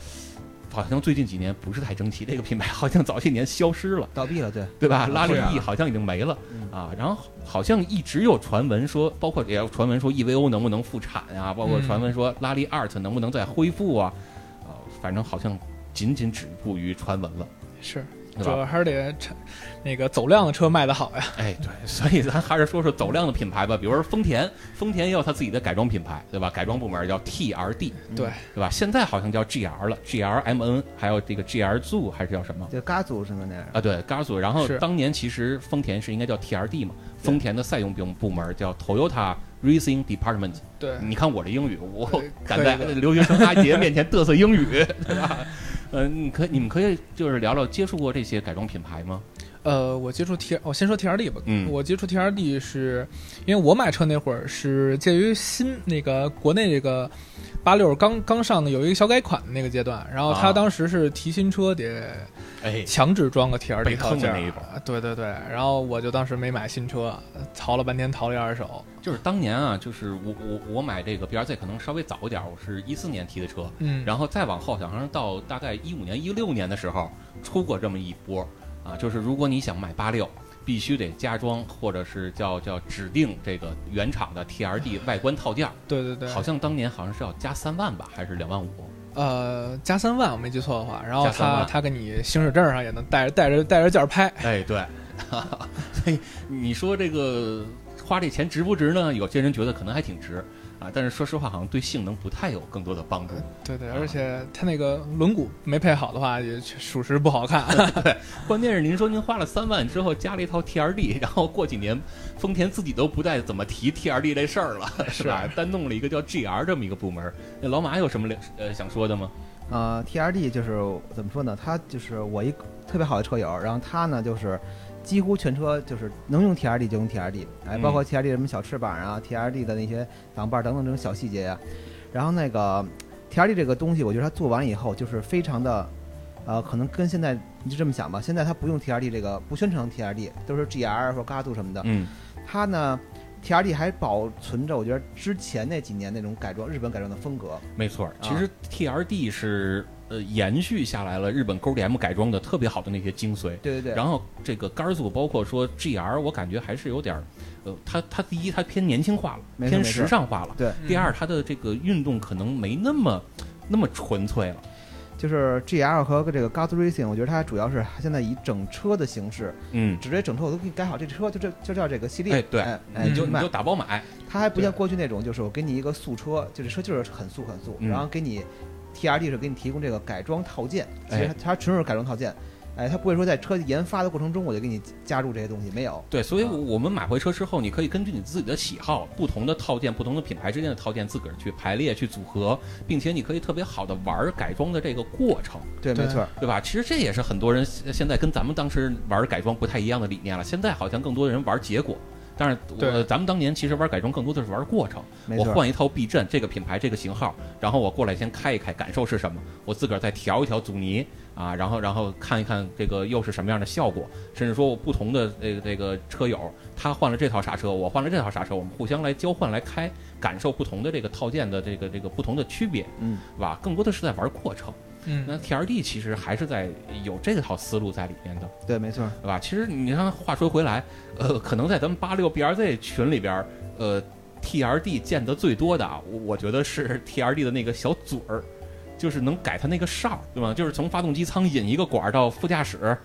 Speaker 2: 好像最近几年不是太争气，这个品牌好像早些年消失了，
Speaker 1: 倒闭了，对，
Speaker 2: 对吧？拉力
Speaker 3: 是啊
Speaker 2: 翼好像已经没了
Speaker 1: 嗯
Speaker 2: 啊，然后好像一直有传闻说，包括也有传闻说 EVO 能不能复产啊，包括
Speaker 3: 嗯
Speaker 2: 传闻说拉力 Art 能不能再恢复啊，啊，反正好像仅仅止步于传闻了，
Speaker 3: 是，
Speaker 2: 啊对
Speaker 3: 主
Speaker 2: 吧？
Speaker 3: 要还是得产那个走量的车卖得好呀。
Speaker 2: 哎，对，所以咱还是说说走量的品牌吧，比如说丰田，丰田也有它自己的改装品牌，对吧？改装部门叫 TRD，
Speaker 3: 对，
Speaker 2: 对吧？现在好像叫 GR 了，GRMN，还有这个 GR Zoo 还是叫什么？
Speaker 1: 就嘎组什么那样。
Speaker 2: 啊，对 g a z o 然后
Speaker 3: 是
Speaker 2: 当年其实丰田是应该叫 TRD 嘛，丰田的赛用部部门叫 Toyota Racing Department。
Speaker 3: 对，
Speaker 2: 你看我这英语，我
Speaker 3: 对
Speaker 2: 敢
Speaker 3: 可以
Speaker 2: 在
Speaker 3: 的
Speaker 2: 留学生阿杰面前嘚瑟 英语，对吧？嗯，你可你们可以就是聊聊接触过这些改装品牌吗？
Speaker 3: 呃，我接触 T，我先说 TRD 吧。
Speaker 2: 嗯
Speaker 3: 我接触 TRD 是因为我买车那会儿是介于新那个国内这个八六刚刚上的有一个小改款的那个阶段，然后
Speaker 2: 啊
Speaker 3: 他当时是提新车得
Speaker 2: 哎，
Speaker 3: 强制装个
Speaker 2: 被
Speaker 3: TRD 套
Speaker 2: 坑的
Speaker 3: 件儿，
Speaker 2: 那一种
Speaker 3: 对对对，然后我就当时没买新车，淘了半天淘了一二手，
Speaker 2: 就是当年啊，就是我我我买这个 BRZ 可能稍微早一点，我是一四年提的车，
Speaker 3: 嗯，
Speaker 2: 然后再往后，好像是到大概一五年、一六年的时候出过这么一波啊，就是如果你想买八六，必须得加装或者是叫叫指定这个原厂的 TRD 外观套件儿，
Speaker 3: 对对对，
Speaker 2: 好像当年好像是要加三万吧，还是两万五？
Speaker 3: 呃，加三万我没记错的话，然后
Speaker 2: 加三
Speaker 3: 他
Speaker 2: 万
Speaker 3: 他给你行驶证上也能带着带着带着件儿拍，
Speaker 2: 哎，对， 所以你说这个花这钱值不值呢？有些人觉得可能还挺值啊，但是说实话，好像对性能不太有更多的帮助。
Speaker 3: 对对，
Speaker 2: 啊
Speaker 3: 而且它那个轮毂没配好的话，也确属实不好看。
Speaker 2: 关键是您说您花了三万之后加了一套 TRD，然后过几年丰田自己都不再怎么提 TRD 这事儿了， 是啊吧？单弄了一个叫 GR 这么一个部门。那老马有什么了呃想说的吗？
Speaker 1: 呃，TRD 就是怎么说呢？他就是我一特别好的车友，然后他呢就是几乎全车就是能用 TRD 就用 TRD，哎，包括 TRD 什么小翅膀啊、TRD 的那些挡把儿等等这种小细节呀、然后那个 TRD 这个东西，我觉得它做完以后就是非常的，呃，可能跟现在你就这么想吧，现在它不用 TRD 这个，不宣传 TRD，都是 GR 或 GADU 什么的，
Speaker 2: 嗯，
Speaker 1: 它呢。TRD 还保存着我觉得之前那几年那种改装日本改装的风格，
Speaker 2: 没错儿，其实 TRD 是呃延续下来了日本 GDM 改装的特别好的那些精髓。
Speaker 1: 对对对，
Speaker 2: 然后这个杆儿组包括说 GR，我感觉还是有点儿，呃，它它第一它偏年轻化了，
Speaker 1: 没错
Speaker 2: 偏
Speaker 1: 没错
Speaker 2: 时尚化了。
Speaker 1: 对
Speaker 2: 嗯第二，它的这个运动可能没那么那么纯粹了。
Speaker 1: 就是 GL 和这个 g a z Racing，我觉得它主要是现在以整车的形式，
Speaker 2: 嗯，
Speaker 1: 直接整车我都给你改好，这车就这就叫这个系列。
Speaker 2: 哎对
Speaker 1: 哎，
Speaker 2: 你
Speaker 1: 你
Speaker 2: 就
Speaker 1: 就
Speaker 2: 你
Speaker 1: 卖
Speaker 2: 就。打包买，
Speaker 1: 它还不像
Speaker 3: 对
Speaker 1: 过去那种，就是我给你一个素车，就这车就是很素很素，
Speaker 2: 嗯
Speaker 1: 然后给你 TRD 是给你提供这个改装套件，其实
Speaker 2: 哎
Speaker 1: 它它纯是改装套件。哎，它不会说在车研发的过程中我就给你加入这些东西，没有。
Speaker 2: 对，所以
Speaker 1: 啊
Speaker 2: 我我们买回车之后，你可以根据你自己的喜好，不同的套件、不同的品牌之间的套件，自个儿去排列、去组合，并且你可以特别好的玩儿改装的这个过程，
Speaker 1: 对，
Speaker 3: 对
Speaker 1: 没错儿。
Speaker 2: 对吧？其实这也是很多人现现在跟咱们当时玩儿改装不太一样的理念了。现在好像更多的人玩儿结果，但是我
Speaker 3: 对
Speaker 2: 咱们当年其实玩儿改装更多的是玩儿过程。
Speaker 1: 没
Speaker 2: 我
Speaker 1: 错儿。
Speaker 2: 换一套避震，这个品牌这个型号，然后我过来先开一开，感受是什么，我自个儿再调一调阻尼啊，然后然后看一看这个又是什么样的效果，甚至说我不同的这个这个车友，他换了这套刹车，我换了这套刹车，我们互相来交换来开，感受不同的这个套件的这个这个不同的区别，
Speaker 1: 嗯，
Speaker 2: 是吧？更多的是在玩过程。那
Speaker 3: 嗯，
Speaker 2: TRD 其实还是在有这套思路在里面的。
Speaker 1: 对，没错儿。
Speaker 2: 对吧？其实你看，话说回来，呃，可能在咱们八六 BRZ 群里边儿，呃，TRD 见得最多的啊，我我觉得是 TRD 的那个小嘴儿，就是能改它那个哨儿，对吧？就是从发动机舱引一个管儿到副驾驶啊、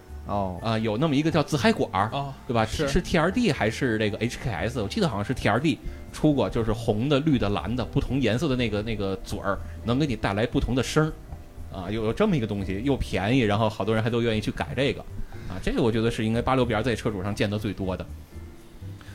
Speaker 1: 哦，
Speaker 2: 有那么一个叫自嗨管儿，
Speaker 3: 哦，
Speaker 2: 对吧？
Speaker 3: 是
Speaker 2: TRD 还是这个 HKS？我记得好像是 TRD 出过，就是红的、绿的、蓝的不同颜色的那个那个嘴儿，能给你带来不同的声儿。啊，有有这么一个东西，又便宜，然后好多人还都愿意去改这个，啊，这个我觉得是应该八六 BRZ 车主上见得最多的。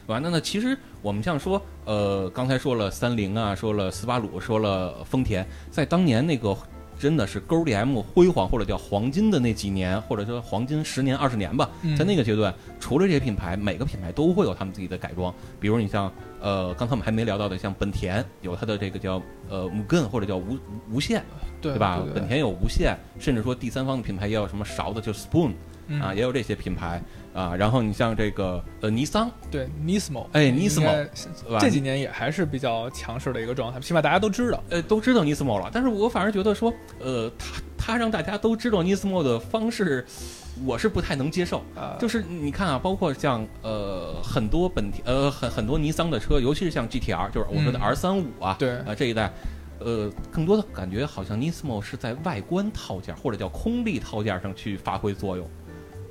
Speaker 2: 完了呢，其实我们像说，呃，刚才说了三菱啊，说了斯巴鲁，说了丰田，在当年那个真的是 GDM 辉煌或者叫黄金的那几年，或者说黄金十年二十年吧，
Speaker 3: 嗯
Speaker 2: 在那个阶段，除了这些品牌，每个品牌都会有他们自己的改装。比如你像呃，刚才我们还没聊到的，像本田有它的这个叫呃母根或者叫无无线，
Speaker 3: 对
Speaker 2: 吧？
Speaker 3: 对
Speaker 2: 本田有无线，甚至说第三方的品牌也有什么勺子，就 spoon
Speaker 3: 嗯
Speaker 2: 啊，也有这些品牌啊。然后你像这个呃尼桑，
Speaker 3: 对 Nismo，
Speaker 2: 哎
Speaker 3: 应该
Speaker 2: Nismo 对吧
Speaker 3: 这几年也还是比较强势的一个状态，起码大家都知道。
Speaker 2: 呃，都知道 Nismo 了，但是我反而觉得说，呃，他他让大家都知道 Nismo 的方式，我是不太能接受。
Speaker 3: 呃，
Speaker 2: 就是你看啊，包括像呃很多本田呃很很多尼桑的车，尤其是像 GTR，就是我们的
Speaker 3: 嗯
Speaker 2: R 三五啊，
Speaker 3: 对
Speaker 2: 啊这一代，呃，更多的感觉好像 Nismo 是在外观套件或者叫空力套件上去发挥作用。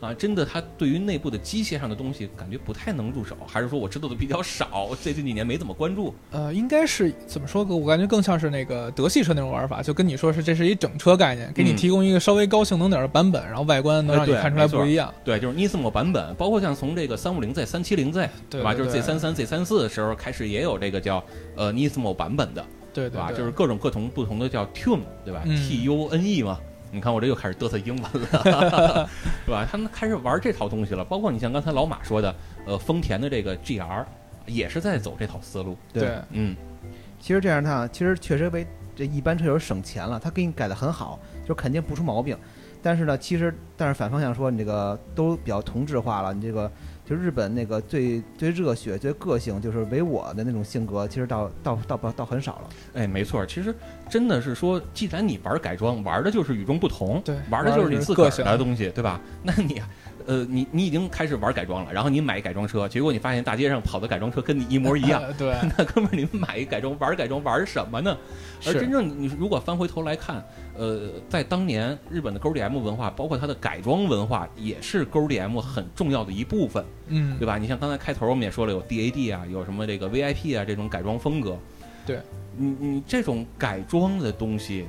Speaker 2: 啊，真的，它对于内部的机械上的东西感觉不太能入手，还是说我知道的比较少，这这几年没怎么关注。
Speaker 3: 呃，应该是怎么说？我感觉更像是那个德系车那种玩法，就跟你说是这是一整车概念，给你
Speaker 2: 嗯
Speaker 3: 提供一个稍微高性能点的版本，然后外观
Speaker 2: 哎
Speaker 3: 能让你
Speaker 2: 对
Speaker 3: 看出来
Speaker 2: 没错
Speaker 3: 不一样。
Speaker 2: 对，就是 Nismo 版本，包括像从这个三五零 Z、三七零 Z，
Speaker 3: 对
Speaker 2: 吧？
Speaker 3: 对
Speaker 2: 就是 Z
Speaker 3: 对
Speaker 2: 三三、Z 三四的时候开始也有这个叫呃 Nismo 版本的，
Speaker 3: 对
Speaker 2: 对
Speaker 3: 对
Speaker 2: 吧？
Speaker 3: 对
Speaker 2: 就是各种各种不同的叫 tune，对吧、
Speaker 3: 嗯
Speaker 2: t U N E 嘛。你看我这又开始嘚瑟英文了， 是吧？他们开始玩这套东西了，包括你像刚才老马说的，呃，丰田的这个 GR 也是在走这套思路，
Speaker 3: 对，
Speaker 2: 嗯，
Speaker 1: 其实这样看，其实确实为这一般车友省钱了，他给你改的很好，就是肯定不出毛病。但是呢，其实但是反方向说，你这个都比较同质化了，你这个就日本那个最最热血、最个性，就是唯我的那种性格，其实到到到不到很少了。
Speaker 2: 哎，没错，其实真的是说，既然你玩改装，玩的就是与众不同，
Speaker 3: 对
Speaker 2: 玩的就是你自个儿
Speaker 3: 玩的就是个
Speaker 2: 的
Speaker 3: 性
Speaker 2: 东西，对吧？ 那你，呃，你你已经开始玩改装了，然后你买改装车，结果你发现大街上跑的改装车跟你一模一样，
Speaker 3: 呃 对，
Speaker 2: 那哥们儿，你买一改装玩改装玩什么呢？而
Speaker 3: 是
Speaker 2: 真正你如果翻回头来看，呃，在当年日本的 GDM 文化，包括它的改装文化，也是 GDM 很重要的一部分。
Speaker 3: 嗯，
Speaker 2: 对吧？你像刚才开头我们也说了，有 DAD 啊，有什么这个 VIP 啊这种改装风格。
Speaker 3: 对，
Speaker 2: 你你这种改装的东西，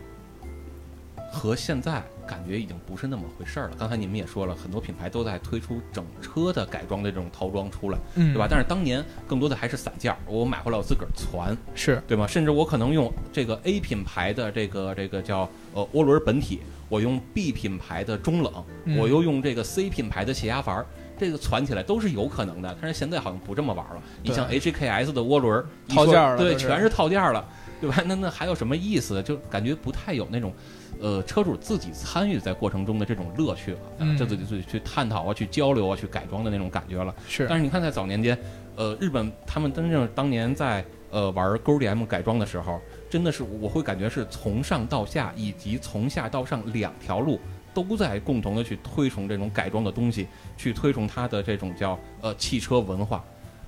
Speaker 2: 和现在感觉已经不是那么回事儿了。刚才你们也说了，很多品牌都在推出整车的改装的这种套装出来，
Speaker 3: 嗯，
Speaker 2: 对吧？但是当年更多的还是散件儿，我买回来我自个儿攒，
Speaker 3: 是
Speaker 2: 对吗？甚至我可能用这个 A 品牌的这个这个叫呃涡轮本体，我用 B 品牌的中冷，
Speaker 3: 嗯
Speaker 2: 我又用这个 C 品牌的泄压阀儿，这个攒起来都是有可能的。但是现在好像不这么玩了。你
Speaker 3: 对
Speaker 2: 像 HKS 的涡轮一
Speaker 3: 套
Speaker 2: 说
Speaker 3: 件儿了
Speaker 2: 对，
Speaker 3: 都是
Speaker 2: 全是套件儿了，对吧？那那还有什么意思？就感觉不太有那种。呃，车主自己参与在过程中的这种乐趣了，啊
Speaker 3: 嗯
Speaker 2: 这自己自己去探讨啊、去交流啊、去改装的那种感觉了。
Speaker 3: 是，
Speaker 2: 但是你看，在早年间，呃，日本他们真正当年在呃玩 GDM 改装的时候，真的是我会感觉是从上到下以及从下到上两条路都在共同的去推崇这种改装的东西，去推崇它的这种叫呃汽车文化。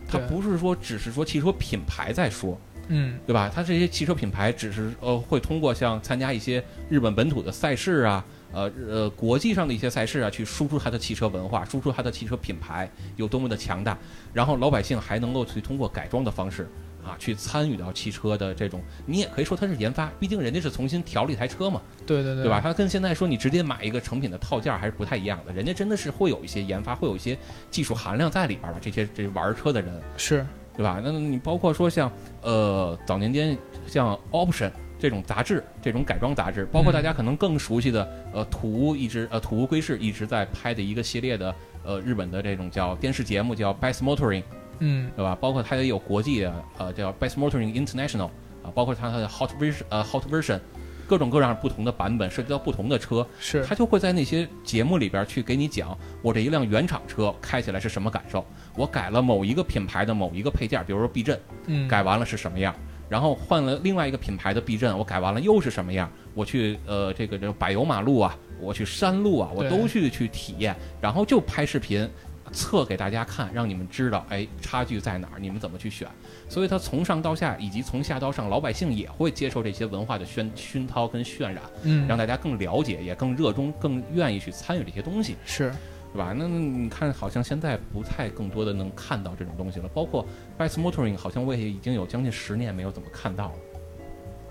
Speaker 2: 它
Speaker 3: 对
Speaker 2: 不是说只是说汽车品牌在说，
Speaker 3: 嗯
Speaker 2: 对吧？它这些汽车品牌只是呃会通过像参加一些日本本土的赛事啊，呃日呃国际上的一些赛事啊，去输出它的汽车文化，输出它的汽车品牌有多么的强大，然后老百姓还能够去通过改装的方式。啊，去参与到汽车的这种，你也可以说它是研发，毕竟人家是重新调了一台车嘛，
Speaker 3: 对对对啊
Speaker 2: 对吧？？它跟现在说你直接买一个成品的套件儿还是不太一样的，人家真的是会有一些研发，会有一些技术含量在里边儿的。这些这玩车的人，
Speaker 3: 是，
Speaker 2: 对吧？那你包括说像呃早年间像 Option 这种杂志，这种改装杂志，包括大家可能更熟悉的呃土屋一直呃土屋圭市一直在拍的一个系列的呃日本的这种叫电视节目叫 Best Motoring，
Speaker 3: 嗯
Speaker 2: 对吧？包括它也有国际的呃叫 Best Motoring International 啊，包括它的 Hot Version 呃 Hot Version。各种各样不同的版本，涉及到不同的车，
Speaker 3: 是，
Speaker 2: 他就会在那些节目里边去给你讲，我这一辆原厂车开起来是什么感受，我改了某一个品牌的某一个配件，比如说避震，
Speaker 3: 嗯
Speaker 2: 改完了是什么样，然后换了另外一个品牌的避震，我改完了又是什么样，我去呃这个这个柏油马路啊，我去山路啊，我
Speaker 3: 对
Speaker 2: 都去去体验，然后就拍视频。测给大家看，让你们知道，哎，差距在哪儿，你们怎么去选。所以它从上到下，以及从下到上，老百姓也会接受这些文化的熏熏陶跟渲染。
Speaker 3: 嗯
Speaker 2: 让大家更了解，也更热衷，更愿意去参与这些东西，
Speaker 3: 是
Speaker 2: 对吧？那那你看，好像现在不太更多的能看到这种东西了。包括 Best Motoring，好像我也已经有将近十年没有怎么看到了。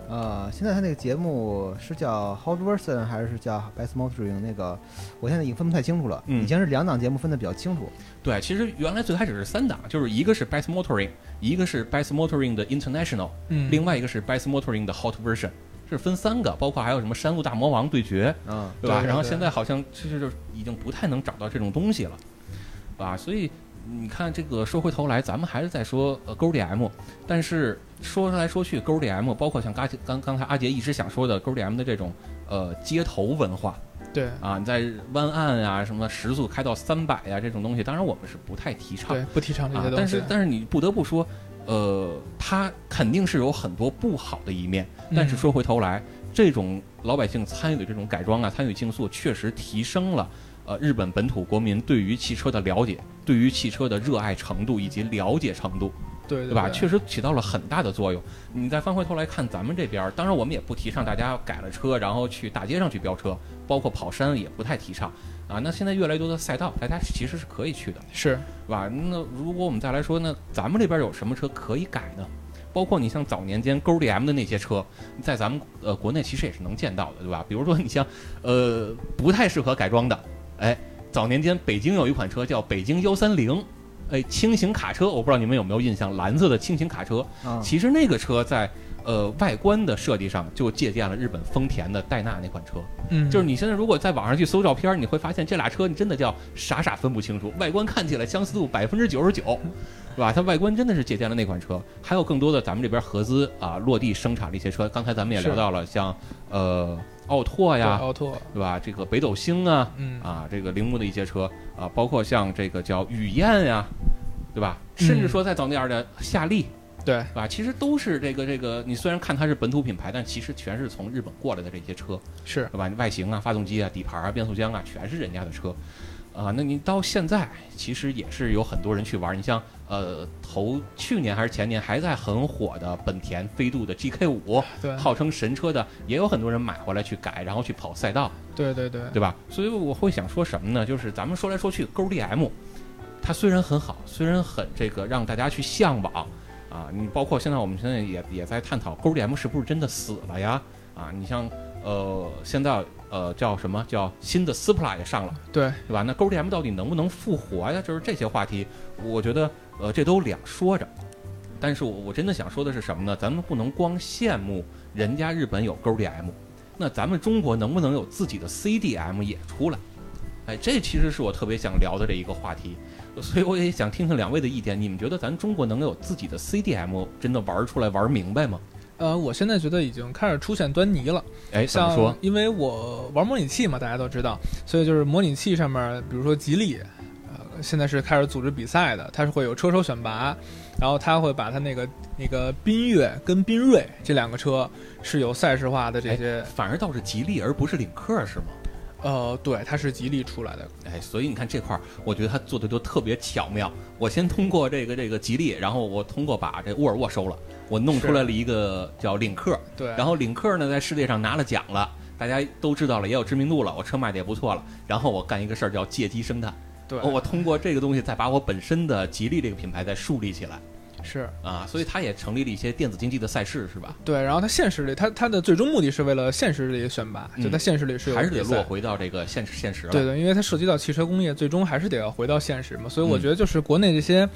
Speaker 1: 呃，现在他那个节目是叫 Hot Version 还是叫 Best Motoring？那个我现在已经分不太清楚了，
Speaker 2: 嗯
Speaker 1: 以前是两档节目分的比较清楚。
Speaker 2: 对，其实原来最开始是三档，就是一个是 Best Motoring，一个是 Best Motoring 的 International，
Speaker 3: 嗯，
Speaker 2: 另外一个是 Best Motoring 的 Hot Version，是分三个，包括还有什么山路大魔王对决，
Speaker 1: 嗯，
Speaker 2: 对吧？
Speaker 3: 对对
Speaker 2: 然后
Speaker 3: 对
Speaker 2: 现在好像其实就是已经不太能找到这种东西了，啊，所以你看这个说回头来，咱们还是在说呃 GDM，但是说来说去 GDM，包括像刚才刚刚才阿杰一直想说的 GDM 的这种呃街头文化，
Speaker 3: 对
Speaker 2: 啊，你在湾岸啊什么时速开到三百啊呀这种东西，当然我们是不太提倡
Speaker 3: 对，不提倡这
Speaker 2: 啊
Speaker 3: 些东西。。
Speaker 2: 但是但是你不得不说，呃，它肯定是有很多不好的一面。但是
Speaker 3: 嗯
Speaker 2: 说回头来，这种老百姓参与的这种改装啊，参与竞速，确实提升了呃日本本土国民对于汽车的了解、对于汽车的热爱程度以及了解程度，
Speaker 3: 对对
Speaker 2: 对吧？确实起到了很大的作用。你再翻回头来看咱们这边儿，当然我们也不提倡大家改了车然后去大街上去飙车，包括跑山也不太提倡啊。那现在越来越多的赛道，大家其实是可以去的。
Speaker 3: 是
Speaker 2: 是吧？那如果我们再来说，那咱们这边有什么车可以改呢？包括你像早年间 GoDM 的那些车，在咱们呃国内其实也是能见到的，对吧？比如说你像呃不太适合改装的，哎，早年间北京有一款车叫北京幺三零，哎，轻型卡车，我不知道你们有没有印象，蓝色的轻型卡车，
Speaker 1: 啊，
Speaker 2: 其实那个车在呃外观的设计上就借鉴了日本丰田的戴纳那款车，
Speaker 3: 嗯，
Speaker 2: 就是你现在如果在网上去搜照片儿，你会发现这俩车你真的叫傻傻分不清楚，外观看起来相似度百分之九十九，是吧？它外观真的是借鉴了那款车，还有更多的咱们这边合资啊落地生产的一些车。刚才咱们也聊
Speaker 3: 是
Speaker 2: 到了，像呃奥拓
Speaker 3: 对
Speaker 2: 呀，
Speaker 3: 奥拓，
Speaker 2: 对吧？这个北斗星啊，
Speaker 3: 嗯，
Speaker 2: 啊这个铃木的一些车啊，包括像这个叫雨燕呀，对吧？甚至
Speaker 3: 嗯
Speaker 2: 说再早那样的夏利，
Speaker 3: 对
Speaker 2: 对吧？其实都是这个这个，你虽然看它是本土品牌，但其实全是从日本过来的这些车。
Speaker 3: 是
Speaker 2: 对吧？你外形啊、发动机啊、底盘啊、变速箱啊，全是人家的车，啊、那你到现在其实也是有很多人去玩儿。你像呃，头去年还是前年还在很火的本田飞度的 GK 五，
Speaker 3: 对
Speaker 2: 号称神车的，也有很多人买回来去改，然后去跑赛道，
Speaker 3: 对对对
Speaker 2: 对吧？所以我会想说什么呢？就是咱们说来说去，GoDM，它虽然很好，虽然很这个让大家去向往啊，你包括现在我们现在也也在探讨 GoDM 是不是真的死了呀？啊，你像呃现在呃叫什么叫新的 Supra 也上了，
Speaker 3: 对
Speaker 2: 对吧？那 GoDM 到底能不能复活呀？就是这些话题，我觉得呃这都两说着。但是我我真的想说的是什么呢？咱们不能光羡慕人家日本有 GoDM，那咱们中国能不能有自己的 CDM 也出来？哎，这其实是我特别想聊的这一个话题，所以我也想听听两位的意见。你们觉得咱中国能有自己的 CDM 真的玩出来玩明白吗？
Speaker 3: 呃，我现在觉得已经开始出现端倪了。
Speaker 2: 哎，怎么
Speaker 3: 像
Speaker 2: 说？
Speaker 3: 因为我玩模拟器嘛，大家都知道，所以就是模拟器上面，比如说吉利，呃，现在是开始组织比赛的，它是会有车手选拔，然后它会把它那个那个缤越跟缤瑞这两个车是有赛事化的
Speaker 2: 哎
Speaker 3: 这些，
Speaker 2: 反而倒是吉利，而不是领克，是吗？
Speaker 3: 呃，对，它是吉利出来的，
Speaker 2: 哎，所以你看这块儿，我觉得他做的就特别巧妙。我先通过这个这个吉利，然后我通过把这沃尔沃收了，我弄出来了一个叫领克，
Speaker 3: 对，
Speaker 2: 然后领克呢在世界上拿了奖了，大家都知道了，也有知名度了，我车卖的也不错了。然后我干一个事儿叫借机生态，哦
Speaker 3: 对，
Speaker 2: 我通过这个东西再把我本身的吉利这个品牌再树立起来
Speaker 3: 是
Speaker 2: 啊，所以它也成立了一些电子竞技的赛事，是吧？
Speaker 3: 对，然后它现实里，它它的最终目的是为了现实里的选拔，就
Speaker 2: 嗯
Speaker 3: 它现实里是有
Speaker 2: 还是得
Speaker 3: 比赛
Speaker 2: 落回到这个现实现实了。
Speaker 3: 对对，因为它涉及到汽车工业，最终还是得要回到现实嘛。所以我
Speaker 2: 嗯
Speaker 3: 觉得就是国内这些，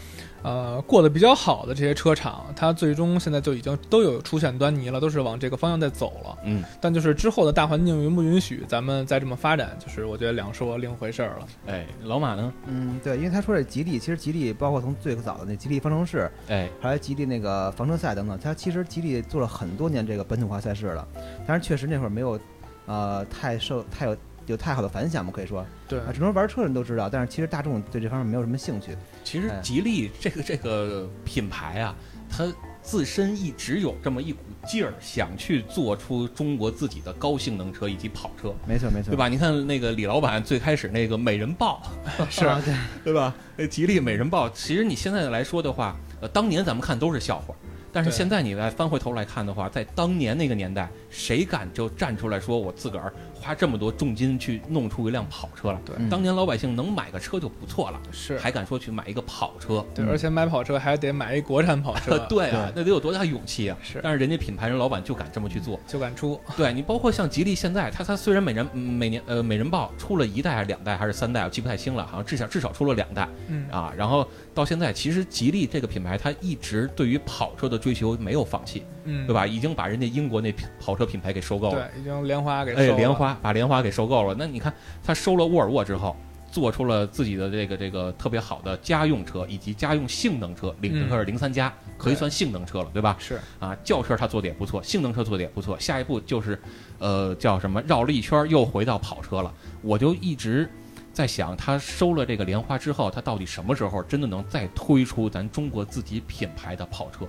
Speaker 3: 呃，过得比较好的这些车厂，它最终现在就已经都有出现端倪了，都是往这个方向在走了。
Speaker 2: 嗯，
Speaker 3: 但就是之后的大环境允不允许咱们再这么发展，就是我觉得两说另一回事儿了。
Speaker 2: 哎，老马呢？
Speaker 1: 嗯，对，因为他说这吉利，其实吉利包括从最早的那吉利方程式，
Speaker 2: 哎，
Speaker 1: 还有吉利那个房车赛等等，它其实吉利做了很多年这个本土化赛事了，但是确实那会儿没有，呃，太受太有有太好的反响嘛，可以说
Speaker 2: 嗯
Speaker 3: 对
Speaker 1: 啊，只能玩车人都知道，但是其实大众对这方面没有什么兴趣。
Speaker 2: 其实
Speaker 1: 哎
Speaker 2: 吉利这个这个品牌啊，它自身一直有这么一股劲儿，想去做出中国自己的高性能车以及跑车，
Speaker 1: 没错没错，
Speaker 2: 对？吧？你看那个李老板最开始那个美人豹，
Speaker 3: 是
Speaker 1: 啊，对，
Speaker 2: 对吧？那呃吉利美人豹，其实你现在来说的话，呃，当年咱们看都是笑话，但是
Speaker 3: 对
Speaker 2: 现在你来翻回头来看的话，在当年那个年代，谁敢就站出来说我自个儿花这么多重金去弄出一辆跑车来？
Speaker 3: 对
Speaker 1: 嗯
Speaker 2: 当年老百姓能买个车就不错了，
Speaker 3: 是，
Speaker 2: 还敢说去买一个跑车？
Speaker 3: 对，
Speaker 1: 嗯
Speaker 3: 而且买跑车还得买一国产跑车，
Speaker 2: 对啊，那得有多大勇气啊！
Speaker 3: 是
Speaker 2: 但是人家品牌人老板就敢这么去 做。
Speaker 3: 就敢出。
Speaker 2: 对你，包括像吉利现在，它它虽然每人每年呃每人豹出了一代还是两代还是三代，我记不太清了，好像至少至少出了两代
Speaker 3: 嗯，
Speaker 2: 啊。然后到现在，其实吉利这个品牌它一直对于跑车的追求没有放弃，
Speaker 3: 嗯，
Speaker 2: 对？吧？已经把人家英国那品跑车品牌给收购了，
Speaker 3: 对，已经莲花给
Speaker 2: 哎，
Speaker 3: 收了
Speaker 2: 莲花把莲花给收购了。那你看，它收了沃尔沃之后，做出了自己的这个这个特别好的家用车以及家用性能车，
Speaker 3: 嗯
Speaker 2: 领克是零三加，可以算性能车了，对吧？
Speaker 3: 是
Speaker 2: 啊，轿车它做的也不错，性能车做的也不错。下一步就是，呃，叫什么？绕了一圈儿又回到跑车了。我就一直在想，他收了这个莲花之后，他到底什么时候真的能再推出咱中国自己品牌的跑车？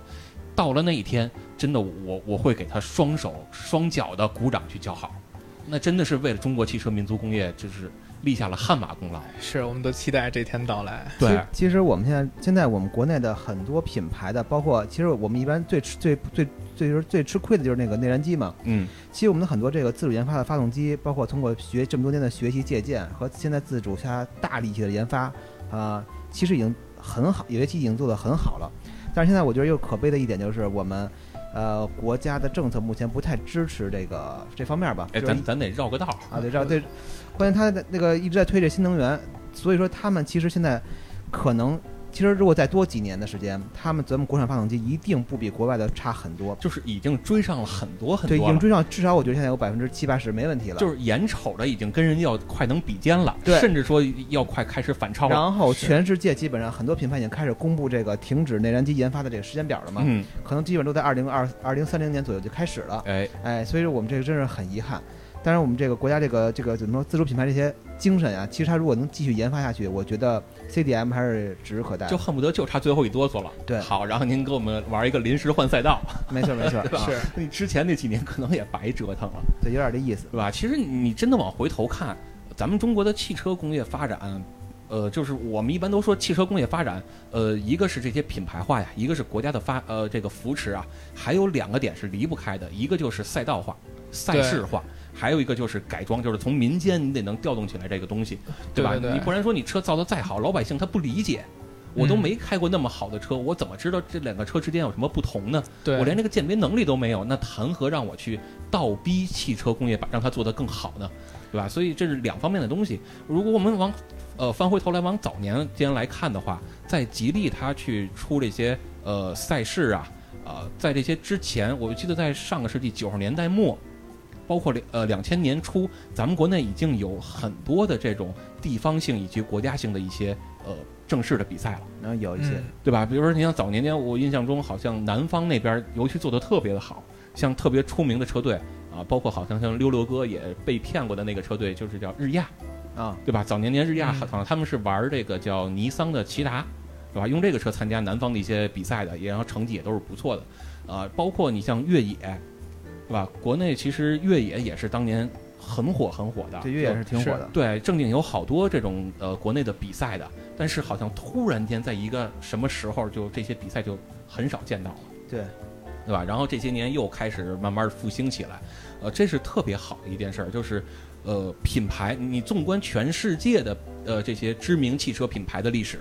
Speaker 2: 到了那一天，真的我我会给他双手双脚的鼓掌去叫好。那真的是为了中国汽车民族工业，就是立下了汗马功劳。
Speaker 3: 是，我们都期待这天到来。
Speaker 1: 其
Speaker 2: 啊
Speaker 1: 实，其实我们现在现在我们国内的很多品牌的，包括其实我们一般最吃最最最就是最吃亏的就是那个内燃机嘛。
Speaker 2: 嗯，
Speaker 1: 其实我们的很多这个自主研发的发动机，包括通过学这么多年的学习借鉴和现在自主下大力气的研发，啊、其实已经很好，有些机已经做得很好了。但是现在我觉得又可悲的一点就是我们，呃，国家的政策目前不太支持这个这方面吧。
Speaker 2: 哎，
Speaker 1: 就是
Speaker 2: 咱咱得绕个道儿。
Speaker 1: 啊，对，这样对，关键他的那个一直在推这新能源，所以说他们其实现在可能，其实如果再多几年的时间，他们咱们国产发动机一定不比国外的差很多，
Speaker 2: 就是已经追上了很多很
Speaker 1: 对，已
Speaker 2: 多
Speaker 1: 经
Speaker 2: 了，
Speaker 1: 追上，至少我觉得现在有百分之七八十没问题了。
Speaker 2: 就是眼瞅着已经跟人要快能比肩了，
Speaker 1: 对
Speaker 2: 甚至说要快开始反超了。
Speaker 1: 然后全世界基本上很多品牌已经开始公布这个停止内燃机研发的这个时间表了嘛，
Speaker 2: 嗯，
Speaker 1: 可能基本都在二零二二零三零年左右就开始了。
Speaker 2: 哎，
Speaker 1: 哎，所以说我们这个真是很遗憾。当然，我们这个国家这个这个怎么说自主品牌这些精神啊，其实它如果能继续研发下去，我觉得 CDM 还是指日可待。
Speaker 2: 就恨不得就差最后一哆嗦了。
Speaker 1: 对
Speaker 2: 好，然后您给我们玩一个临时换赛道，
Speaker 1: 没错没错，
Speaker 3: 是，
Speaker 2: 你之前那几年可能也白折腾了，
Speaker 1: 对，有点这意思。
Speaker 2: 是吧？其实你真的往回头看，咱们中国的汽车工业发展。呃，就是我们一般都说汽车工业发展，呃，一个是这些品牌化呀，一个是国家的发呃这个扶持啊，还有两个点是离不开的，一个就是赛道化、赛事化，还有一个就是改装，就是从民间你得能调动起来这个东西，吧？
Speaker 3: 对对对
Speaker 2: 你不然说你车造的再好，老百姓他不理解。我都
Speaker 3: 嗯
Speaker 2: 没开过那么好的车，我怎么知道这两个车之间有什么不同呢？
Speaker 3: 对，
Speaker 2: 我连这个鉴别能力都没有，那谈何让我去倒逼汽车工业把让它做得更好呢？对吧？所以这是两方面的东西。如果我们往呃翻回头来往早年间来看的话，在吉利它去出这些呃赛事啊，呃，在这些之前，我记得在上个世纪九十年代末，包括两呃两千年初，咱们国内已经有很多的这种地方性以及国家性的一些呃正式的比赛了。
Speaker 1: 然后有一些，
Speaker 3: 嗯，
Speaker 2: 对吧？比如说，你像早年间，我印象中好像南方那边尤其做的特别的好，像特别出名的车队啊，包括好像像溜溜哥也被骗过的那个车队，就是叫日亚
Speaker 1: 啊，
Speaker 2: 对吧？早年间日亚
Speaker 3: 嗯
Speaker 2: 好像他们是玩这个叫尼桑的骐达，对吧？用这个车参加南方的一些比赛的，也然后成绩也都是不错的，啊，包括你像越野，对吧？国内其实越野也是当年很火很火的，
Speaker 1: 这越野是挺火的。
Speaker 2: 对，正经有好多这种呃国内的比赛的，但是好像突然间在一个什么时候就这些比赛就很少见到了，
Speaker 1: 对，
Speaker 2: 对吧？然后这些年又开始慢慢复兴起来，呃，这是特别好的一件事儿，就是呃品牌，你纵观全世界的呃这些知名汽车品牌的历史。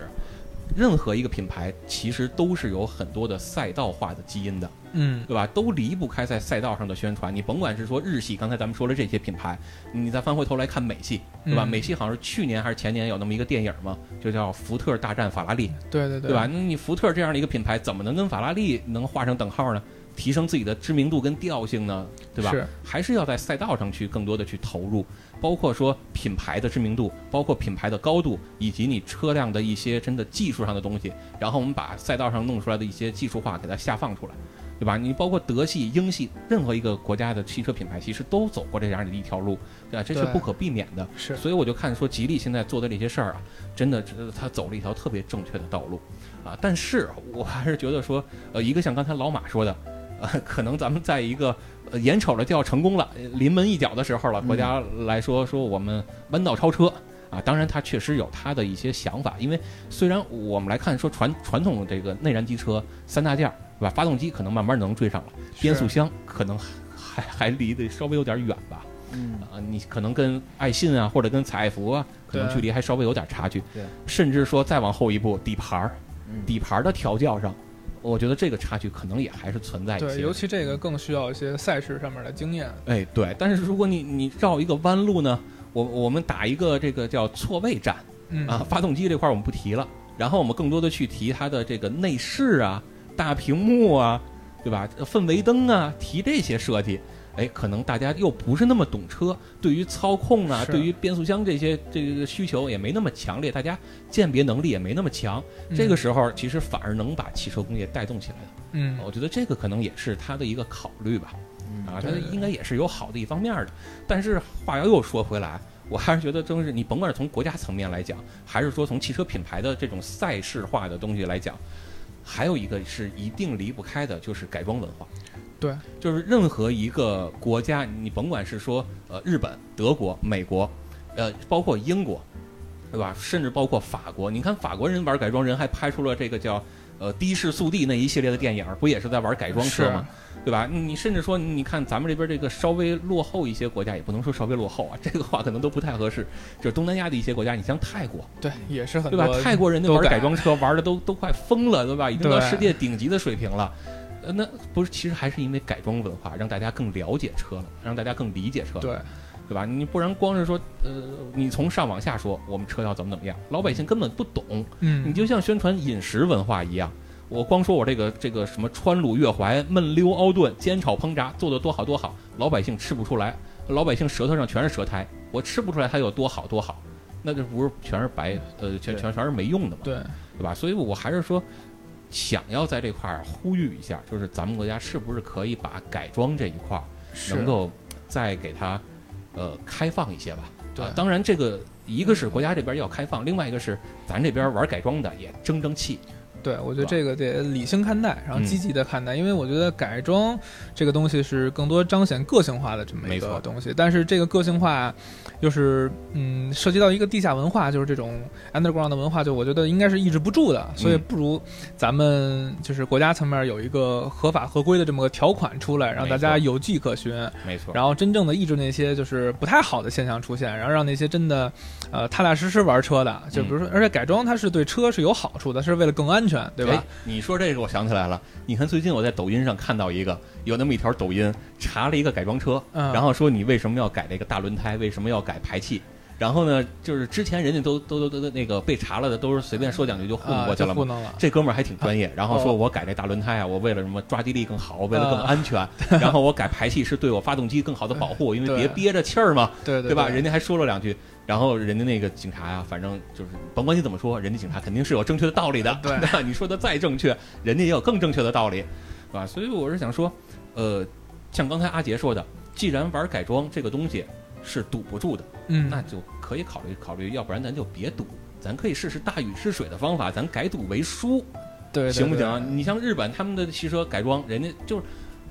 Speaker 2: 任何一个品牌其实都是有很多的赛道化的基因的，
Speaker 3: 嗯，
Speaker 2: 对吧？都离不开在赛道上的宣传。你甭管是说日系，刚才咱们说了这些品牌，你再翻回头来看美系，对吧？
Speaker 3: 嗯
Speaker 2: 美系好像是去年还是前年有那么一个电影嘛，就叫《福特大战法拉利》，
Speaker 3: 对对对
Speaker 2: 对吧？？那你福特这样的一个品牌，怎么能跟法拉利能画上等号呢？提升自己的知名度跟调性呢，对吧？
Speaker 3: 是
Speaker 2: 还是要在赛道上去更多的去投入，包括说品牌的知名度，包括品牌的高度，以及你车辆的一些真的技术上的东西，然后我们把赛道上弄出来的一些技术化给它下放出来，对吧？你包括德系、英系，任何一个国家的汽车品牌其实都走过这样的一条路，对吧？这是
Speaker 3: 对
Speaker 2: 不可避免的。
Speaker 3: 是，
Speaker 2: 所以我就看说吉利现在做的这些事儿啊，真的呃他走了一条特别正确的道路啊。但是我还是觉得说，呃，一个像刚才老马说的，呃，可能咱们在一个呃眼瞅着就要成功了、呃临门一脚的时候了，国家来说说我们弯道超车。啊，当然，他确实有他的一些想法，因为虽然我们来看说传传统的这个内燃机车三大件儿，对吧？发动机可能慢慢能追上了，变速箱可能还还还离得稍微有点远吧。
Speaker 1: 嗯，
Speaker 2: 啊，你可能跟爱信啊，或者跟采埃孚啊，可能
Speaker 3: 对
Speaker 2: 距离还稍微有点差距。
Speaker 1: 对
Speaker 2: 甚至说再往后一步，底盘儿
Speaker 1: 嗯，
Speaker 2: 底盘儿的调教上，我觉得这个差距可能也还是存在一些。
Speaker 3: 对，尤其这个更需要一些赛事上面的经验。
Speaker 2: 哎，对。但是如果你你绕一个弯路呢，我我们打一个这个叫错位战
Speaker 3: 嗯
Speaker 2: 啊，发动机这块儿我们不提了，然后我们更多的去提它的这个内饰啊、大屏幕啊，对吧？呃氛围灯啊，提这些设计。哎，可能大家又不是那么懂车，对于操控啊，
Speaker 3: 是
Speaker 2: 对于变速箱这些这个需求也没那么强烈，大家鉴别能力也没那么强。这个时候其实反而能把汽车工业带动起来的。
Speaker 3: 嗯，
Speaker 2: 我觉得这个可能也是他的一个考虑吧。啊，它
Speaker 3: 对对
Speaker 2: 应该也是有好的一方面的。但是话又说回来，我还是觉得，真是你甭管是从国家层面来讲，还是说从汽车品牌的这种赛事化的东西来讲，还有一个是一定离不开的，就是改装文化。
Speaker 3: 对，
Speaker 2: 就是任何一个国家，你甭管是说呃日本、德国、美国，呃，包括英国，对吧？甚至包括法国，你看法国人玩改装，人还拍出了这个叫呃的士速递那一系列的电影儿，不也是在玩改装车吗？对吧？你甚至说，你看咱们这边这个稍微落后一些国家，也不能说稍微落后啊，这个话可能都不太合适。就是东南亚的一些国家，你像泰国，
Speaker 3: 对，也是很
Speaker 2: 对
Speaker 3: 多
Speaker 2: 吧？泰国人家
Speaker 3: 都
Speaker 2: 玩
Speaker 3: 改
Speaker 2: 改装车玩的都都快疯了，对吧？已经到
Speaker 3: 对
Speaker 2: 世界顶级的水平了。呃，那不是，其实还是因为改装文化，让大家更了解车了，让大家更理解车了，
Speaker 3: 对
Speaker 2: 对吧？你不然光是说，呃，你从上往下说我们车要怎么怎么样，老百姓根本不懂。
Speaker 3: 嗯，
Speaker 2: 你就像宣传饮食文化一样，我光说我这个这个什么川鲁粤淮焖溜熬炖煎炒烹炸做的多好多好，老百姓吃不出来，老百姓舌头上全是舌苔，我吃不出来它有多好多好，那这不是全是白呃全全全是没用的嘛，
Speaker 3: 嗯对
Speaker 2: 对吧？所以我还是说。想要在这块儿呼吁一下，就是咱们国家是不是可以把改装这一块儿
Speaker 3: 是
Speaker 2: 能够再给它呃开放一些吧。
Speaker 3: 对
Speaker 2: 啊当然这个一个是国家这边要开放，另外一个是咱这边玩改装的也争争气。
Speaker 3: 对，我觉得这个得理性看待，
Speaker 2: 嗯
Speaker 3: 然后积极的看待，因为我觉得改装这个东西是更多彰显个性化的这么一
Speaker 2: 没
Speaker 3: 个
Speaker 2: 错
Speaker 3: 东西，但是这个个性化又是嗯涉及到一个地下文化，就是这种 underground 的文化，就我觉得应该是抑制不住的，所
Speaker 2: 嗯
Speaker 3: 以不如咱们就是国家层面有一个合法合规的这么个条款出来，让大家
Speaker 2: 没
Speaker 3: 有迹可循，
Speaker 2: 没错，哎
Speaker 3: 然后真正的抑制那些就是不太好的现象出现，然后让那些真的，呃，踏踏实实玩车的，就比
Speaker 2: 嗯
Speaker 3: 如说，而且改装它是对车是有好处的，是为了更安全，对
Speaker 2: 哎
Speaker 3: 吧？？
Speaker 2: 你说这个我想起来了，你看最近我在抖音上看到一个有那么一条抖音，查了一个改装车，
Speaker 3: 嗯，
Speaker 2: 然后说你为什么要改这个大轮胎，为什么要改排气。然后呢，就是之前人家都都都都都那个被查了的，都是随便说两句就糊弄
Speaker 3: 啊，
Speaker 2: 过去
Speaker 3: 就
Speaker 2: 了嘛
Speaker 3: 糊。弄了，
Speaker 2: 这哥们儿还挺 专业，然后说
Speaker 3: 哦嗯
Speaker 2: 我改这大轮胎啊，我为了什么抓地力更好，为了更安 全，然后我改排气是对我发动机更好的保护，因为
Speaker 3: 对
Speaker 2: 别憋着气儿嘛，
Speaker 3: 对对
Speaker 2: 对吧？人家还说了两句，然后人家那个警察呀、反正就是甭管你怎么说，人家警察肯定是有正确的道理的，
Speaker 3: 对
Speaker 2: 吧？ 你说的再正确，人家也有更正确的道理，对吧？所以我是想说，呃，像刚才阿杰说的，既然玩改装这个东西是堵不住的，
Speaker 3: 嗯，
Speaker 2: 那就可以考虑考虑，要不然咱就别堵。咱可以试试大禹治水的方法，咱改堵为疏，
Speaker 3: 对对
Speaker 2: 行不行啊？
Speaker 3: 对
Speaker 2: 你像日本他们的汽车改装，人家就是。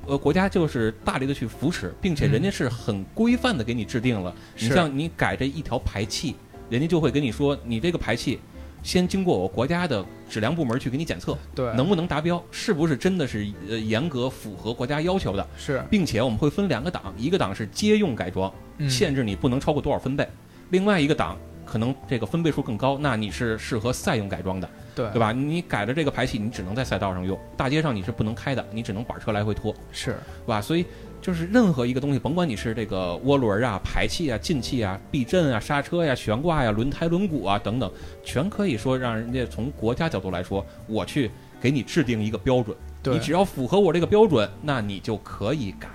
Speaker 2: 呃，国家就是大力的去扶持，并且人家是很规范的给你制定了。你
Speaker 3: 嗯是
Speaker 2: 像你改这一条排气，人家就会跟你说，你这个排气先经过我国家的质量部门去给你检测，
Speaker 3: 对
Speaker 2: 能不能达标，是不是真的是呃严格符合国家要求的，
Speaker 3: 是
Speaker 2: 并且我们会分两个档，一个档是街用改装，
Speaker 3: 嗯
Speaker 2: 限制你不能超过多少分贝；另外一个档可能这个分贝数更高，那你是适合赛用改装的。
Speaker 3: 对
Speaker 2: 对吧？你改了这个排气，你只能在赛道上用，大街上你是不能开的，你只能板车来回拖，
Speaker 3: 是
Speaker 2: 对吧？所以就是任何一个东西，甭管你是这个涡轮啊、排气啊、进气啊、避震啊、刹车呀、悬挂呀、轮胎轮毂啊等等，全可以说让人家从国家角度来说，我去给你制定一个标准，
Speaker 3: 对
Speaker 2: 你只要符合我这个标准，那你就可以改，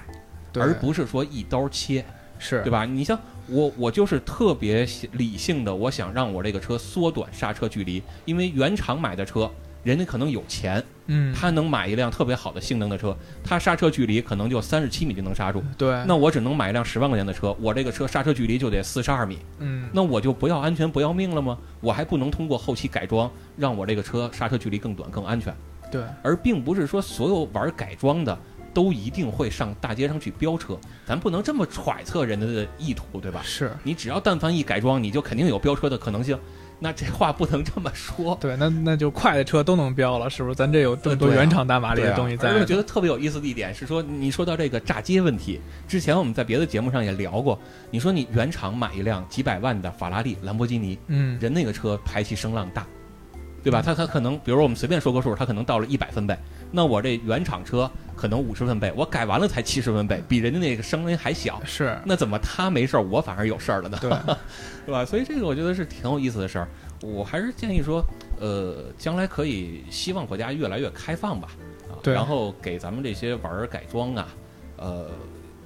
Speaker 3: 对
Speaker 2: 而不是说一刀切。
Speaker 3: 是
Speaker 2: 对吧？你像我，我就是特别理性的，我想让我这个车缩短刹车距离，因为原厂买的车，人家可能有钱，
Speaker 3: 嗯，
Speaker 2: 他能买一辆特别好的性能的车，他刹车距离可能就三十七米就能刹住。
Speaker 3: 对
Speaker 2: 那我只能买一辆十万块钱的车，我这个车刹车距离就得四十二米，
Speaker 3: 嗯
Speaker 2: 那我就不要安全不要命了吗？我还不能通过后期改装让我这个车刹车距离更短更安全，
Speaker 3: 对
Speaker 2: 而并不是说所有玩改装的都一定会上大街上去飙车，咱不能这么揣测人家的意图，对吧？
Speaker 3: 是
Speaker 2: 你只要但凡一改装，你就肯定有飙车的可能性。那这话不能这么 说。
Speaker 3: 对，那那就快的车都能标了，是不是？咱这有这么多
Speaker 2: 对啊
Speaker 3: 原厂大马力的东西在
Speaker 2: 而且
Speaker 3: 呢，
Speaker 2: 我觉得特别有意思的一点是说，你说到这个炸街问题，之前我们在别的节目上也聊过。你说你原厂买一辆几百万的法拉利、兰博基尼，
Speaker 3: 嗯，
Speaker 2: 人那个车排气声浪大，对吧？它它可能，比如说我们随便说个数，它可能到了一百分贝，那我这原厂车可能五十分贝，我改完了才七十分贝，比人家那个声音还小。
Speaker 3: 是
Speaker 2: 那怎么他没事儿，我反而有事儿了呢？
Speaker 3: 对
Speaker 2: 对吧？所以这个我觉得是挺有意思的事儿。我还是建议说，呃，将来可以希望国家越来越开放吧，啊，
Speaker 3: 对
Speaker 2: 然后给咱们这些玩儿改装啊，呃，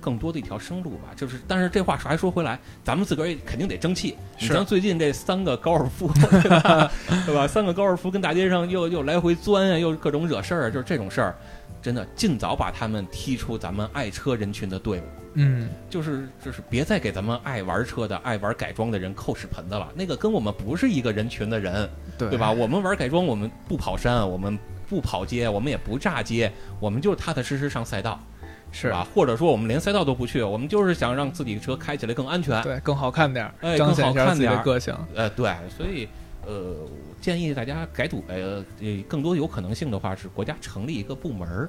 Speaker 2: 更多的一条生路吧。就是，但是这话还说回来，咱们自个儿也肯定得争气。你
Speaker 3: 是
Speaker 2: 像最近这三个高尔夫， 对吧？对吧？三个高尔夫跟大街上又又来回钻啊，又各种惹事儿啊，就是这种事儿，真的尽早把他们踢出咱们爱车人群的队伍。
Speaker 3: 嗯，
Speaker 2: 就是就是别再给咱们爱玩车的、爱玩改装的人扣屎盆子了，那个跟我们不是一个人群的人，
Speaker 3: 对
Speaker 2: 对吧？？我们玩改装，我们不跑山，我们不跑街，我们也不炸街，我们就是踏踏实实上赛道，
Speaker 3: 是
Speaker 2: 吧？或者说我们连赛道都不去，我们就是想让自己的车开起来更安全。
Speaker 3: 对，更好看点
Speaker 2: 哎
Speaker 3: 儿，彰显
Speaker 2: 更好
Speaker 3: 一下
Speaker 2: 看
Speaker 3: 自己
Speaker 2: 点
Speaker 3: 的
Speaker 2: 儿
Speaker 3: 个性。
Speaker 2: 呃，对，所以呃，我建议大家改堵呃，呃更多有可能性的话是国家成立一个部门儿，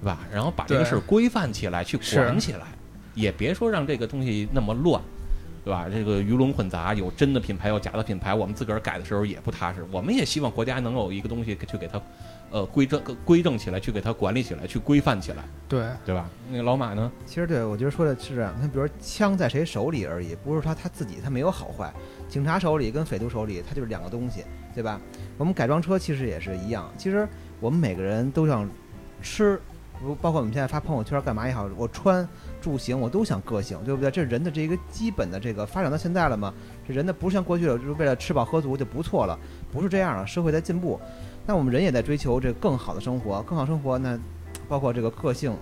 Speaker 2: 对吧？然后把这个
Speaker 3: 对
Speaker 2: 事儿规范起来，去
Speaker 3: 是
Speaker 2: 管起来，也别说让这个东西那么乱。对吧？这个鱼龙混杂，有真的品牌，有假的品牌。我们自个儿改的时候也不踏实。我们也希望国家能有一个东西去给它，呃，规正规正起来，去给它管理起来，去规范起来，
Speaker 3: 对，
Speaker 2: 对吧？那个老马呢？
Speaker 1: 其实对我觉得说的是这样，你看，比如枪在谁手里而已，不是说他他自己他没有好坏，警察手里跟匪徒手里，它就是两个东西，对吧？我们改装车其实也是一样，其实我们每个人都想吃，如包括我们现在发朋友圈干嘛也好，我穿住行我都想个性，对不对？这是人的这个基本的这个发展到现在了嘛，这人的不是像过去了，就是为了吃饱喝足就不错了，不是这样了，社会在进步，那我们人也在追求这更好的生活，更好生活那包括这个个性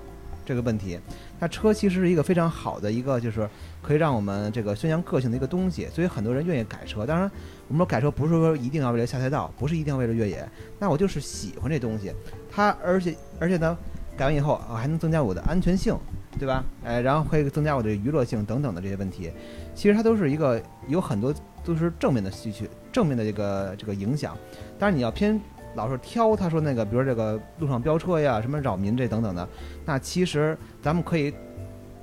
Speaker 1: 这个问题。那车其实是一个非常好的一个，就是可以让我们这个宣扬个性的一个东西，所以很多人愿意改车。当然，我们说改车不是说一定要为了下赛道，不是一定要为了越野，那我就是喜欢这东西。它而且而且呢，改完以后啊还能增加我的安全性，对吧？哎，然后会增加我的娱乐性等等的这些问题。其实它都是一个有很多都是正面的吸取，正面的这个这个影响。当然你要偏老是挑他说那个，比如说这个路上飙车呀，什么扰民这等等的，那其实咱们可以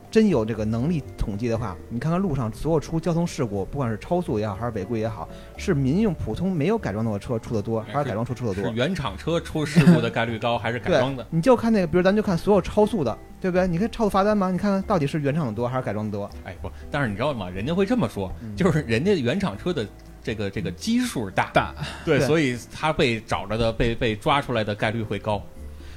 Speaker 1: 真有这个能力统计的话，你看看路上所有出交通事故，不管是超速也好，还是违规也好，是民用普通没有改装的车出的多，还是改装车出的多
Speaker 2: 是？原厂车出事故的概率高，还是改
Speaker 1: 对
Speaker 2: 装的？
Speaker 1: 你就看那个，比如咱就看所有超速的，对不对？你看超速罚单吗？你看看到底是原厂的多还是改装的多？
Speaker 2: 哎不，但是你知道吗？人家会这么说，
Speaker 1: 嗯
Speaker 2: 就是人家原厂车的这个这个基数大，
Speaker 3: 大
Speaker 2: 对，
Speaker 1: 对
Speaker 2: 所以他被找着的、被被抓出来的概率会高。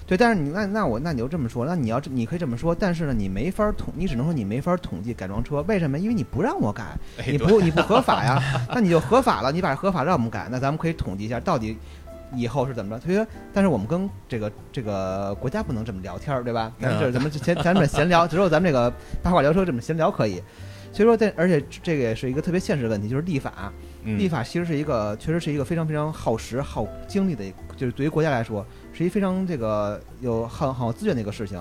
Speaker 1: 对，但是你那那我那你就这么说，那你要这你可以这么说，但是呢，你没法统，你只能说你没法统计改装车，为什么？因为你不让我改，
Speaker 2: 哎，
Speaker 1: 你
Speaker 2: 对，
Speaker 1: 不你不合 法呀，那你就合法了，你把合法让我们改，那咱们可以统计一下到底以后是怎么着。所以说，但是我们跟这个这个国家不能这么聊天儿，对吧？
Speaker 2: 嗯
Speaker 1: 咱们这是咱们之前咱们闲聊，只有咱们这个八卦聊车这么闲聊可以。所以说这，而且这个也是一个特别现实的问题，就是立法。立
Speaker 2: 嗯，
Speaker 1: 法其实是一个，确实是一个非常非常耗时、耗精力的一个，就是对于国家来说，是一非常这个有耗耗资源的一个事情。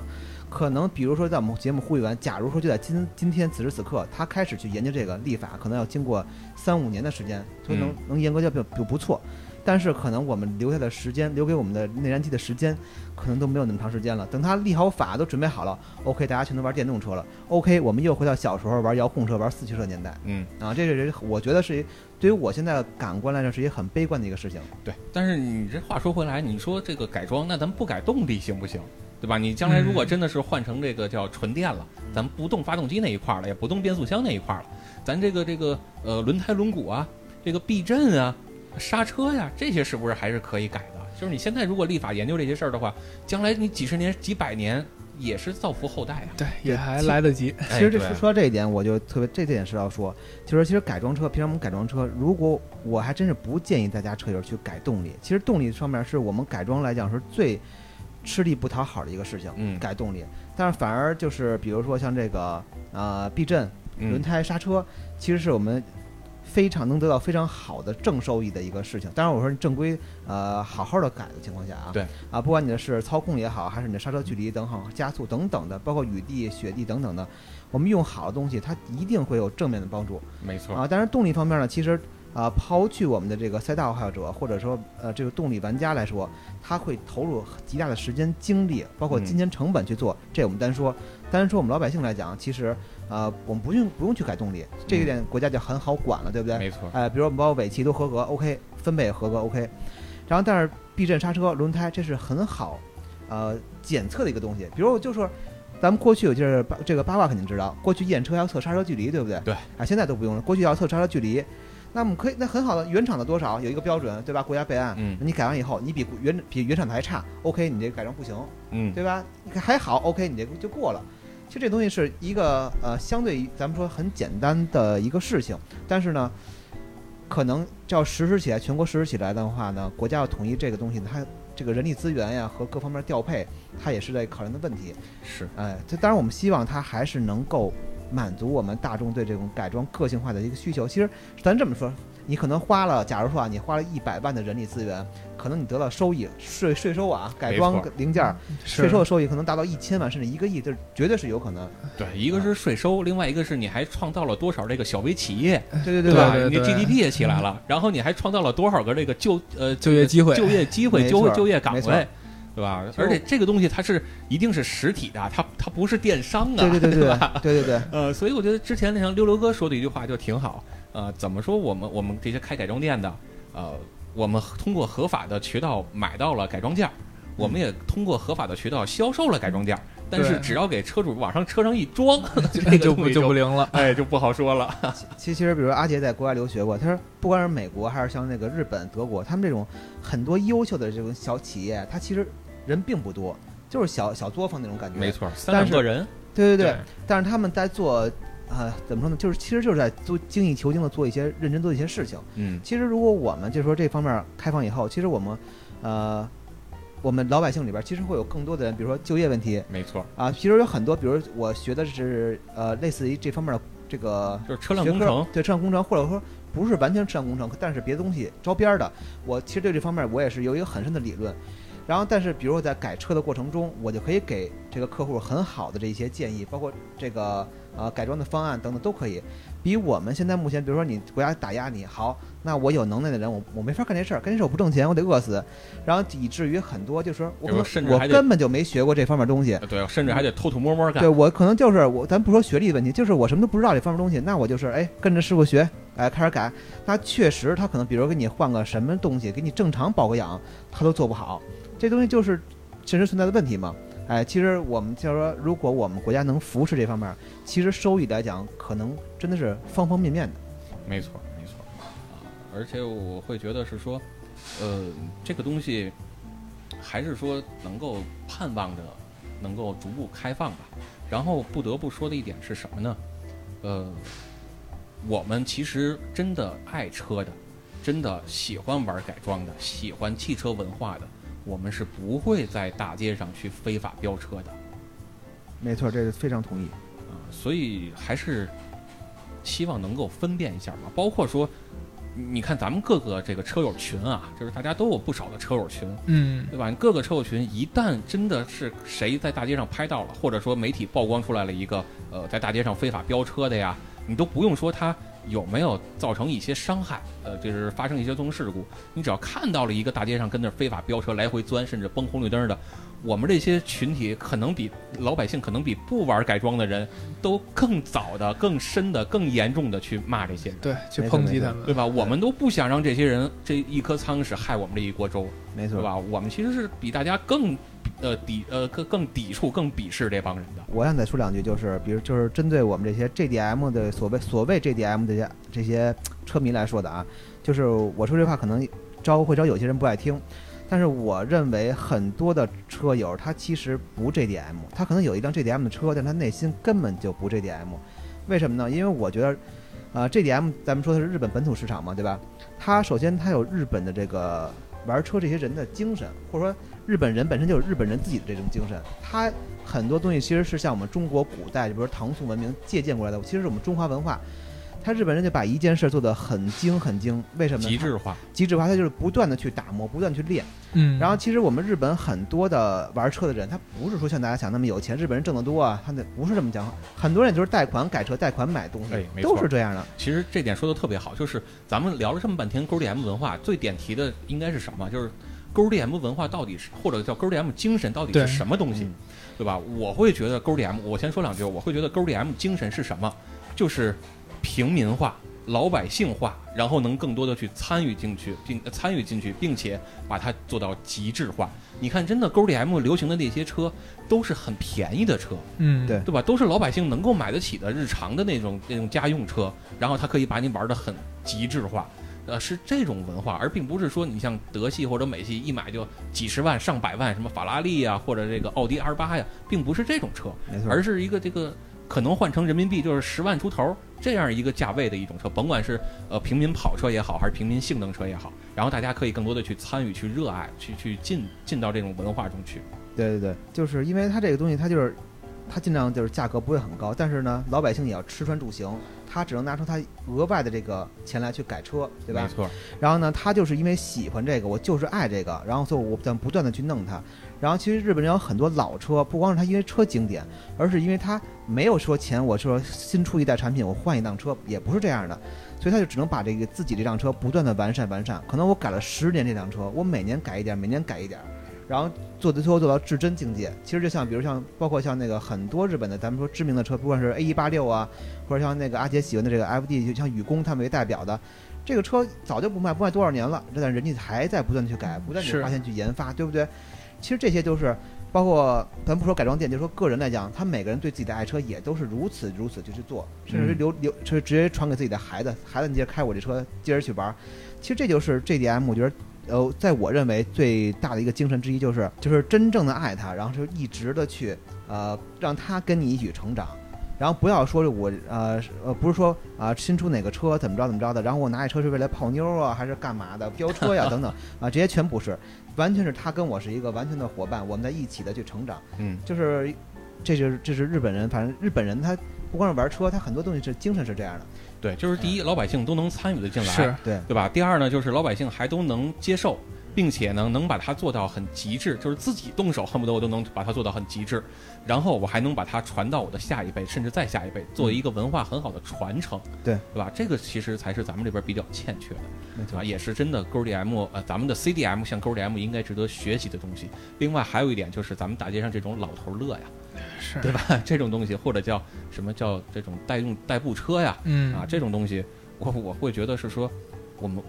Speaker 1: 可能比如说，在我们节目呼吁完，假如说就在今今天此时此刻，他开始去研究这个立法，可能要经过三五年的时间，所以能、能严格就就就不错。但是可能我们留下的时间，留给我们的内燃机的时间，可能都没有那么长时间了。等他立好法都准备好了，OK，大家全都玩电动车了，OK，我们又回到小时候玩遥控车、玩四驱车年代。
Speaker 2: 嗯，
Speaker 1: 啊，这是我觉得是一对于我现在的感官来说是一个很悲观的一个事情。
Speaker 2: 对。但是你这话说回来，你说这个改装，那咱们不改动力行不行？对吧？你将来如果真的是换成这个叫纯电了，咱不动发动机那一块儿了，也不动变速箱那一块儿了，咱这个这个呃轮胎轮毂啊，这个避震啊、刹车呀、这些是不是还是可以改的？就是你现在如果立法研究这些事儿的话，将来你几十年、几百年也是造福后代啊。
Speaker 3: 对，也还来 得及。
Speaker 1: 其实这
Speaker 2: 哎
Speaker 1: 说
Speaker 2: 对
Speaker 1: 说到这一点，我就特别这点是要说，就是其实改装车，平常我们改装车，如果我还真是不建议大家车友去改动力。其实动力方面是我们改装来讲是最吃力不讨好的一个事情，
Speaker 2: 嗯
Speaker 1: 改动力。但是反而就是比如说像这个呃避震、轮
Speaker 2: 嗯，
Speaker 1: 胎、刹车，其实是我们非常能得到非常好的正收益的一个事情。当然，我说正规呃好好的改的情况下啊，
Speaker 2: 对
Speaker 1: 啊，不管你的是操控也好，还是你的刹车距离等好、加速等等的，包括雨地、雪地等等的，我们用好的东西，它一定会有正面的帮助。
Speaker 2: 没错。
Speaker 1: 啊，当然动力方面呢，其实啊、抛去我们的这个赛道爱好者或者说呃这个动力玩家来说，他会投入极大的时间、精力，包括
Speaker 2: 嗯
Speaker 1: 金钱成本去做，这我们单说。单说我们老百姓来讲，其实呃我们不用不用去改动力，这一
Speaker 2: 嗯
Speaker 1: 点国家就很好管了，对不对？
Speaker 2: 没错，
Speaker 1: 哎，比如我们包括尾气都合格，OK，分贝也合格，OK。然后但是避震、刹车、轮胎，这是很好，呃，检测的一个东西。比如我就说，咱们过去有就是八这个八卦肯定知道，过去验车要测刹车距离，对不对？
Speaker 2: 对。
Speaker 1: 啊，现在都不用了，过去要测刹车距离。那我们可以，那很好的，原厂的多少有一个标准，对吧？国家备案，
Speaker 2: 嗯
Speaker 1: 你改完以后，你比原比原厂的还差，OK，你这改装不行，
Speaker 2: 嗯，
Speaker 1: 对吧？你看还好，OK，你这就过了。其实这东西是一个呃，相对于咱们说很简单的一个事情，但是呢，可能这要实施起来，全国实施起来的话呢，国家要统一这个东西，它这个人力资源呀和各方面调配，它也是在考量的问题。
Speaker 4: 是
Speaker 1: 哎，这当然我们希望它还是能够满足我们大众对这种改装个性化的一个需求。其实咱这么说，你可能花了，假如说啊，你花了一百万的人力资源，可能你得到收益税税收啊，改装
Speaker 2: 没错
Speaker 1: 零件儿
Speaker 3: 是
Speaker 1: 税收的收益可能达到一千万甚至一个亿，这绝对是有可能。
Speaker 2: 对，一个是税收，另外一个是你还创造了多少这个小微企业，
Speaker 1: 对对
Speaker 3: 对
Speaker 2: 吧？
Speaker 3: 对对
Speaker 2: 你 GDP 也起来了，然后你还创造了多少个这个就呃
Speaker 3: 就业机会
Speaker 2: 就业机会、
Speaker 1: 没
Speaker 2: 就
Speaker 1: 错
Speaker 2: 会就业岗
Speaker 1: 没错
Speaker 2: 位，对吧？而且这个东西它是一定是实体的，它它不是电商啊，
Speaker 1: 对对对对
Speaker 2: 吧？
Speaker 1: 对对对，
Speaker 2: 呃，所以我觉得之前那像溜溜哥说的一句话就挺好，呃，怎么说我们我们这些开改装店的，呃，我们通过合法的渠道买到了改装件儿，我们也通过合法的渠道销售了改装件儿，但是
Speaker 3: 对
Speaker 2: 只要给车主往上车上一装， 这
Speaker 3: 那
Speaker 2: 个
Speaker 3: 就
Speaker 2: 东
Speaker 3: 不
Speaker 2: 西
Speaker 3: 就不灵了。
Speaker 2: 哎就不好说了。
Speaker 1: 其其实比如阿杰在国外留学过，他说不管是美国还是像那个日本、德国，他们这种很多优秀的这种小企业，它其实人并不多，就是小小作坊那种感觉。
Speaker 2: 没错，三
Speaker 1: 但
Speaker 2: 两
Speaker 1: 是
Speaker 2: 个人，
Speaker 1: 对对对，
Speaker 2: 对
Speaker 1: 但是他们在做，呃，怎么说呢？就是其实就是在做精益求精的做一些认真做一些事情。
Speaker 2: 嗯，
Speaker 1: 其实如果我们就是说这方面开放以后，其实我们，呃，我们老百姓里边其实会有更多的人，比如说就业问题
Speaker 2: 没错，
Speaker 1: 啊，其实有很多，比如我学的是呃类似于这方面的这个
Speaker 2: 就是车辆
Speaker 1: 学
Speaker 2: 工
Speaker 1: 科
Speaker 2: 程，
Speaker 1: 对车辆工程，或者说不是完全车辆工程，但是别的东西招边儿的，我其实对这方面我也是有一个很深的理论。然后，但是比如说在改车的过程中，我就可以给这个客户很好的这一些建议，包括这个呃改装的方案等等都可以。比我们现在目前，比如说你国家打压你，好，那我有能耐的人，我我没法干这事儿，干这事儿我不挣钱，我得饿死。然后以至于很多就是说我可
Speaker 2: 比如
Speaker 1: 能
Speaker 2: 甚至
Speaker 1: 我
Speaker 2: 还得
Speaker 1: 根本就没学过这方面东西，
Speaker 2: 呃对，甚至还得偷偷摸摸干
Speaker 1: 对。我可能就是我，咱不说学历问题，就是我什么都不知道这方面东西，那我就是哎跟着师傅学，哎开始改。那确实他可能比如给你换个什么东西，给你正常保个养，他都做不好。这东西就是真实存在的问题嘛。哎，其实我们就是说，如果我们国家能扶持这方面，其实收益来讲，可能真的是方方面面的。
Speaker 2: 没错，没错啊！而且我会觉得是说，呃，这个东西还是说能够盼望着能够逐步开放吧。然后不得不说的一点是什么呢？呃，我们其实真的爱车的，真的喜欢玩改装的，喜欢汽车文化的，我们是不会在大街上去非法飙车的。
Speaker 1: 没错，这是非常同意。
Speaker 2: 啊，所以还是希望能够分辨一下嘛。包括说，你看咱们各个这个车友群啊，就是大家都有不少的车友群，
Speaker 3: 嗯，
Speaker 2: 对吧？各个车友群一旦真的是谁在大街上拍到了，或者说媒体曝光出来了一个呃在大街上非法飙车的呀，你都不用说他有没有造成一些伤害，呃，就是发生一些交通事故，你只要看到了一个大街上跟那儿非法飙车来回钻，甚至崩红绿灯的，我们这些群体可能比老百姓，可能比不玩改装的人都更早的、更深的、更严重的去骂这些人。
Speaker 3: 对，去
Speaker 1: 没错
Speaker 3: 抨击
Speaker 1: 没错
Speaker 3: 他们。
Speaker 2: 对吧？我们都不想让这些人这一颗苍屎害我们这一锅粥，
Speaker 1: 没
Speaker 2: 对
Speaker 1: 错，
Speaker 2: 吧？我们其实是比大家更呃抵呃更更抵触、更鄙视这帮人的。
Speaker 1: 我想再说两句，就是比如就是针对我们这些 JDM 的所谓所谓 JDM 这些这些车迷来说的啊，就是我说这话可能招会招有些人不爱听，但是我认为很多的车友他其实不 JDM，他可能有一辆 JDM 的车，但他内心根本就不 JDM，为什么呢？因为我觉得，呃，JDM 咱们说的是日本本土市场嘛，对吧？它首先它有日本的这个玩车这些人的精神，或者说日本人本身就有日本人自己的这种精神，它很多东西其实是像我们中国古代，比如说唐宋文明借鉴过来的，其实是我们中华文化。他日本人就把一件事做得很精很精，为什么呢？
Speaker 2: 极致化，
Speaker 1: 极致化，他就是不断的去打磨，不断地去练。
Speaker 3: 嗯，
Speaker 1: 然后其实我们日本很多的玩车的人，他不是说像大家想那么有钱，日本人挣得多啊，他那不是这么讲。很多人就是贷款改车、贷款买东西，
Speaker 2: 哎没错
Speaker 1: 都是这样的。
Speaker 2: 其实这点说的特别好，就是咱们聊了这么半天勾 DM 文化，最点题的应该是什么？就是勾 DM 文化到底是或者叫勾 DM 精神到底
Speaker 3: 对
Speaker 2: 是什么东西，对吧？我会觉得勾 DM，我先说两句，我会觉得勾 DM 精神是什么？就是平民化、老百姓化，然后能更多的去参与进去，并呃参与进去，并且把它做到极致化。你看，真的勾 DM 流行的那些车都是很便宜的车，
Speaker 3: 嗯，
Speaker 1: 对
Speaker 2: 对吧？都是老百姓能够买得起的日常的那种那种家用车，然后它可以把你玩得很极致化。呃，是这种文化，而并不是说你像德系或者美系一买就几十万、上百万，什么法拉利呀、或者这个奥迪 R 八呀，并不是这种车，
Speaker 1: 没错，
Speaker 2: 而是一个这个可能换成人民币就是十万出头这样一个价位的一种车，甭管是呃平民跑车也好，还是平民性能车也好，然后大家可以更多的去参与、去热爱、去去进进到这种文化中去。
Speaker 1: 对对对，就是因为它这个东西，它就是它尽量就是价格不会很高，但是呢，老百姓也要吃穿住行，他只能拿出他额外的这个钱来去改车，对吧？
Speaker 2: 错，
Speaker 1: 然后呢，他就是因为喜欢这个，我就是爱这个，然后所以我不断不断的去弄它。然后其实日本人有很多老车，不光是它因为车经典，而是因为它没有说钱，我说新出一代产品我换一辆车，也不是这样的，所以他就只能把这个自己这辆车不断的完善完善。可能我改了十年这辆车，我每年改一点，每年改一点，然后做的最后做到至臻境界。其实就像比如像包括像那个很多日本的咱们说知名的车，不管是 A 一八六啊，或者像那个阿杰喜欢的这个 FD，就像雨宫他们为代表的。这个车早就不卖，不卖多少年了，但人家还在不断地去改，不断去
Speaker 3: 是
Speaker 1: 花钱去研发，对不对？其实这些都是包括咱不说改装店，就说个人来讲，他每个人对自己的爱车也都是如此如此就去做，甚至是留留，是直接传给自己的孩子，孩子你接着开我这车，接着去玩儿。其实这就是 GDM，我觉得。呃，在我认为最大的一个精神之一就是，就是真正的爱它，然后就一直的去，呃，让它跟你一起成长，然后不要说是我呃是呃不是说啊、新出哪个车怎么着怎么着的，然后我拿这车是为了泡妞啊，还是干嘛的飙车呀等等啊，这些全不是，完全是他跟我是一个完全的伙伴，我们在一起的去成长，
Speaker 2: 嗯，
Speaker 1: 就是这就是这是日本人，反正日本人他不光是玩车，他很多东西是精神是这样的，
Speaker 2: 对，
Speaker 1: 嗯
Speaker 2: 就是第一，老百姓都能参与的进来，
Speaker 3: 是
Speaker 1: 对
Speaker 2: 对吧？第二呢，就是老百姓还都能接受，并且呢，能把它做到很极致，就是自己动手，恨不得我都能把它做到很极致，然后我还能把它传到我的下一辈，甚至再下一辈，作为一个文化很好的传承，
Speaker 1: 对
Speaker 2: 对吧？这个其实才是咱们这边比较欠缺的，
Speaker 1: 没
Speaker 2: 对吧？也是真的 GDM，呃，咱们的 CDM 向 GDM 应该值得学习的东西。另外还有一点就是，咱们大街上这种老头乐呀，
Speaker 3: 是，
Speaker 2: 对吧？这种东西或者叫什么叫这种代用代步车呀，
Speaker 3: 嗯
Speaker 2: 啊，这种东西，我我会觉得是说，我们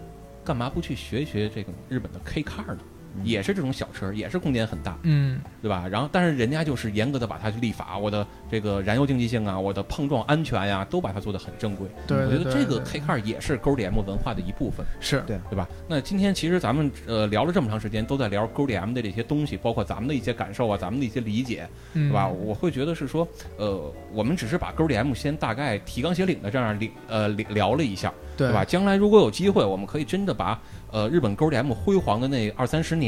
Speaker 2: 干嘛不去学一学这个日本的 K car 呢？
Speaker 1: 嗯
Speaker 2: 也是这种小车，也是空间很大，
Speaker 3: 嗯
Speaker 2: 对吧？然后，但是人家就是严格的把它去立法，我的这个燃油经济性啊，我的碰撞安全呀、都把它做得很正规。
Speaker 3: 对对
Speaker 2: 我觉
Speaker 3: 对，
Speaker 2: 得这个
Speaker 3: 对
Speaker 2: K car 也是 GDM 文化的一部分。
Speaker 3: 是
Speaker 2: 对吧？那今天其实咱们呃聊了这么长时间，都在聊 GDM 的这些东西，包括咱们的一些感受啊，咱们的一些理解，
Speaker 3: 对
Speaker 2: 对吧？我会觉得是说，呃，我们只是把 GDM 先大概提纲挈领的这样领呃领聊了一下，
Speaker 3: 对
Speaker 2: 对吧？？将来如果有机会，我们可以真的把呃日本 GDM 辉煌的那二三十年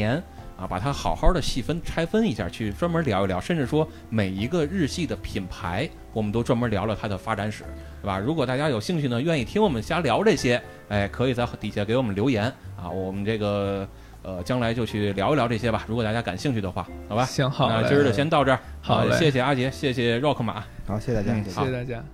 Speaker 2: 啊，把它好好的细分拆分一下，去专门聊一聊，甚至说每一个日系的品牌，我们都专门聊聊它的发展史，对吧？如果大家有兴趣呢，愿意听我们瞎聊这些，哎，可以在底下给我们留言啊，我们这个呃将来就去聊一聊这些吧。如果大家感兴趣的话，好吧？
Speaker 3: 行好
Speaker 2: 那
Speaker 3: 嘞，
Speaker 2: 今儿就先到这儿，
Speaker 3: 好
Speaker 2: 啊
Speaker 3: 嘞
Speaker 2: 谢谢阿杰，谢谢 Rock 马，
Speaker 1: 好，谢谢大家，
Speaker 2: 嗯
Speaker 1: 谢谢
Speaker 2: 好
Speaker 3: 谢谢大家。